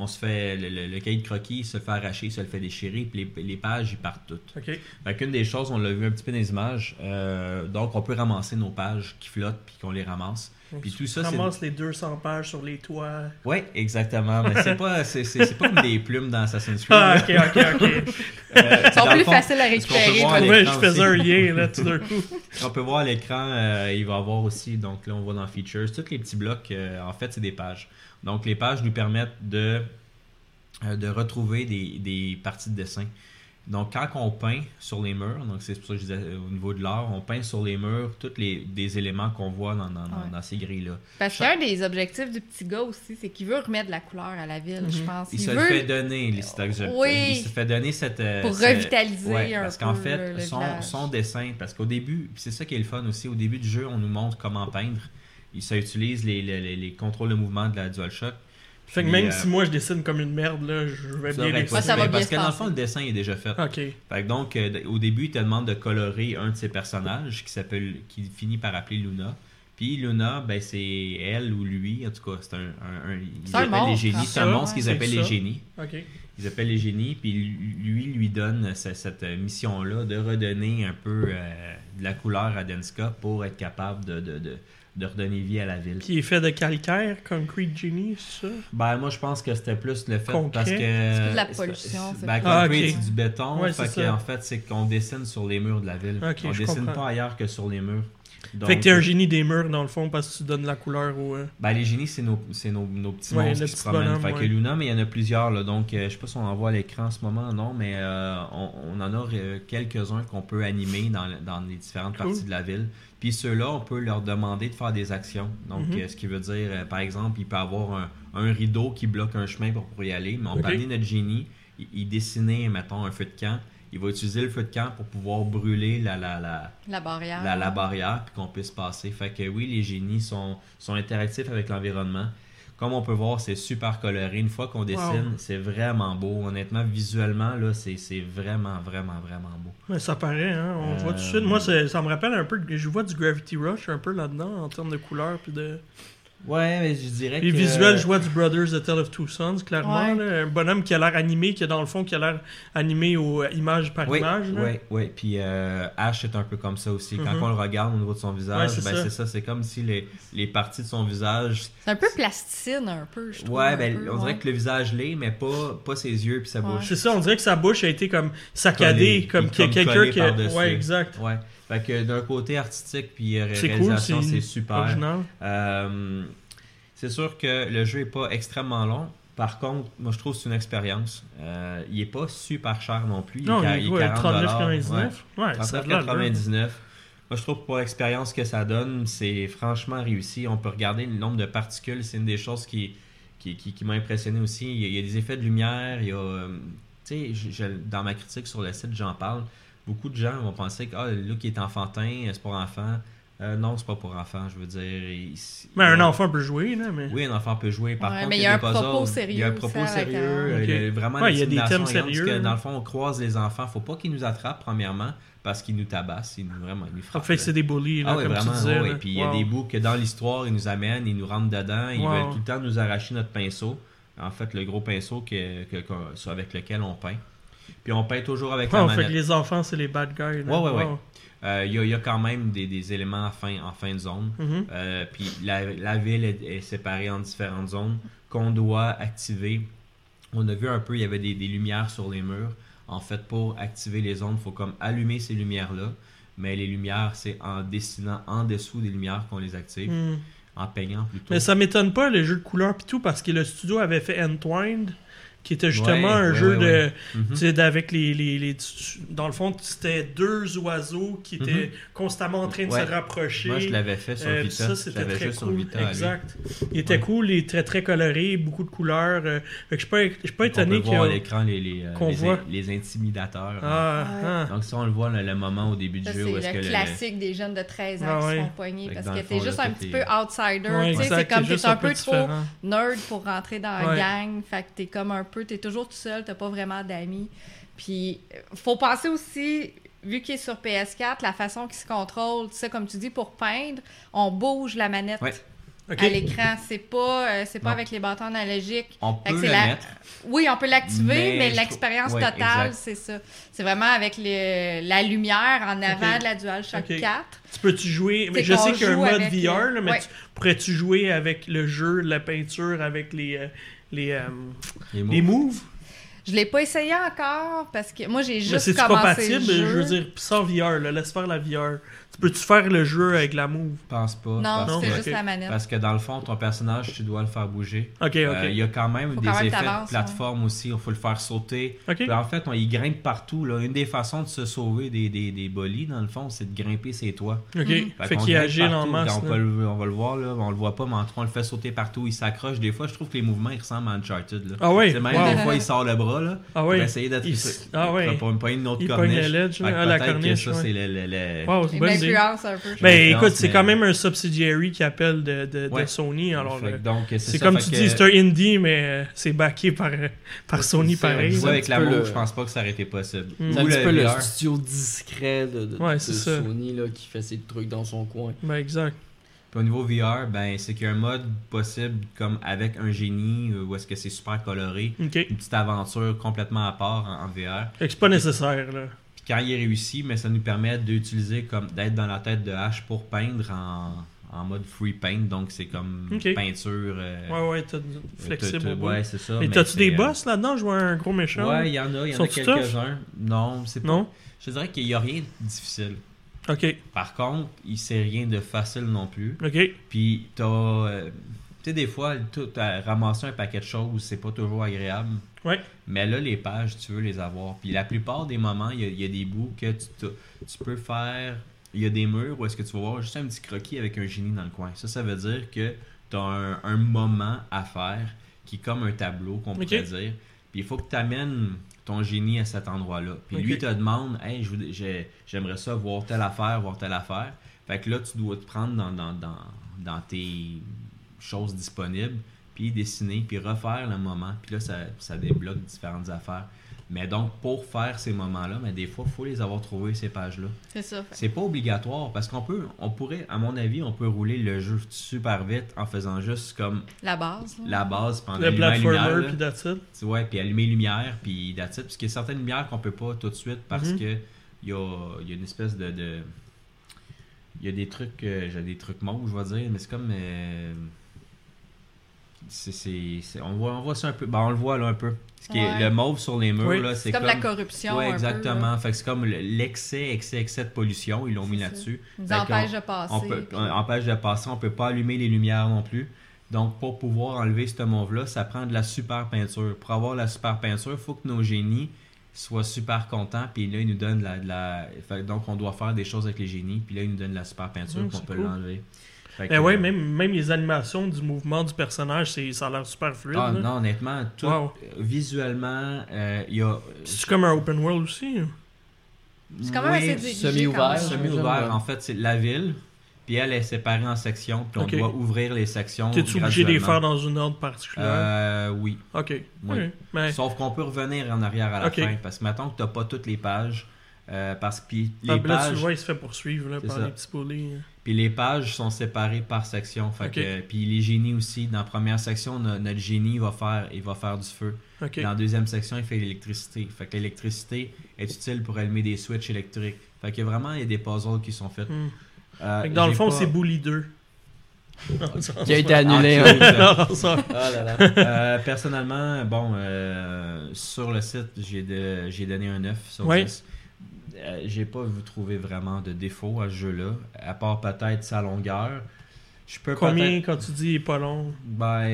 Speaker 3: On se fait, le, le- le cahier de croquis il se le fait arracher, il se le fait déchirer, puis les, les pages, ils partent toutes.
Speaker 1: Ok.
Speaker 3: Fait qu'une des choses, on l'a vu un petit peu dans les images, euh, donc on peut ramasser nos pages qui flottent, puis qu'on les ramasse. Puis tout ça, c'est-
Speaker 1: Ramasse les 200 pages sur les
Speaker 3: <laughs>
Speaker 1: toits.
Speaker 3: Oui, exactement, mais c'est pas, c'est, c'est- c'est pas comme des plumes dans Assassin's Creed.
Speaker 1: Ah,
Speaker 3: là.
Speaker 1: ok, ok, ok.
Speaker 3: Euh,
Speaker 2: Ils sont
Speaker 3: dans le
Speaker 2: plus
Speaker 3: fond,
Speaker 2: faciles à
Speaker 3: qu'on peut
Speaker 1: Je
Speaker 2: récupérer.
Speaker 3: voir
Speaker 2: que-
Speaker 3: les-
Speaker 1: trouvais-
Speaker 3: l'écran
Speaker 1: je faisais
Speaker 3: aussi.
Speaker 1: un lien, là, tout d'un
Speaker 3: <laughs>
Speaker 1: coup.
Speaker 3: On peut voir à l'écran, euh, il va avoir aussi, donc là on voit dans Features, tous les petits blocs, euh, en fait c'est des pages. Donc les pages nous permettent de, euh, de retrouver des, des parties de dessin. Donc quand on peint sur les murs, donc c'est pour ça que je disais euh, au niveau de l'art, on peint sur les murs tous les des éléments qu'on voit dans, dans- dans-
Speaker 2: Ouais.
Speaker 3: dans ces grilles-là.
Speaker 2: Parce qu'un des objectifs du petit gars aussi, c'est qu'il veut remettre de la couleur à la ville, je
Speaker 1: Mhm.
Speaker 2: pense.
Speaker 3: Il,
Speaker 2: Il
Speaker 3: se le
Speaker 2: veut
Speaker 3: fait donner, les cet objet-
Speaker 2: Oui.
Speaker 3: il se fait donner cette... euh,
Speaker 2: pour
Speaker 3: cette-
Speaker 2: revitaliser
Speaker 3: Ouais,
Speaker 2: un
Speaker 3: parce
Speaker 2: peu
Speaker 3: qu'en
Speaker 2: le-
Speaker 3: fait,
Speaker 2: le
Speaker 3: son,
Speaker 2: village.
Speaker 3: son dessin, parce qu'au début, puis c'est ça qui est le fun aussi, au début du jeu, on nous montre comment peindre. Il- Ça utilise les, les, les- les contrôles de mouvement de la DualShock.
Speaker 1: Fait que
Speaker 3: Puis,
Speaker 1: même
Speaker 3: euh,
Speaker 1: si moi je dessine comme une merde, là, je vais
Speaker 3: ça
Speaker 1: bien
Speaker 3: aurait
Speaker 1: les
Speaker 3: pas
Speaker 2: Moi, ça
Speaker 3: dû-
Speaker 2: va
Speaker 3: mais
Speaker 2: bien
Speaker 3: Parce
Speaker 2: se
Speaker 3: que dans le
Speaker 2: passer.
Speaker 3: fond, le dessin il est déjà fait.
Speaker 1: Ok.
Speaker 3: Fait que donc, euh, d- au début, il te demande de colorer un de ses personnages qui s'appelle, qui finit par appeler Luna. Puis Luna, ben, c'est elle ou lui, en tout cas, c'est un, un, un- ils
Speaker 2: C'est un
Speaker 3: appellent les
Speaker 2: monstre, hein.
Speaker 3: génies.
Speaker 2: en
Speaker 3: C'est un
Speaker 1: fait,
Speaker 3: monstre
Speaker 2: ouais.
Speaker 3: qu'ils
Speaker 1: C'est
Speaker 3: appellent les
Speaker 1: ça.
Speaker 3: génies.
Speaker 1: Ok.
Speaker 3: Ils appellent les génies, puis lui lui donne ce- cette mission-là de redonner un peu euh, de la couleur à Denska pour être capable de, de, de, de redonner vie à la ville.
Speaker 1: Qui est fait de calcaire, Concrete Genie, c'est ça
Speaker 3: Ben, moi, je pense que c'était plus le fait
Speaker 1: Concret.
Speaker 3: parce que.
Speaker 2: de la
Speaker 3: c'est-
Speaker 2: pollution,
Speaker 3: c'est-
Speaker 2: c'est
Speaker 3: Ben,
Speaker 2: plus-
Speaker 1: Ah,
Speaker 3: concrete,
Speaker 1: ok.
Speaker 3: c'est du béton.
Speaker 1: Ouais,
Speaker 3: fait
Speaker 1: c'est
Speaker 3: que,
Speaker 1: ça.
Speaker 3: en fait, c'est qu'on dessine sur les murs de la ville.
Speaker 1: Ok,
Speaker 3: on
Speaker 1: je
Speaker 3: dessine
Speaker 1: comprends.
Speaker 3: pas ailleurs que sur les murs. Donc, euh,
Speaker 1: Fait que t'es un génie des murs, dans le fond, parce que tu donnes la couleur au. euh,
Speaker 3: Ben, les génies, c'est nos, c'est nos, nos petits
Speaker 1: Ouais,
Speaker 3: monstres
Speaker 1: le
Speaker 3: qui
Speaker 1: petit
Speaker 3: se promènent.
Speaker 1: bonhomme,
Speaker 3: fait que
Speaker 1: ouais.
Speaker 3: Luna, mais il y en a plusieurs. Là, donc, euh, je sais pas si on en voit à l'écran en ce moment, non, mais euh, on, on en a euh, quelques-uns qu'on peut animer dans, le- dans les différentes
Speaker 1: Cool.
Speaker 3: parties de la ville. Puis ceux-là, on peut leur demander de faire des actions. Donc,
Speaker 1: Mhm.
Speaker 3: euh, ce qui veut dire, euh, par exemple, il peut avoir un, un rideau qui bloque un chemin pour, pour y aller, mais on
Speaker 1: Ok.
Speaker 3: peut amener notre génie, il, il dessiner, mettons, un feu de camp. Il va utiliser le feu de camp pour pouvoir brûler la- la, la,
Speaker 2: La barrière.
Speaker 3: la, la barrière puis qu'on puisse passer. Fait que oui, les génies sont, sont interactifs avec l'environnement. Comme on peut voir, c'est super coloré. Une fois qu'on dessine, c'est vraiment beau. Honnêtement, visuellement, là, c'est c'est vraiment, vraiment, vraiment beau.
Speaker 1: Mais ça paraît, hein. On voit tout de
Speaker 3: Euh,
Speaker 1: suite. Moi, c'est- ça me rappelle un peu. Je vois du Gravity Rush un peu là-dedans, en termes de couleur. Puis de...
Speaker 3: Ouais, mais je dirais
Speaker 1: Puis
Speaker 3: que...
Speaker 1: visuel, je vois du Brothers The Tale of Two Sons, clairement.
Speaker 2: Ouais.
Speaker 1: là. Un bonhomme qui a l'air animé, qui, dans le fond, qui a l'air animé au, euh, image par
Speaker 3: Oui,
Speaker 1: image. là.
Speaker 3: oui, oui. Puis euh, Ash est un peu comme ça aussi. Quand
Speaker 1: Mhm.
Speaker 3: on le regarde au niveau de son visage,
Speaker 1: Ouais, c'est
Speaker 3: ben,
Speaker 1: ça.
Speaker 3: c'est ça. C'est comme si les, les parties de son visage
Speaker 2: C'est un peu plasticine, un peu, je trouve.
Speaker 3: Ouais,
Speaker 2: un
Speaker 3: ben,
Speaker 2: peu,
Speaker 3: on dirait
Speaker 2: ouais.
Speaker 3: que le visage l'est, mais pas, pas ses yeux puis sa
Speaker 2: Ouais.
Speaker 3: bouche.
Speaker 1: C'est ça, on dirait que sa bouche a été comme saccadée,
Speaker 3: Collée,
Speaker 1: comme,
Speaker 3: puis
Speaker 1: que-
Speaker 3: comme
Speaker 1: quelqu'un
Speaker 3: collée
Speaker 1: qui. a-
Speaker 3: par-dessus.
Speaker 1: Ouais, exact.
Speaker 3: Ouais. Fait que d'un côté artistique puis euh, ré-
Speaker 1: C'est cool,
Speaker 3: réalisation,
Speaker 1: c'est
Speaker 3: c'est super.
Speaker 1: Original.
Speaker 3: Euh, c'est sûr que le jeu est pas extrêmement long. Par contre, moi je trouve que c'est une expérience. Euh, il est pas super cher non plus.
Speaker 1: Non,
Speaker 3: ca-
Speaker 1: il est quoi, 39,99 Ouais, ça a de l'air dur.
Speaker 3: 39,99. Moi, je trouve que pour l'expérience que ça donne, c'est franchement réussi. On peut regarder le nombre de particules. C'est une des choses qui, qui, qui- qui m'a impressionné aussi. Il y, a, il y a des effets de lumière. Il y a, euh, tu sais, je- je- dans ma critique sur le site, j'en parle. Beaucoup de gens vont penser que ah, le look est enfantin, euh, c'est pour enfants. Euh, non, c'est pas pour enfants, je veux dire. il-
Speaker 1: Mais un
Speaker 3: il-
Speaker 1: enfant peut jouer, là, mais.
Speaker 3: Oui, un enfant peut jouer. Par
Speaker 2: Ouais,
Speaker 3: contre,
Speaker 2: mais
Speaker 3: il y a, des puzzles. Il y a un propos
Speaker 2: ça, à la
Speaker 3: sérieux.
Speaker 2: carte.
Speaker 3: euh, Il y a
Speaker 1: Ok.
Speaker 3: vraiment
Speaker 1: Ouais,
Speaker 3: une
Speaker 1: il y a des
Speaker 3: intimidation
Speaker 1: thèmes
Speaker 3: ayant, parce
Speaker 1: sérieux.
Speaker 3: que, dans le fond, on croise les enfants. Faut pas qu'ils nous attrapent, premièrement, parce qu'ils nous tabassent. Ils nous, vraiment, ils nous
Speaker 1: En
Speaker 3: frappent.
Speaker 1: fait, que c'est des bullies, là,
Speaker 3: ah ouais,
Speaker 1: comme
Speaker 3: vraiment,
Speaker 1: tu disais.
Speaker 3: ouais,
Speaker 1: là.
Speaker 3: Puis il y a
Speaker 1: Wow.
Speaker 3: des bouts que dans l'histoire, ils nous amènent, ils nous rentrent dedans, ils
Speaker 1: Wow.
Speaker 3: veulent tout le temps nous arracher notre pinceau. En fait, le gros pinceau que, que- que- sur- avec lequel on peint. Puis on peint toujours avec
Speaker 1: Ouais,
Speaker 3: la
Speaker 1: on Ah, fait
Speaker 3: manette.
Speaker 1: que les enfants, c'est les bad guys. là.
Speaker 3: Ouais, ouais, ouais.
Speaker 1: Wow.
Speaker 3: Euh, Il y, a- il y a quand même des, des éléments en fin, en fin de zone.
Speaker 1: Mhm.
Speaker 3: Euh, puis la, la ville est, est séparée en différentes zones qu'on doit activer. On a vu un peu, il y avait des, des lumières sur les murs. En fait, pour activer les zones, il faut comme allumer ces lumières-là. Mais les lumières, c'est en dessinant en dessous des lumières qu'on les active,
Speaker 1: Hmm.
Speaker 3: en peignant plutôt.
Speaker 1: Mais ça m'étonne pas, le jeu de couleurs pis tout, parce que le studio avait fait Entwined, qui était justement
Speaker 3: Ouais,
Speaker 1: un
Speaker 3: ouais,
Speaker 1: jeu
Speaker 3: ouais,
Speaker 1: de.
Speaker 3: ouais. Mhm.
Speaker 1: Tu sais, avec les, les, les- tu- Dans le fond, c'était deux oiseaux qui étaient constamment en train de
Speaker 3: Mhm. Ouais.
Speaker 1: se rapprocher.
Speaker 3: Moi, je l'avais fait sur
Speaker 1: Euh, pis
Speaker 3: Vita.
Speaker 1: ça,
Speaker 3: je
Speaker 1: c'était
Speaker 3: l'avais
Speaker 1: très
Speaker 3: fait sur
Speaker 1: cool.
Speaker 3: Vita. à lui.
Speaker 1: exact. Il était
Speaker 3: Ouais.
Speaker 1: cool, il est très très coloré, beaucoup de couleurs. euh, fait que je suis pas, je suis pas
Speaker 3: On peut
Speaker 1: étonné qu'il y
Speaker 3: voir à
Speaker 1: a-
Speaker 3: l'écran les, les, euh,
Speaker 1: qu'on
Speaker 3: les in-
Speaker 1: voit.
Speaker 3: les intimidateurs.
Speaker 1: Ah, ah.
Speaker 3: Donc, ça, on le voit le, le moment au début
Speaker 2: Ça,
Speaker 3: du
Speaker 2: c'est
Speaker 3: jeu où est-ce
Speaker 2: le
Speaker 3: que le-
Speaker 2: classique des jeunes de 13 ans
Speaker 1: Ah
Speaker 2: qui
Speaker 1: ouais.
Speaker 2: se font poigner
Speaker 3: Fait que
Speaker 2: parce
Speaker 3: dans
Speaker 2: que
Speaker 3: le
Speaker 2: t'es
Speaker 3: fond,
Speaker 2: juste
Speaker 3: là,
Speaker 2: un
Speaker 3: t'es-
Speaker 2: petit peu outsider.
Speaker 1: Ouais,
Speaker 2: tu sais, c'est
Speaker 1: exact,
Speaker 2: comme
Speaker 1: t'es
Speaker 2: t'es
Speaker 1: juste
Speaker 2: un, peu, trop
Speaker 1: différent.
Speaker 2: nerd pour rentrer dans la
Speaker 1: Ouais.
Speaker 2: gang. Fait que t'es comme un peu, t'es toujours tout seul, t'as pas vraiment d'amis. Puis euh, faut penser aussi, vu qu'il est sur PS4, la façon qu'il se contrôle, tu sais, comme tu dis, pour peindre, on bouge la manette
Speaker 3: Ouais.
Speaker 1: Ok.
Speaker 2: à l'écran. C'est pas, euh, c'est pas
Speaker 3: Non.
Speaker 2: avec les bâtons analogiques.
Speaker 3: On
Speaker 2: Fait que
Speaker 3: peut
Speaker 2: c'est
Speaker 3: le
Speaker 2: la-
Speaker 3: mettre.
Speaker 2: Oui, on peut l'activer,
Speaker 3: Mais
Speaker 2: mais,
Speaker 3: je trouve-
Speaker 2: l'expérience
Speaker 3: ouais,
Speaker 2: totale,
Speaker 3: exact.
Speaker 2: c'est ça. C'est vraiment avec les- la lumière en avant
Speaker 1: Ok.
Speaker 2: de la DualShock
Speaker 1: Ok.
Speaker 2: 4.
Speaker 1: Tu peux-tu jouer. Mais
Speaker 2: C'est
Speaker 1: je
Speaker 2: qu'on
Speaker 1: sais qu'il y a un
Speaker 2: joue
Speaker 1: mode
Speaker 2: avec
Speaker 1: VR,
Speaker 2: le-
Speaker 1: là, mais
Speaker 2: Ouais.
Speaker 1: tu- pourrais-tu jouer avec le jeu, la peinture, avec les. euh, les, euh,
Speaker 3: Les mots.
Speaker 1: les moves
Speaker 2: Je l'ai pas essayé encore parce que moi j'ai
Speaker 1: Mais
Speaker 2: juste
Speaker 1: c'est
Speaker 2: commencé
Speaker 1: compatible,
Speaker 2: le jeu.
Speaker 1: je veux dire, sans VR, là, laisse faire la VR. Tu peux-tu faire le jeu avec la move
Speaker 3: pense pas.
Speaker 2: non,
Speaker 3: parce,
Speaker 1: Non,
Speaker 2: c'est
Speaker 3: que,
Speaker 1: ok.
Speaker 2: juste la manette.
Speaker 3: parce que dans le fond, ton personnage, tu dois le faire bouger.
Speaker 1: Ok, ok.
Speaker 3: Euh, Il y a quand même
Speaker 2: Faut
Speaker 3: des
Speaker 2: quand même
Speaker 3: effets de
Speaker 2: t'avances,
Speaker 3: plateforme aussi. Il faut le faire sauter.
Speaker 1: Ok.
Speaker 3: Puis en fait, on y grimpe partout. là. Une des façons de se sauver des, des, des bolis, dans le fond, c'est de grimper ses toits.
Speaker 1: Ok.
Speaker 2: Mm-hmm.
Speaker 1: Fait
Speaker 3: qu'on
Speaker 1: qu'il est
Speaker 3: grimpe
Speaker 1: agile en
Speaker 3: partout.
Speaker 1: masse.
Speaker 3: On,
Speaker 1: là.
Speaker 3: peut le- on va le voir, là. on le voit pas, mais en tout cas, on le fait sauter partout. Il s'accroche. Des fois, je trouve que les mouvements ils ressemblent à Uncharted. Là.
Speaker 1: Ah oui,
Speaker 3: C'est même
Speaker 1: wow.
Speaker 3: des fois, il sort le bras là,
Speaker 1: Ah
Speaker 3: pour
Speaker 1: oui.
Speaker 3: essayer d'être
Speaker 1: Il s- ah oui.
Speaker 3: pour pas une autre
Speaker 1: Il pogne
Speaker 3: corniche.
Speaker 1: la ledge,
Speaker 3: Fait que
Speaker 1: là. Ah, la
Speaker 3: peut-être que
Speaker 1: corniche,
Speaker 3: ça,
Speaker 1: ouais. Ah
Speaker 3: c'est le- le- le-
Speaker 1: Wow, c'est une
Speaker 2: Une
Speaker 1: bonne idée.
Speaker 2: influence un peu.
Speaker 1: Mais
Speaker 3: Influence,
Speaker 1: écoute, c'est
Speaker 3: mais-
Speaker 1: quand même un subsidiary qui appelle de, de, de
Speaker 3: Ouais.
Speaker 1: Sony. Alors,
Speaker 3: Fait que
Speaker 1: euh,
Speaker 3: donc, c'est
Speaker 1: c'est
Speaker 3: ça,
Speaker 1: comme
Speaker 3: fait
Speaker 1: tu
Speaker 3: que-
Speaker 1: dis, c'est un indie, mais euh, c'est backé par, euh, par Sony
Speaker 4: c'est
Speaker 1: pareil.
Speaker 4: un
Speaker 3: Ouais,
Speaker 1: là.
Speaker 3: avec
Speaker 4: petit
Speaker 3: la
Speaker 4: peu
Speaker 3: move,
Speaker 4: le-
Speaker 3: je pense pas que ça aurait été possible.
Speaker 1: Mm.
Speaker 4: C'est
Speaker 3: Ou
Speaker 4: Hmm. un petit peu le
Speaker 3: VR.
Speaker 4: studio discret de, de-
Speaker 1: Ouais,
Speaker 4: de
Speaker 1: c'est ça.
Speaker 4: Sony là, qui fait ses trucs dans son coin.
Speaker 1: Ben, exact.
Speaker 3: Puis au niveau VR, ben, c'est qu'il y a un mode possible comme avec un génie, euh, où est-ce que c'est super coloré,
Speaker 1: Ok. Fait
Speaker 3: une petite aventure complètement à part en, en VR.
Speaker 1: que c'est pas nécessaire, là.
Speaker 3: Puis quand il est réussi, mais ça nous permet d'utiliser comme d'être dans la tête de H pour peindre en, en mode free paint, donc c'est comme
Speaker 1: Ok.
Speaker 3: peinture euh,
Speaker 1: Ouais, ouais, t'as
Speaker 3: tout-
Speaker 1: flexible.
Speaker 3: tout- euh,
Speaker 1: au bout.
Speaker 3: ouais, c'est ça.
Speaker 1: Mais
Speaker 3: mais
Speaker 1: t'as-tu des
Speaker 3: c'est, euh,
Speaker 1: boss là-dedans? Je vois un gros méchant.
Speaker 3: Ouais, il y en a, il y en a
Speaker 1: Sont-tu tough?
Speaker 3: quelques-uns. Non, c'est pas.
Speaker 1: Non?
Speaker 3: Je dirais qu'il n'y a rien de difficile.
Speaker 1: Ok,
Speaker 3: Par contre, il sait rien de facile non plus.
Speaker 1: ok.
Speaker 3: Puis t'as. euh, tu sais, des fois, tout, à ramasser un paquet de choses, c'est pas toujours agréable.
Speaker 1: Ouais.
Speaker 3: Mais là, les pages, tu veux les avoir. Puis la plupart des moments, il y a- il y, a des bouts que tu, te- tu peux faire. Il y a des murs où est-ce que tu vas voir juste un petit croquis avec un génie dans le coin. Ça, ça veut dire que t'as un, un moment à faire qui est comme un tableau, qu'on
Speaker 1: Ok.
Speaker 3: pourrait dire. Puis il faut que tu amènes ton génie à cet endroit-là. Puis
Speaker 1: Ok.
Speaker 3: lui, il te demande Hey, je voudrais- j'ai- j'aimerais ça voir telle affaire, voir telle affaire. Fait que là, tu dois te prendre dans, dans, dans, dans tes choses disponibles, puis dessiner, puis refaire le moment. Puis là, ça, ça débloque différentes affaires. Mais donc, pour faire ces moments-là, mais des fois, il faut les avoir trouvés, ces pages-là.
Speaker 2: C'est ça. fait.
Speaker 3: C'est pas obligatoire parce qu'on peut, on pourrait, à mon avis, on peut rouler le jeu super vite en faisant juste comme
Speaker 2: La base. là.
Speaker 3: la base pendant
Speaker 1: Le
Speaker 3: allumant les lumières,
Speaker 1: platformer,
Speaker 3: là.
Speaker 1: puis that's it.
Speaker 3: Tu vois, puis allumer les lumières, puis that's it. Parce qu'il y a certaines lumières qu'on peut pas tout de suite parce
Speaker 1: Mhm.
Speaker 3: que il y a, il y a une espèce de. de- Il y a des trucs. euh, J'ai des trucs mauves, je vais dire, mais c'est comme. euh, c'est- c'est- c'est- on, voit, on voit ça un peu. Ben, on le voit là un peu. Ce qui est
Speaker 2: Ouais.
Speaker 3: le mauve sur les murs,
Speaker 1: Oui.
Speaker 3: là,
Speaker 2: C'est comme, la corruption.
Speaker 3: Ouais,
Speaker 2: un peu,
Speaker 3: exactement.
Speaker 2: là.
Speaker 3: fait que c'est comme le- l'excès, excès, excès de pollution. Ils l'ont mis
Speaker 2: C'est ça.
Speaker 3: là-dessus.
Speaker 2: Ils nous
Speaker 3: Fait qu'on-
Speaker 2: empêche de passer.
Speaker 3: on peut,
Speaker 2: puis-
Speaker 3: on empêche de passer, on peut pas allumer les lumières non plus. Donc, pour pouvoir enlever ce mauve-là, ça prend de la super peinture. Pour avoir la super peinture, il faut que nos génies soient super contents. Puis là, ils nous donnent de la. de la- fait que donc, on doit faire des choses avec les génies. Puis là, ils nous donnent de la super peinture
Speaker 1: Mmh,
Speaker 3: qu'on
Speaker 1: c'est
Speaker 3: peut
Speaker 1: cool.
Speaker 3: l'enlever. Fait
Speaker 1: Ben
Speaker 3: que,
Speaker 1: ouais,
Speaker 3: euh,
Speaker 1: même, même les animations du mouvement du personnage, c'est, ça a l'air super fluide.
Speaker 3: ah,
Speaker 1: là.
Speaker 3: non, honnêtement, tout,
Speaker 1: Wow.
Speaker 3: euh, visuellement, euh, il y a.
Speaker 1: C'est comme un open world aussi. hein.
Speaker 2: C'est quand même
Speaker 3: Oui,
Speaker 2: assez dirigé.
Speaker 4: semi-ouvert,
Speaker 2: quand même.
Speaker 3: semi-ouvert. En fait, c'est la ville. Puis elle est séparée en sections, puis on
Speaker 1: Ok.
Speaker 3: doit ouvrir les sections.
Speaker 1: T'es-tu obligé de les faire
Speaker 3: graduellement.
Speaker 1: dans une ordre particulière?
Speaker 3: Euh, oui.
Speaker 1: ok.
Speaker 3: oui.
Speaker 1: Hmm, Mais,
Speaker 3: Sauf qu'on peut revenir en arrière à la
Speaker 1: Ok.
Speaker 3: fin, parce que mettons que t'as pas toutes les pages, euh, parce que puis
Speaker 1: Ah,
Speaker 3: les
Speaker 1: ben là, tu le
Speaker 3: pages,
Speaker 1: vois, il se fait poursuivre là,
Speaker 3: C'est
Speaker 1: par
Speaker 3: ça.
Speaker 1: les petits hein. poulets.
Speaker 3: puis les pages sont séparées par section. Fait
Speaker 1: Ok.
Speaker 3: que- puis les génies aussi. Dans la première section, no- notre génie va faire, il va faire du feu.
Speaker 1: Ok.
Speaker 3: Dans la deuxième section, il fait l'électricité. Fait que l'électricité est utile pour allumer des switches électriques. Fait que vraiment, il y a des puzzles qui sont faits.
Speaker 1: Hmm.
Speaker 3: Euh,
Speaker 1: Fait que dans le
Speaker 3: j'ai
Speaker 1: fond,
Speaker 3: pas-
Speaker 1: c'est Bully 2.
Speaker 4: Qui a été annulé.
Speaker 3: Ah, ok.
Speaker 4: hein.
Speaker 1: Non, non, <laughs> ça-
Speaker 4: Oh là là.
Speaker 3: Euh, personnellement, bon, euh, sur le site, j'ai de- j'ai donné un 9 sur
Speaker 1: Oui.
Speaker 3: 10. Euh, j'ai pas vous trouvé vraiment de défaut à ce jeu-là, à part peut-être sa longueur. Je peux
Speaker 1: Combien,
Speaker 3: peut-être-
Speaker 1: quand tu dis, il est pas long?
Speaker 3: Ben.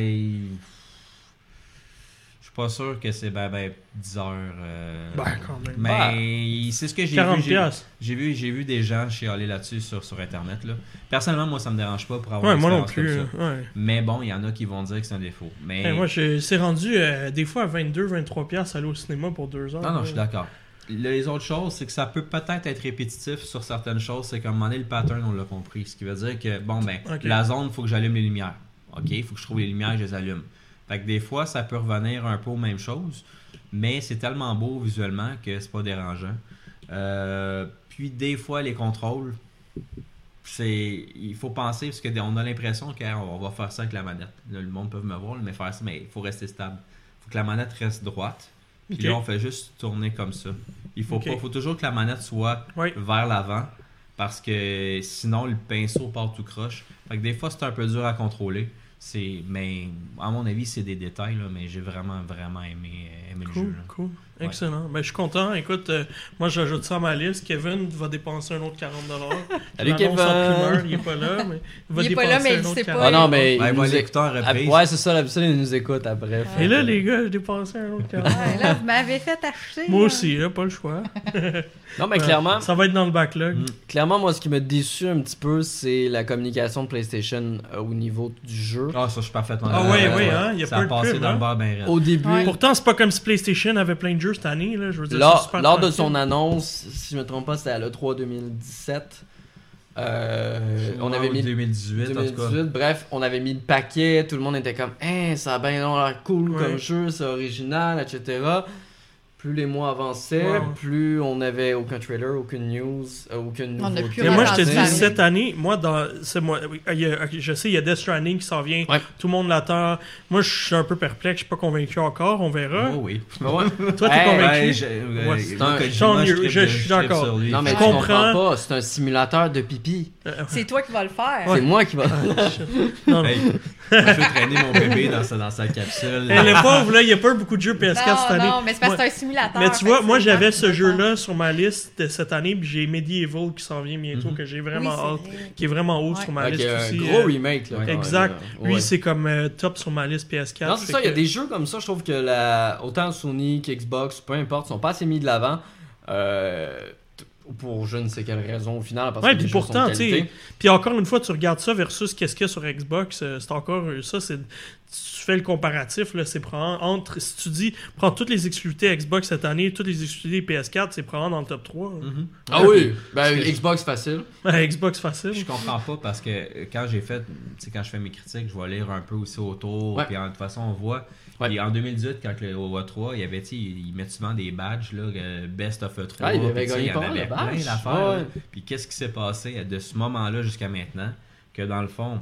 Speaker 3: Je suis pas sûr que c'est ben, ben 10 heures. euh,
Speaker 1: Ben, quand même.
Speaker 3: Mais c'est ce que j'ai vu.
Speaker 1: 40
Speaker 3: j'ai-
Speaker 1: piastres.
Speaker 3: J'ai vu, j'ai vu des gens chialer là-dessus sur, sur Internet. Là. Personnellement, moi, ça me dérange pas pour avoir
Speaker 1: Ouais,
Speaker 3: une
Speaker 1: moi non
Speaker 3: expérience
Speaker 1: plus.
Speaker 3: comme Ah ça.
Speaker 1: hein, ouais.
Speaker 3: Mais bon, il y en a qui vont dire que c'est un défaut. Mais
Speaker 1: Hey, Eh, moi, je c'est rendu euh, des fois à 22, 23 piastres aller au cinéma pour deux heures.
Speaker 3: Non, non, je suis
Speaker 1: là.
Speaker 3: d'accord. Le- Les autres choses, c'est que ça peut peut-être être répétitif sur certaines choses. C'est qu'à un moment donné, le pattern, on l'a compris. Ce qui veut dire que, bon, ben,
Speaker 1: Ok.
Speaker 3: la zone, faut que j'allume les lumières. OK, il faut que je trouve les lumières, je les allume. Fait que des fois, ça peut revenir un peu aux mêmes choses, mais c'est tellement beau visuellement que c'est pas dérangeant. Euh, puis des fois, les contrôles, c'est il faut penser, parce qu'on a l'impression qu'on va faire ça avec la manette. Là, le monde peut me voir, mais faire ça, mais il faut rester stable. faut que la manette reste droite. Puis
Speaker 1: Ok.
Speaker 3: là, on fait juste tourner comme ça. Il faut,
Speaker 1: Ok.
Speaker 3: pas, faut toujours que la manette soit
Speaker 1: Oui.
Speaker 3: vers l'avant parce que sinon le pinceau part tout croche. Fait que des fois, c'est un peu dur à contrôler. C'est, mais à mon avis, c'est des détails, là, mais j'ai vraiment, vraiment aimé, euh, aimé le
Speaker 1: Cool,
Speaker 3: jeu. là.
Speaker 1: cool.
Speaker 3: Ouais.
Speaker 1: Excellent. Ben, je suis content. Écoute, euh, moi, j'ajoute ça à ma liste. Kevin va dépenser un autre 40
Speaker 4: Salut,
Speaker 1: Je l'annonce en
Speaker 4: Kevin.
Speaker 1: primeur, Il est pas là, mais il va
Speaker 2: Il est pas
Speaker 1: dépenser
Speaker 2: là, mais
Speaker 1: un
Speaker 2: il
Speaker 1: autre
Speaker 2: sait pas.
Speaker 1: 40.
Speaker 4: Ah non, mais.
Speaker 3: Ouais,
Speaker 4: il
Speaker 3: il va
Speaker 4: nous é-
Speaker 3: l'écouter en
Speaker 4: Ah,
Speaker 3: reprise.
Speaker 4: Ouais, c'est ça, l'habitude, il nous écoute après. fait
Speaker 1: Et là,
Speaker 4: que-
Speaker 1: les gars, j'ai dépensé un autre
Speaker 2: <laughs>
Speaker 1: 40
Speaker 2: Ouais, là, vous m'avez fait acheter.
Speaker 1: Moi
Speaker 2: là.
Speaker 1: aussi, hein, pas le choix.
Speaker 4: Non, mais clairement,
Speaker 1: Ça va être dans le backlog.
Speaker 3: Mm.
Speaker 4: clairement, moi, ce qui me déçu un petit peu, c'est la communication de PlayStation euh, au niveau du jeu.
Speaker 3: Ah, ça, je suis parfaitement
Speaker 1: Ah
Speaker 3: d'accord
Speaker 1: ouais,
Speaker 3: avec
Speaker 1: ouais,
Speaker 3: toi.
Speaker 1: hein, il y a
Speaker 3: Ça
Speaker 1: peu
Speaker 3: a
Speaker 1: de
Speaker 3: passé
Speaker 1: pub,
Speaker 3: dans
Speaker 1: hein.
Speaker 3: le bar ben raide.
Speaker 4: Au début,
Speaker 2: Ouais.
Speaker 1: Pourtant, c'est pas comme si PlayStation avait plein de jeux cette année. Là. Je veux dire, c'est
Speaker 4: Lors,
Speaker 1: super
Speaker 4: lors de
Speaker 1: tranquille.
Speaker 4: son annonce, si je me trompe pas, c'était à l'E3 2017. euh, on
Speaker 3: Ouais,
Speaker 4: avait
Speaker 3: ou
Speaker 4: mis
Speaker 3: 2018, en tout
Speaker 4: 2018, bref, on avait mis le paquet, tout le monde était comme Hein, ça a bien l'air cool
Speaker 1: Ouais.
Speaker 4: comme jeu, c'est original, etc. Plus les mois avançaient,
Speaker 1: Ouais.
Speaker 4: plus on avait aucun trailer, aucune news, euh, aucune
Speaker 2: On a
Speaker 4: nouveauté.
Speaker 2: plus
Speaker 1: Mais moi, je te
Speaker 2: Attends,
Speaker 1: dis,
Speaker 2: attends.
Speaker 1: cette année, moi, dans, c'est moi, il y a- ok, je sais, il y a Death Stranding qui s'en vient.
Speaker 4: Ouais.
Speaker 1: Tout le monde l'attend. Moi, je suis un peu perplexe. Je suis pas convaincu encore. On verra.
Speaker 3: cas. Oh, oui.
Speaker 4: Mais ouais.
Speaker 1: Toi, t'es
Speaker 4: Hey,
Speaker 1: convaincu?
Speaker 3: Ouais, je- euh,
Speaker 1: Ouais, c'est
Speaker 3: moi,
Speaker 4: un-
Speaker 3: Kojima,
Speaker 1: Sean,
Speaker 3: tripe
Speaker 1: je- je
Speaker 3: de-
Speaker 1: suis
Speaker 3: tripe
Speaker 1: d'accord.
Speaker 3: sur lui.
Speaker 4: Non, mais
Speaker 1: Je
Speaker 4: tu
Speaker 1: comprends.
Speaker 4: comprends pas, c'est un simulateur de pipi.
Speaker 1: Euh,
Speaker 2: C'est toi qui vas le faire.
Speaker 4: C'est
Speaker 1: <laughs>
Speaker 4: moi qui va.
Speaker 1: non, non.
Speaker 3: Hey, je vais traîner mon bébé dans sa, dans sa capsule.
Speaker 1: Eh, le pauvre, là, il n'y a pas beaucoup de jeux PS4 cette
Speaker 2: Non,
Speaker 1: année.
Speaker 2: non, mais c'est parce que
Speaker 1: Moi-
Speaker 2: c'est un simulateur.
Speaker 1: mais tu vois,
Speaker 2: fait que
Speaker 1: moi,
Speaker 2: c'est normal
Speaker 1: j'avais
Speaker 2: que
Speaker 1: ce
Speaker 2: tu le fasses.
Speaker 1: jeu-là sur ma liste de cette année, puis j'ai Medieval qui s'en vient bientôt,
Speaker 3: Mhm.
Speaker 1: que j'ai
Speaker 2: Oui,
Speaker 1: vraiment hâte,
Speaker 2: c'est vrai.
Speaker 1: qui est vraiment haut
Speaker 2: Ouais.
Speaker 1: sur ma
Speaker 4: Fait que,
Speaker 1: liste
Speaker 4: euh,
Speaker 1: aussi.
Speaker 4: gros
Speaker 1: euh,
Speaker 4: remake, là. quand même,
Speaker 1: exact.
Speaker 4: là.
Speaker 1: Lui,
Speaker 4: Ouais.
Speaker 1: c'est comme euh, top sur ma liste PS4.
Speaker 4: Non, c'est
Speaker 1: fait
Speaker 4: ça, il y a
Speaker 1: que-
Speaker 4: des jeux comme ça, je trouve que la... autant Sony qu'Xbox, peu importe, sont pas assez mis de l'avant. euh, t- Pour je ne sais quelle raison au final. Parce
Speaker 1: Ouais,
Speaker 4: que
Speaker 1: puis
Speaker 4: les jeux
Speaker 1: pourtant,
Speaker 4: sont de
Speaker 1: tu sais,
Speaker 4: qualité.
Speaker 1: Puis encore une fois, tu regardes ça versus qu'est-ce qu'il y a sur Xbox, euh, c'est encore euh, ça, c'est tu fais le comparatif là, c'est prendre entre si tu dis prends toutes les exclusivités Xbox cette année, toutes les exclusivités PS4, c'est prendre dans le top 3. hein.
Speaker 3: Mhm.
Speaker 4: Ah oui, ben,
Speaker 3: Parce que-
Speaker 4: Xbox facile.
Speaker 1: Ouais, hein. <laughs> Xbox facile.
Speaker 3: Je comprends pas parce que euh, quand j'ai fait, tu sais, quand je fais mes critiques, je vais lire un peu aussi autour.
Speaker 4: Ouais.
Speaker 3: Puis en- de toute façon, on voit.
Speaker 4: Ouais.
Speaker 3: Puis en 2018, quand le OA3, il y avait, tu sais, ils ils mettent souvent des badges, là, euh, Best of E3.
Speaker 4: Ah, il
Speaker 3: puis,
Speaker 4: avait
Speaker 3: tu sais,
Speaker 4: gagné
Speaker 3: y en
Speaker 4: pas mal
Speaker 3: avait
Speaker 4: de badges.
Speaker 3: plein d'affaires,
Speaker 4: Ouais,
Speaker 3: là.
Speaker 4: ouais.
Speaker 3: Puis qu'est-ce qui s'est passé euh, de ce moment-là jusqu'à maintenant que dans le fond,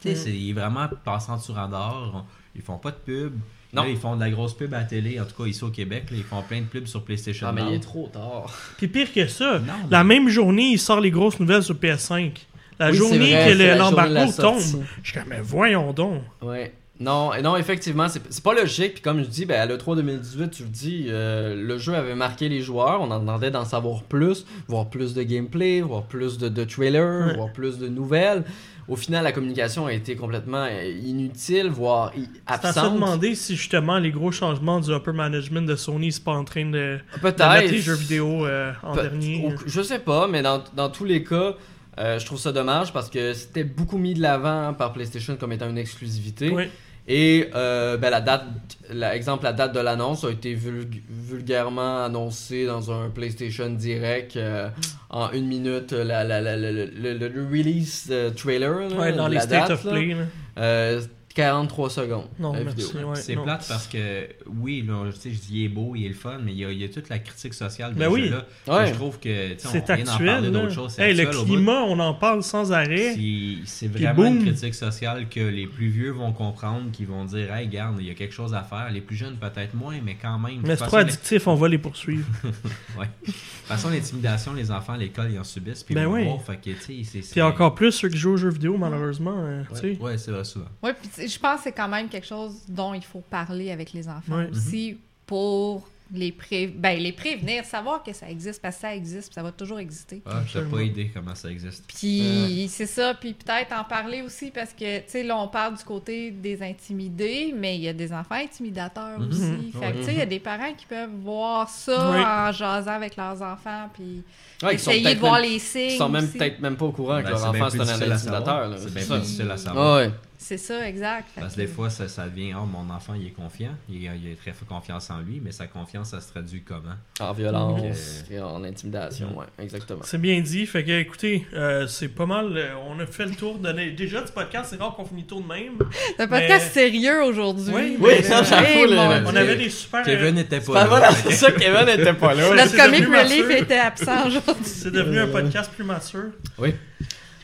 Speaker 3: tu sais,
Speaker 1: Mm.
Speaker 3: c'est il est vraiment passant sur radar. on- Ils font pas de pub.
Speaker 4: Non.
Speaker 3: Là, ils font de la grosse pub à la télé, en tout cas ici au Québec. là, ils font plein de pubs sur PlayStation.
Speaker 4: Ah, mais il
Speaker 3: Now.
Speaker 4: est trop tard.
Speaker 1: Puis pire que ça,
Speaker 3: Non, mais-
Speaker 1: la même journée, il sort les grosses nouvelles sur PS5. La
Speaker 4: Oui,
Speaker 1: journée
Speaker 4: c'est vrai,
Speaker 1: que
Speaker 4: c'est
Speaker 1: le-
Speaker 4: la journée de la
Speaker 1: l'embargo
Speaker 4: sortie.
Speaker 1: tombe, je suis comme mais voyons donc.
Speaker 4: Ouais. Non, et non effectivement, c'est c'est pas logique. Puis comme je dis, ben, à l'E3 2018, tu le dis, euh, le jeu avait marqué les joueurs. On en demandait d'en savoir plus, voir plus de gameplay, voir plus de, de trailers,
Speaker 1: Ouais.
Speaker 4: voir plus de nouvelles. Au final, la communication a été complètement euh, inutile, voire i-
Speaker 1: C'est à se
Speaker 4: absente.
Speaker 1: demander si justement les gros changements du upper management de Sony c'est pas en train de, de mettre les jeux
Speaker 4: Peut-être.
Speaker 1: vidéo euh, en
Speaker 4: Pe-
Speaker 1: dernier.
Speaker 4: ou- je sais pas, mais dans, dans tous les cas, euh, je trouve ça dommage parce que c'était beaucoup mis de l'avant par PlayStation comme étant une exclusivité.
Speaker 1: Ouais.
Speaker 4: Et euh, ben, la date, la, exemple, la date de l'annonce a été vulg- vulgairement annoncée dans un PlayStation Direct euh, en une minute, la- la- la- la- le, le- le release euh, trailer. là,
Speaker 1: Ouais, dans
Speaker 4: de
Speaker 1: les
Speaker 4: la
Speaker 1: State
Speaker 4: date,
Speaker 1: of
Speaker 4: là.
Speaker 1: Play. là.
Speaker 4: Euh, 43 secondes.
Speaker 1: Non,
Speaker 4: la
Speaker 1: merci.
Speaker 4: vidéo.
Speaker 1: ouais,
Speaker 3: c'est
Speaker 1: non.
Speaker 3: plate parce que, oui, là, tu sais, je dis il est beau, il est le fun, mais il y a, il y a toute la critique sociale de
Speaker 1: Ben
Speaker 3: ce
Speaker 1: oui.
Speaker 3: jeu-là.
Speaker 4: Ouais.
Speaker 3: Je trouve que, tu sais,
Speaker 1: C'est
Speaker 3: on vient d'en parler
Speaker 1: actuel. là.
Speaker 3: d'autres choses. C'est
Speaker 1: Hey, le
Speaker 3: actuel au bout.
Speaker 1: climat, on en parle sans arrêt.
Speaker 3: C'est- C'est
Speaker 1: Puis
Speaker 3: vraiment une
Speaker 1: boum.
Speaker 3: critique sociale que les plus vieux vont comprendre, qui vont dire Hey, garde, il y a quelque chose à faire. Les plus jeunes, peut-être moins, mais quand même.
Speaker 1: Mais
Speaker 3: De
Speaker 1: c'est
Speaker 3: toute
Speaker 1: trop
Speaker 3: façon,
Speaker 1: addictif, on va les
Speaker 3: <laughs>
Speaker 1: poursuivre.
Speaker 3: la- de toute façon, l'intimidation, les enfants à l'école, ils en subissent. Puis
Speaker 1: Ben
Speaker 3: ils vont
Speaker 1: oui.
Speaker 3: voir, fait que, tu sais, c'est- c'est-
Speaker 1: Puis encore plus ceux qui jouent aux jeux vidéo, malheureusement. euh, tu sais.
Speaker 3: Ouais, ouais, c'est vrai, souvent.
Speaker 2: Oui, puis tu sais, je pense que c'est quand même quelque chose dont il faut parler avec les enfants
Speaker 1: Ouais.
Speaker 2: aussi pour les, pré... ben, les prévenir, savoir que ça existe, parce que ça existe, puis ça va toujours exister.
Speaker 3: Ah, j'ai
Speaker 1: Absolument.
Speaker 3: pas idée comment ça existe.
Speaker 4: Euh.
Speaker 2: Puis c'est ça, puis peut-être en parler aussi parce que, tu sais, là, on parle du côté des intimidés, mais il y a des enfants intimidateurs
Speaker 3: Mhm.
Speaker 2: aussi. Fait que, tu sais, il y a des parents qui peuvent voir ça
Speaker 1: Oui.
Speaker 2: en jasant avec leurs enfants, puis
Speaker 4: Ouais, ils sont
Speaker 2: essayer
Speaker 4: peut-être
Speaker 2: de voir
Speaker 4: même-
Speaker 2: les signes.
Speaker 4: ils sont même
Speaker 2: aussi.
Speaker 4: peut-être même pas au courant
Speaker 3: Ben,
Speaker 4: que leur
Speaker 3: c'est bien plus
Speaker 4: enfant c'est un
Speaker 3: difficile à savoir.
Speaker 4: intimidateur. là,
Speaker 3: C'est
Speaker 4: c'est
Speaker 3: bien
Speaker 4: ça.
Speaker 3: plus difficile à savoir.
Speaker 4: Ah ouais.
Speaker 2: C'est ça, exact. Fait
Speaker 3: Parce
Speaker 2: que-
Speaker 3: que des fois, ça, ça devient Oh, mon enfant, il est confiant. Il, il a très fort confiance en lui, mais sa confiance, ça se traduit comment
Speaker 4: En violence, et
Speaker 3: Mm.
Speaker 4: en intimidation, ouais, exactement.
Speaker 1: C'est bien dit. Fait que, écoutez, euh, c'est pas mal. euh, on a fait le tour de. Déjà, du podcast, c'est rare qu'on finit le tour de même.
Speaker 2: C'est un podcast
Speaker 1: Mais-
Speaker 2: sérieux aujourd'hui.
Speaker 1: Oui,
Speaker 4: Oui,
Speaker 1: mais,
Speaker 4: ça,
Speaker 1: euh,
Speaker 4: j'avoue,
Speaker 2: hey,
Speaker 4: là,
Speaker 2: mon
Speaker 4: là,
Speaker 2: Dieu.
Speaker 1: On avait des super.
Speaker 3: Kevin n'était pas
Speaker 4: Enfin,
Speaker 3: là.
Speaker 4: voilà,
Speaker 3: fait que-
Speaker 4: c'est ça, Kevin n'était pas là.
Speaker 1: La-
Speaker 2: Notre
Speaker 1: C'est
Speaker 2: comic
Speaker 1: devenu
Speaker 2: relief
Speaker 1: mature.
Speaker 2: était absent aujourd'hui.
Speaker 1: C'est devenu
Speaker 3: Euh,
Speaker 1: un podcast plus mature.
Speaker 4: Oui.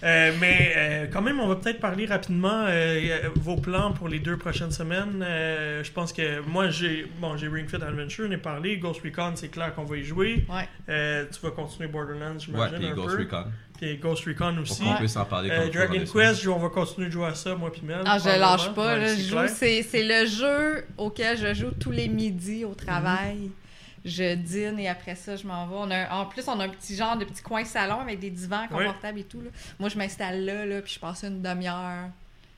Speaker 1: Euh, mais euh, quand même, on va peut-être parler rapidement euh, euh, vos plans pour les deux prochaines semaines. Euh, je pense que moi, j'ai bon, j'ai Ring Fit Adventure, on est parlé. Ghost Recon, c'est clair qu'on va y jouer.
Speaker 2: Ouais.
Speaker 1: Euh, tu vas continuer Borderlands,
Speaker 3: Ouais,
Speaker 1: j'imagine,
Speaker 3: puis
Speaker 1: un
Speaker 3: Ghost
Speaker 1: peu.
Speaker 3: Recon.
Speaker 1: Puis Ghost Recon
Speaker 3: Pour
Speaker 1: aussi.
Speaker 3: qu'on puisse en parler.
Speaker 1: Euh,
Speaker 3: quand on fera
Speaker 1: Dragon
Speaker 3: des semaines.
Speaker 1: Quest, je- on va continuer de jouer à ça, moi puis Mel.
Speaker 2: Ah, je lâche pas,
Speaker 1: probablement.
Speaker 2: là,
Speaker 1: Ouais,
Speaker 2: je
Speaker 1: c'est
Speaker 2: joue,
Speaker 1: clair.
Speaker 2: c'est, c'est le jeu auquel je joue tous les midis
Speaker 1: Mhm.
Speaker 2: au travail. Je dîne et après ça, je m'en vais. On a, un- en plus, on a un petit genre de petit coin salon avec des divans
Speaker 1: Ouais.
Speaker 2: confortables et tout. là. Moi, je m'installe là, là, puis je passe une demi-heure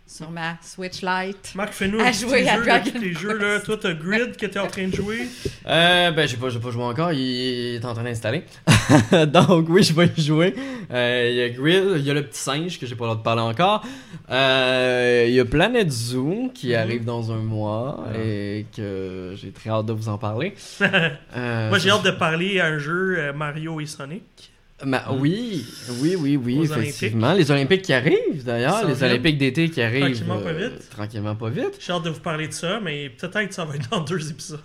Speaker 2: sur ma Switch Lite.
Speaker 1: Marc, fais-nous
Speaker 2: <laughs> À
Speaker 1: un petit
Speaker 2: jouer
Speaker 1: jeu
Speaker 2: à
Speaker 1: de
Speaker 2: Dragon
Speaker 1: tous tes
Speaker 2: Quest.
Speaker 1: jeux, là. Toi, t'as Grid que t'es en train de
Speaker 3: <laughs>
Speaker 1: jouer.
Speaker 4: Euh, ben, j'ai pas, j'ai pas joué encore, il est en train d'installer. <laughs> Donc, oui, je vais y jouer. Euh, Il y a Grill, il y a le petit singe que j'ai pas l'air de parler encore. Euh, Il y a Planet Zoo
Speaker 1: Mhm.
Speaker 4: qui arrive dans un mois
Speaker 3: Ah.
Speaker 4: et que j'ai très hâte de vous
Speaker 1: <laughs>
Speaker 4: en parler. Euh,
Speaker 1: Moi, j'ai hâte de parler à un jeu euh, Mario et Sonic.
Speaker 4: Ma- oui, oui, oui, oui,
Speaker 1: Hein? Aux
Speaker 4: effectivement. Les Olympiques qui arrivent d'ailleurs,
Speaker 1: Qui s'en
Speaker 4: les
Speaker 1: viennent.
Speaker 4: Olympiques d'été qui arrivent. euh,
Speaker 1: Tranquillement, pas vite.
Speaker 4: Tranquillement, pas vite.
Speaker 1: J'ai hâte de vous parler de ça, mais peut-être que ça va être dans deux épisodes.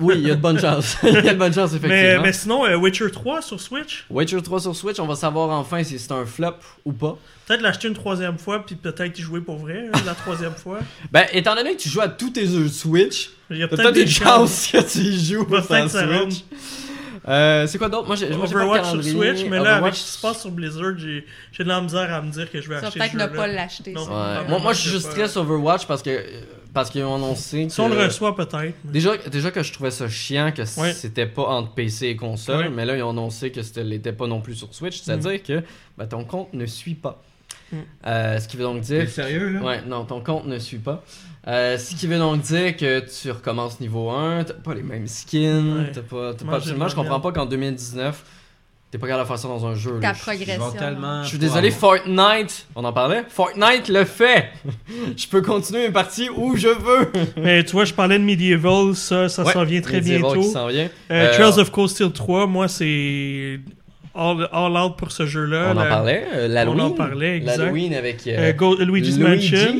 Speaker 4: Oui, il y a de bonnes <laughs> chances. Il y a de bonnes chances,
Speaker 1: Mais,
Speaker 4: effectivement.
Speaker 1: mais sinon, euh, Witcher 3 sur Switch,
Speaker 4: Witcher 3 sur Switch, on va savoir enfin si c'est un flop ou pas.
Speaker 1: peut-être l'acheter une troisième fois, puis peut-être y jouer pour vrai hein, la troisième fois.
Speaker 4: Ben, étant donné que tu joues à tous tes jeux Switch,
Speaker 1: Il y a
Speaker 4: t'as peut-être
Speaker 1: peut-être
Speaker 4: une
Speaker 1: des chances.
Speaker 4: chance que tu y joues
Speaker 1: Peut-être
Speaker 4: sur
Speaker 1: que ça
Speaker 4: Switch. Euh, c'est quoi d'autre? Moi, j'ai moi, j'ai pas de
Speaker 1: Overwatch sur
Speaker 4: calendrier.
Speaker 1: Switch, mais là, avec
Speaker 4: Overwatch-
Speaker 1: ce qui se passe sur Blizzard, j'ai j'ai de la misère à me dire que je vais
Speaker 2: Ça va
Speaker 1: acheter ce
Speaker 2: peut-être ne
Speaker 1: jeu-là.
Speaker 2: pas l'acheter.
Speaker 1: Non.
Speaker 2: ça.
Speaker 4: Ouais.
Speaker 1: Ouais,
Speaker 4: Moi, moi,
Speaker 1: moi,
Speaker 4: je suis
Speaker 1: j'ai
Speaker 4: juste
Speaker 1: pas-
Speaker 4: triste Overwatch parce que parce qu'ils ont annoncé que...
Speaker 1: Si on le reçoit, peut-être.
Speaker 4: Déjà, déjà que je trouvais ça chiant que c-
Speaker 1: Ouais.
Speaker 4: c'était pas entre PC et console,
Speaker 1: Ouais.
Speaker 4: mais là ils ont annoncé que c'était l'était pas non plus sur Switch, c'est-à-dire que ben, ton compte ne suit pas.
Speaker 1: Mm.
Speaker 4: Euh, ce qui veut donc
Speaker 3: T'es
Speaker 4: dire.
Speaker 3: sérieux, là
Speaker 4: Ouais, non, ton compte ne suit pas. Euh, ce qui veut donc dire que tu recommences niveau 1, t'as pas les mêmes skins,
Speaker 1: Ouais.
Speaker 4: t'as pas. t'as
Speaker 1: Moi,
Speaker 4: pas-
Speaker 1: j'ai
Speaker 4: absolument, je
Speaker 1: pas
Speaker 4: comprends pas qu'en 2019, t'es pas capable de faire ça dans un jeu.
Speaker 2: Ta
Speaker 4: là.
Speaker 3: Ils
Speaker 4: Je-
Speaker 3: vont
Speaker 2: progression.
Speaker 3: tellement.
Speaker 4: je suis désolé, Fortnite, on en parlait, Fortnite le fait! <laughs> Je peux continuer une partie où je veux!
Speaker 1: Mais tu vois, je parlais de Medieval, ça, ça
Speaker 4: Ouais,
Speaker 1: s'en vient très
Speaker 4: Medieval qui
Speaker 1: bientôt.
Speaker 4: s'en vient.
Speaker 1: Euh,
Speaker 4: Euh,
Speaker 1: Trails of Cold Steel 3, moi, c'est all, all out pour ce jeu-là.
Speaker 4: On en
Speaker 1: Le-
Speaker 4: parlait, euh, l'Halloween.
Speaker 1: On en parlait, exact.
Speaker 4: L'Halloween avec euh,
Speaker 1: Euh, Go- Luigi's
Speaker 4: Luigi.
Speaker 1: Mansion.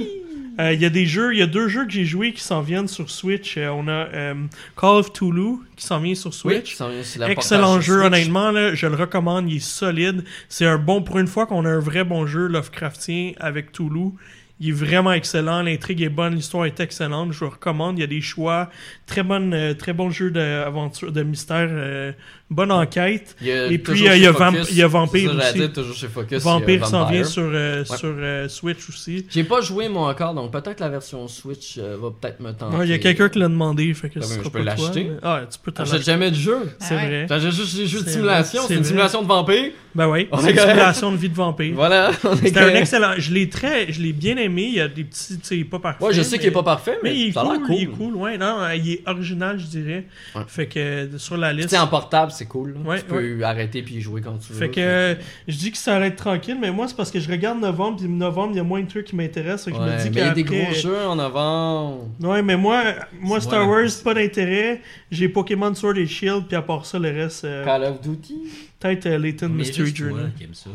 Speaker 1: Euh, Il y a des jeux, il y a deux jeux que j'ai joués qui s'en viennent sur Switch. Euh, on a euh, Call of Toulouse qui s'en vient sur
Speaker 4: Oui,
Speaker 1: Switch.
Speaker 4: ça, c'est la
Speaker 1: Excellent
Speaker 4: portage sur
Speaker 1: jeu,
Speaker 4: Switch.
Speaker 1: honnêtement, là, je le recommande, il est solide. C'est un bon pour une fois qu'on a un vrai bon jeu Lovecraftien avec Toulouse. Il est vraiment excellent, l'intrigue est bonne, l'histoire est excellente, je vous recommande. Il y a des choix, très bon, très bon jeu d'aventure, de mystère, euh, bonne enquête.
Speaker 4: Il y a
Speaker 1: Et
Speaker 4: toujours
Speaker 1: puis, euh,
Speaker 4: chez
Speaker 1: il y a
Speaker 4: Focus.
Speaker 1: Vamp- il y a Vampire
Speaker 4: C'est ça, j'allais
Speaker 1: aussi.
Speaker 4: dire, toujours chez Focus, il y a
Speaker 1: Vampire s'en vient
Speaker 4: Vampire.
Speaker 1: sur, euh,
Speaker 4: Ouais.
Speaker 1: sur euh, Switch aussi.
Speaker 4: J'ai pas joué moi encore, donc peut-être la version Switch euh, va peut-être me tenter.
Speaker 1: Ouais, Il y a quelqu'un qui l'a demandé, fait que
Speaker 4: Ah,
Speaker 1: ce
Speaker 4: mais
Speaker 1: sera
Speaker 4: je peux
Speaker 1: pas toi,
Speaker 4: l'acheter.
Speaker 1: mais- Ah, tu peux t'en
Speaker 4: J'achète jamais de jeu.
Speaker 1: C'est
Speaker 2: Ah ouais.
Speaker 1: vrai.
Speaker 4: Ben J'achète juste des jeux de
Speaker 1: C'est
Speaker 4: simulation.
Speaker 1: vrai,
Speaker 4: C'est une
Speaker 1: c'est
Speaker 4: simulation de vampire.
Speaker 1: Ben oui,
Speaker 4: <laughs> On est
Speaker 1: c'est une
Speaker 4: correct.
Speaker 1: simulation de vie de vampire.
Speaker 4: Voilà. <laughs> euh, on est
Speaker 1: C'était un
Speaker 4: correct.
Speaker 1: excellent. Je l'ai très, je l'ai bien aimé. Il y a des petits, tu sais, pas parfait.
Speaker 4: Ouais, je sais qu'il est
Speaker 1: mais-
Speaker 4: pas parfait, mais,
Speaker 1: Mais il est
Speaker 4: ça a l'air
Speaker 1: cool,
Speaker 4: cool.
Speaker 1: il est cool, ouais. Non, il est original, je dirais.
Speaker 4: Ouais.
Speaker 1: Fait que euh, sur la
Speaker 4: Tu
Speaker 1: liste.
Speaker 4: sais, en portable, c'est cool. là.
Speaker 1: Ouais,
Speaker 4: tu peux arrêter puis y jouer quand tu veux.
Speaker 1: Fait que euh, je dis que ça allait être tranquille, mais moi c'est parce que je regarde novembre, puis novembre, il y a moins de trucs qui m'intéressent. Fait que
Speaker 4: Ouais,
Speaker 1: je me dis
Speaker 4: mais il y a des
Speaker 1: qu'après-
Speaker 4: gros jeux en avant.
Speaker 1: Ouais, mais moi, moi
Speaker 3: Tu
Speaker 1: Star
Speaker 3: vois,
Speaker 1: Wars, pas d'intérêt. J'ai Pokémon Sword et Shield, puis à part ça, le reste, euh,
Speaker 4: Call of Duty.
Speaker 1: peut-être euh, Leighton
Speaker 3: Mais
Speaker 1: Mystery
Speaker 3: juste toi
Speaker 1: Journey.
Speaker 3: qui aime ça.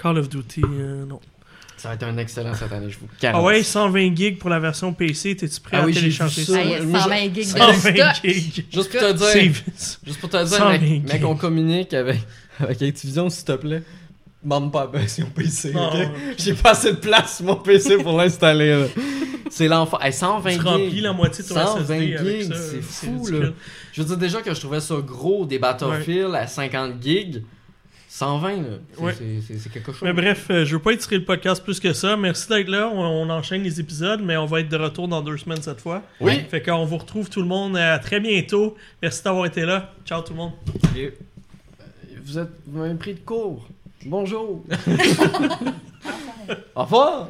Speaker 1: Call of Duty, euh, non.
Speaker 4: Ça va être un excellent cette année, je vous
Speaker 1: Ah
Speaker 4: garantis.
Speaker 1: ouais, 120 gigs pour la version PC, t'es-tu prêt
Speaker 4: Ah
Speaker 1: à
Speaker 4: oui, j'ai
Speaker 1: télécharger
Speaker 4: vu ça.
Speaker 1: ça?
Speaker 2: Ah, il y a
Speaker 4: moi,
Speaker 2: 120 gigs de
Speaker 1: 120
Speaker 2: stock.
Speaker 1: gigs!
Speaker 4: Juste pour te
Speaker 1: C'est
Speaker 4: dire, juste pour te dire
Speaker 1: 120
Speaker 4: mec, mec,
Speaker 1: gigs.
Speaker 4: on communique avec, avec Activision, s'il te plaît. Demande pas à version PC,
Speaker 1: Non,
Speaker 4: ok?
Speaker 1: Ah ouais.
Speaker 4: J'ai pas assez de place sur mon PC pour l'installer, là. C'est l'enfer. Hey, 120
Speaker 1: Tu
Speaker 4: gigs.
Speaker 1: remplis la moitié de ton
Speaker 4: 120
Speaker 1: SSD avec
Speaker 4: gigs,
Speaker 1: ça.
Speaker 4: c'est fou,
Speaker 1: ridicule.
Speaker 4: là. Je veux dire déjà que je trouvais ça gros, des Battlefield à 50 gigs. 120, là. C'est-
Speaker 1: Ouais.
Speaker 4: c'est- C'est c'est quelque chose.
Speaker 1: Mais bref, euh, je veux pas étirer le podcast plus que ça. Merci d'être là. On, on enchaîne les épisodes, mais on va être de retour dans deux semaines cette fois.
Speaker 4: Oui.
Speaker 1: Fait qu'on vous retrouve tout le monde euh, à très bientôt. Merci d'avoir été là. Ciao tout le monde.
Speaker 4: Et- Vous êtes. Vous <laughs> m'avez pris de cours. Bonjour. Au revoir.